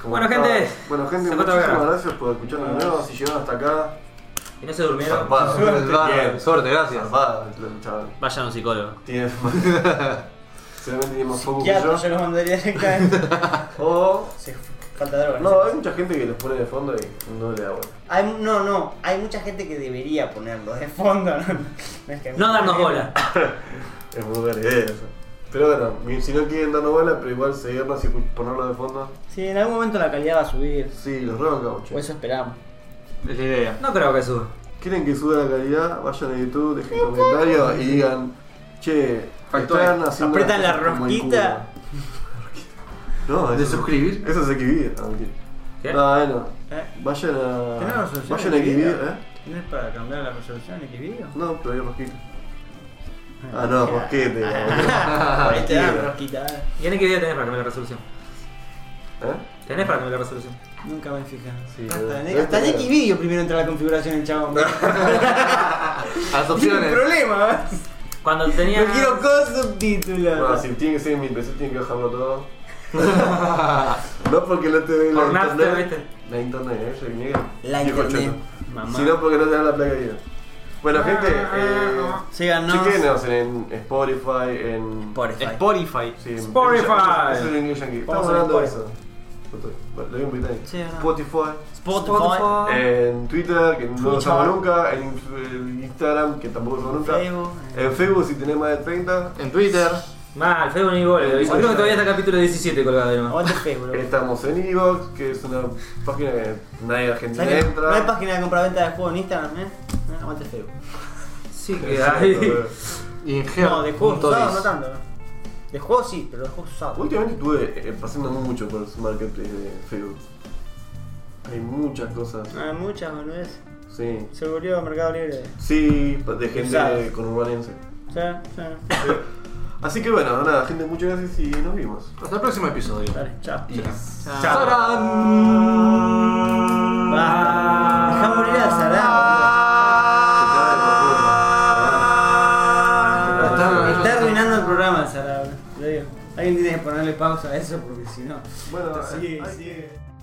como Bueno, estaba- gente, Bueno, gente, se fue a muchísimas trabajar. gracias por escucharnos de nuevo. Si llegaron hasta acá, Y no se durmieron. zarpado. Suerte, Bien. suerte, gracias. Zarpado, chaval. Vayan a un psicólogo. Tiene. Seguramente tiene más focus que Ya, yo. yo los mandaría directamente. O. Sí, falta droga. No, ¿eh? hay mucha gente que los pone de fondo y no le da bola. Hay, no, no, hay mucha gente que debería ponerlo de fondo. No, No es que- No darnos bola. Es muy buena idea eso. Pero bueno, mi- si no quieren darnos bola, pero igual seguirnos y ponerlo de fondo. Sí, en algún momento la calidad va a subir. Sí, los roban caucho. O eso esperamos. Es la idea. No creo que suba. ¿Quieren que suba la calidad? Vayan a YouTube, dejen comentarios y digan, che, Factores. están haciendo. Apretan las la cosas como en rosquita. Cuba". No, ¿De eso, suscribir? eso es escribir. Ah, mentira. ¿Qué? No, bueno. ¿Eh? Vayan Tenés a. resolución Vayan a de video. escribir, ¿eh? ¿No es para cambiar la resolución en video? No, pero hay rosquita. Ah, no, rosquete. Ahí te dan boludo. rosquita. eh. ¿Y en qué video tenés para cambiar la resolución? ¿Eh? ¿Tenés para cambiar la resolución? Nunca me fijado. Sí, hasta en, eh. hasta en Xvideo primero entra la configuración el chabón. A las Tiene un opciones. problema. ¿eh? Cuando tenía. No quiero con subtítulos. Bueno, si tiene que ser en mi PC, tiene que bajarlo todo. no porque no te dé la Por Napster, internet. ¿viste? La internet, eh, yo niega. La Viejo internet, choto. mamá. Sino porque no te dan la placa de video. Bueno, gente, eh, Síganos. chequenos en Spotify, en. Spotify. Spotify. sí, en- Spotify. Eso es en inglés yankee. Vamos Estamos a hablando de eso. Spotify. Lo voy a invitar ahí. Sí, ajá. Spotify, Spotify. en Twitter, que no lo usamos Twitter. nunca, en en Instagram, que tampoco lo usamos nunca, Facebook. eh, en Facebook si tenés más de 30, En Twitter. Mal, fue un igual. Creo que todavía está capítulo 17 colgado de nuevo. Aguante Facebook. bro. Estamos en Evox, que es una página que nadie de Argentina ¿Sabes que entra. No hay página de compraventa de juegos en Instagram, ¿eh? Eh, Aguante Facebook. Sí, que hay. Exacto. Y en No, de juegos usados no Geo.dis. tanto. ¿no? De juegos sí, pero de juegos usados. Últimamente estuve eh, pasando mucho por su marketplace de Facebook. Hay muchas cosas. Hay Ah, muchas, boludeces. Sí. Se volvió a Mercado Libre. Sí, de gente Usadas. conurbanense. Sí, sí. Así que bueno, nada, gente, muchas gracias y nos vimos. Hasta el próximo episodio. Dale, chao. Y- Va. Deja morir a Sarah. Ah, Hasta- boludo. Está arruinando el programa el Sarah. boludo. Lo digo. Alguien tiene que ponerle pausa a eso porque si no. Bueno, eh, Sigue, hay- sigue.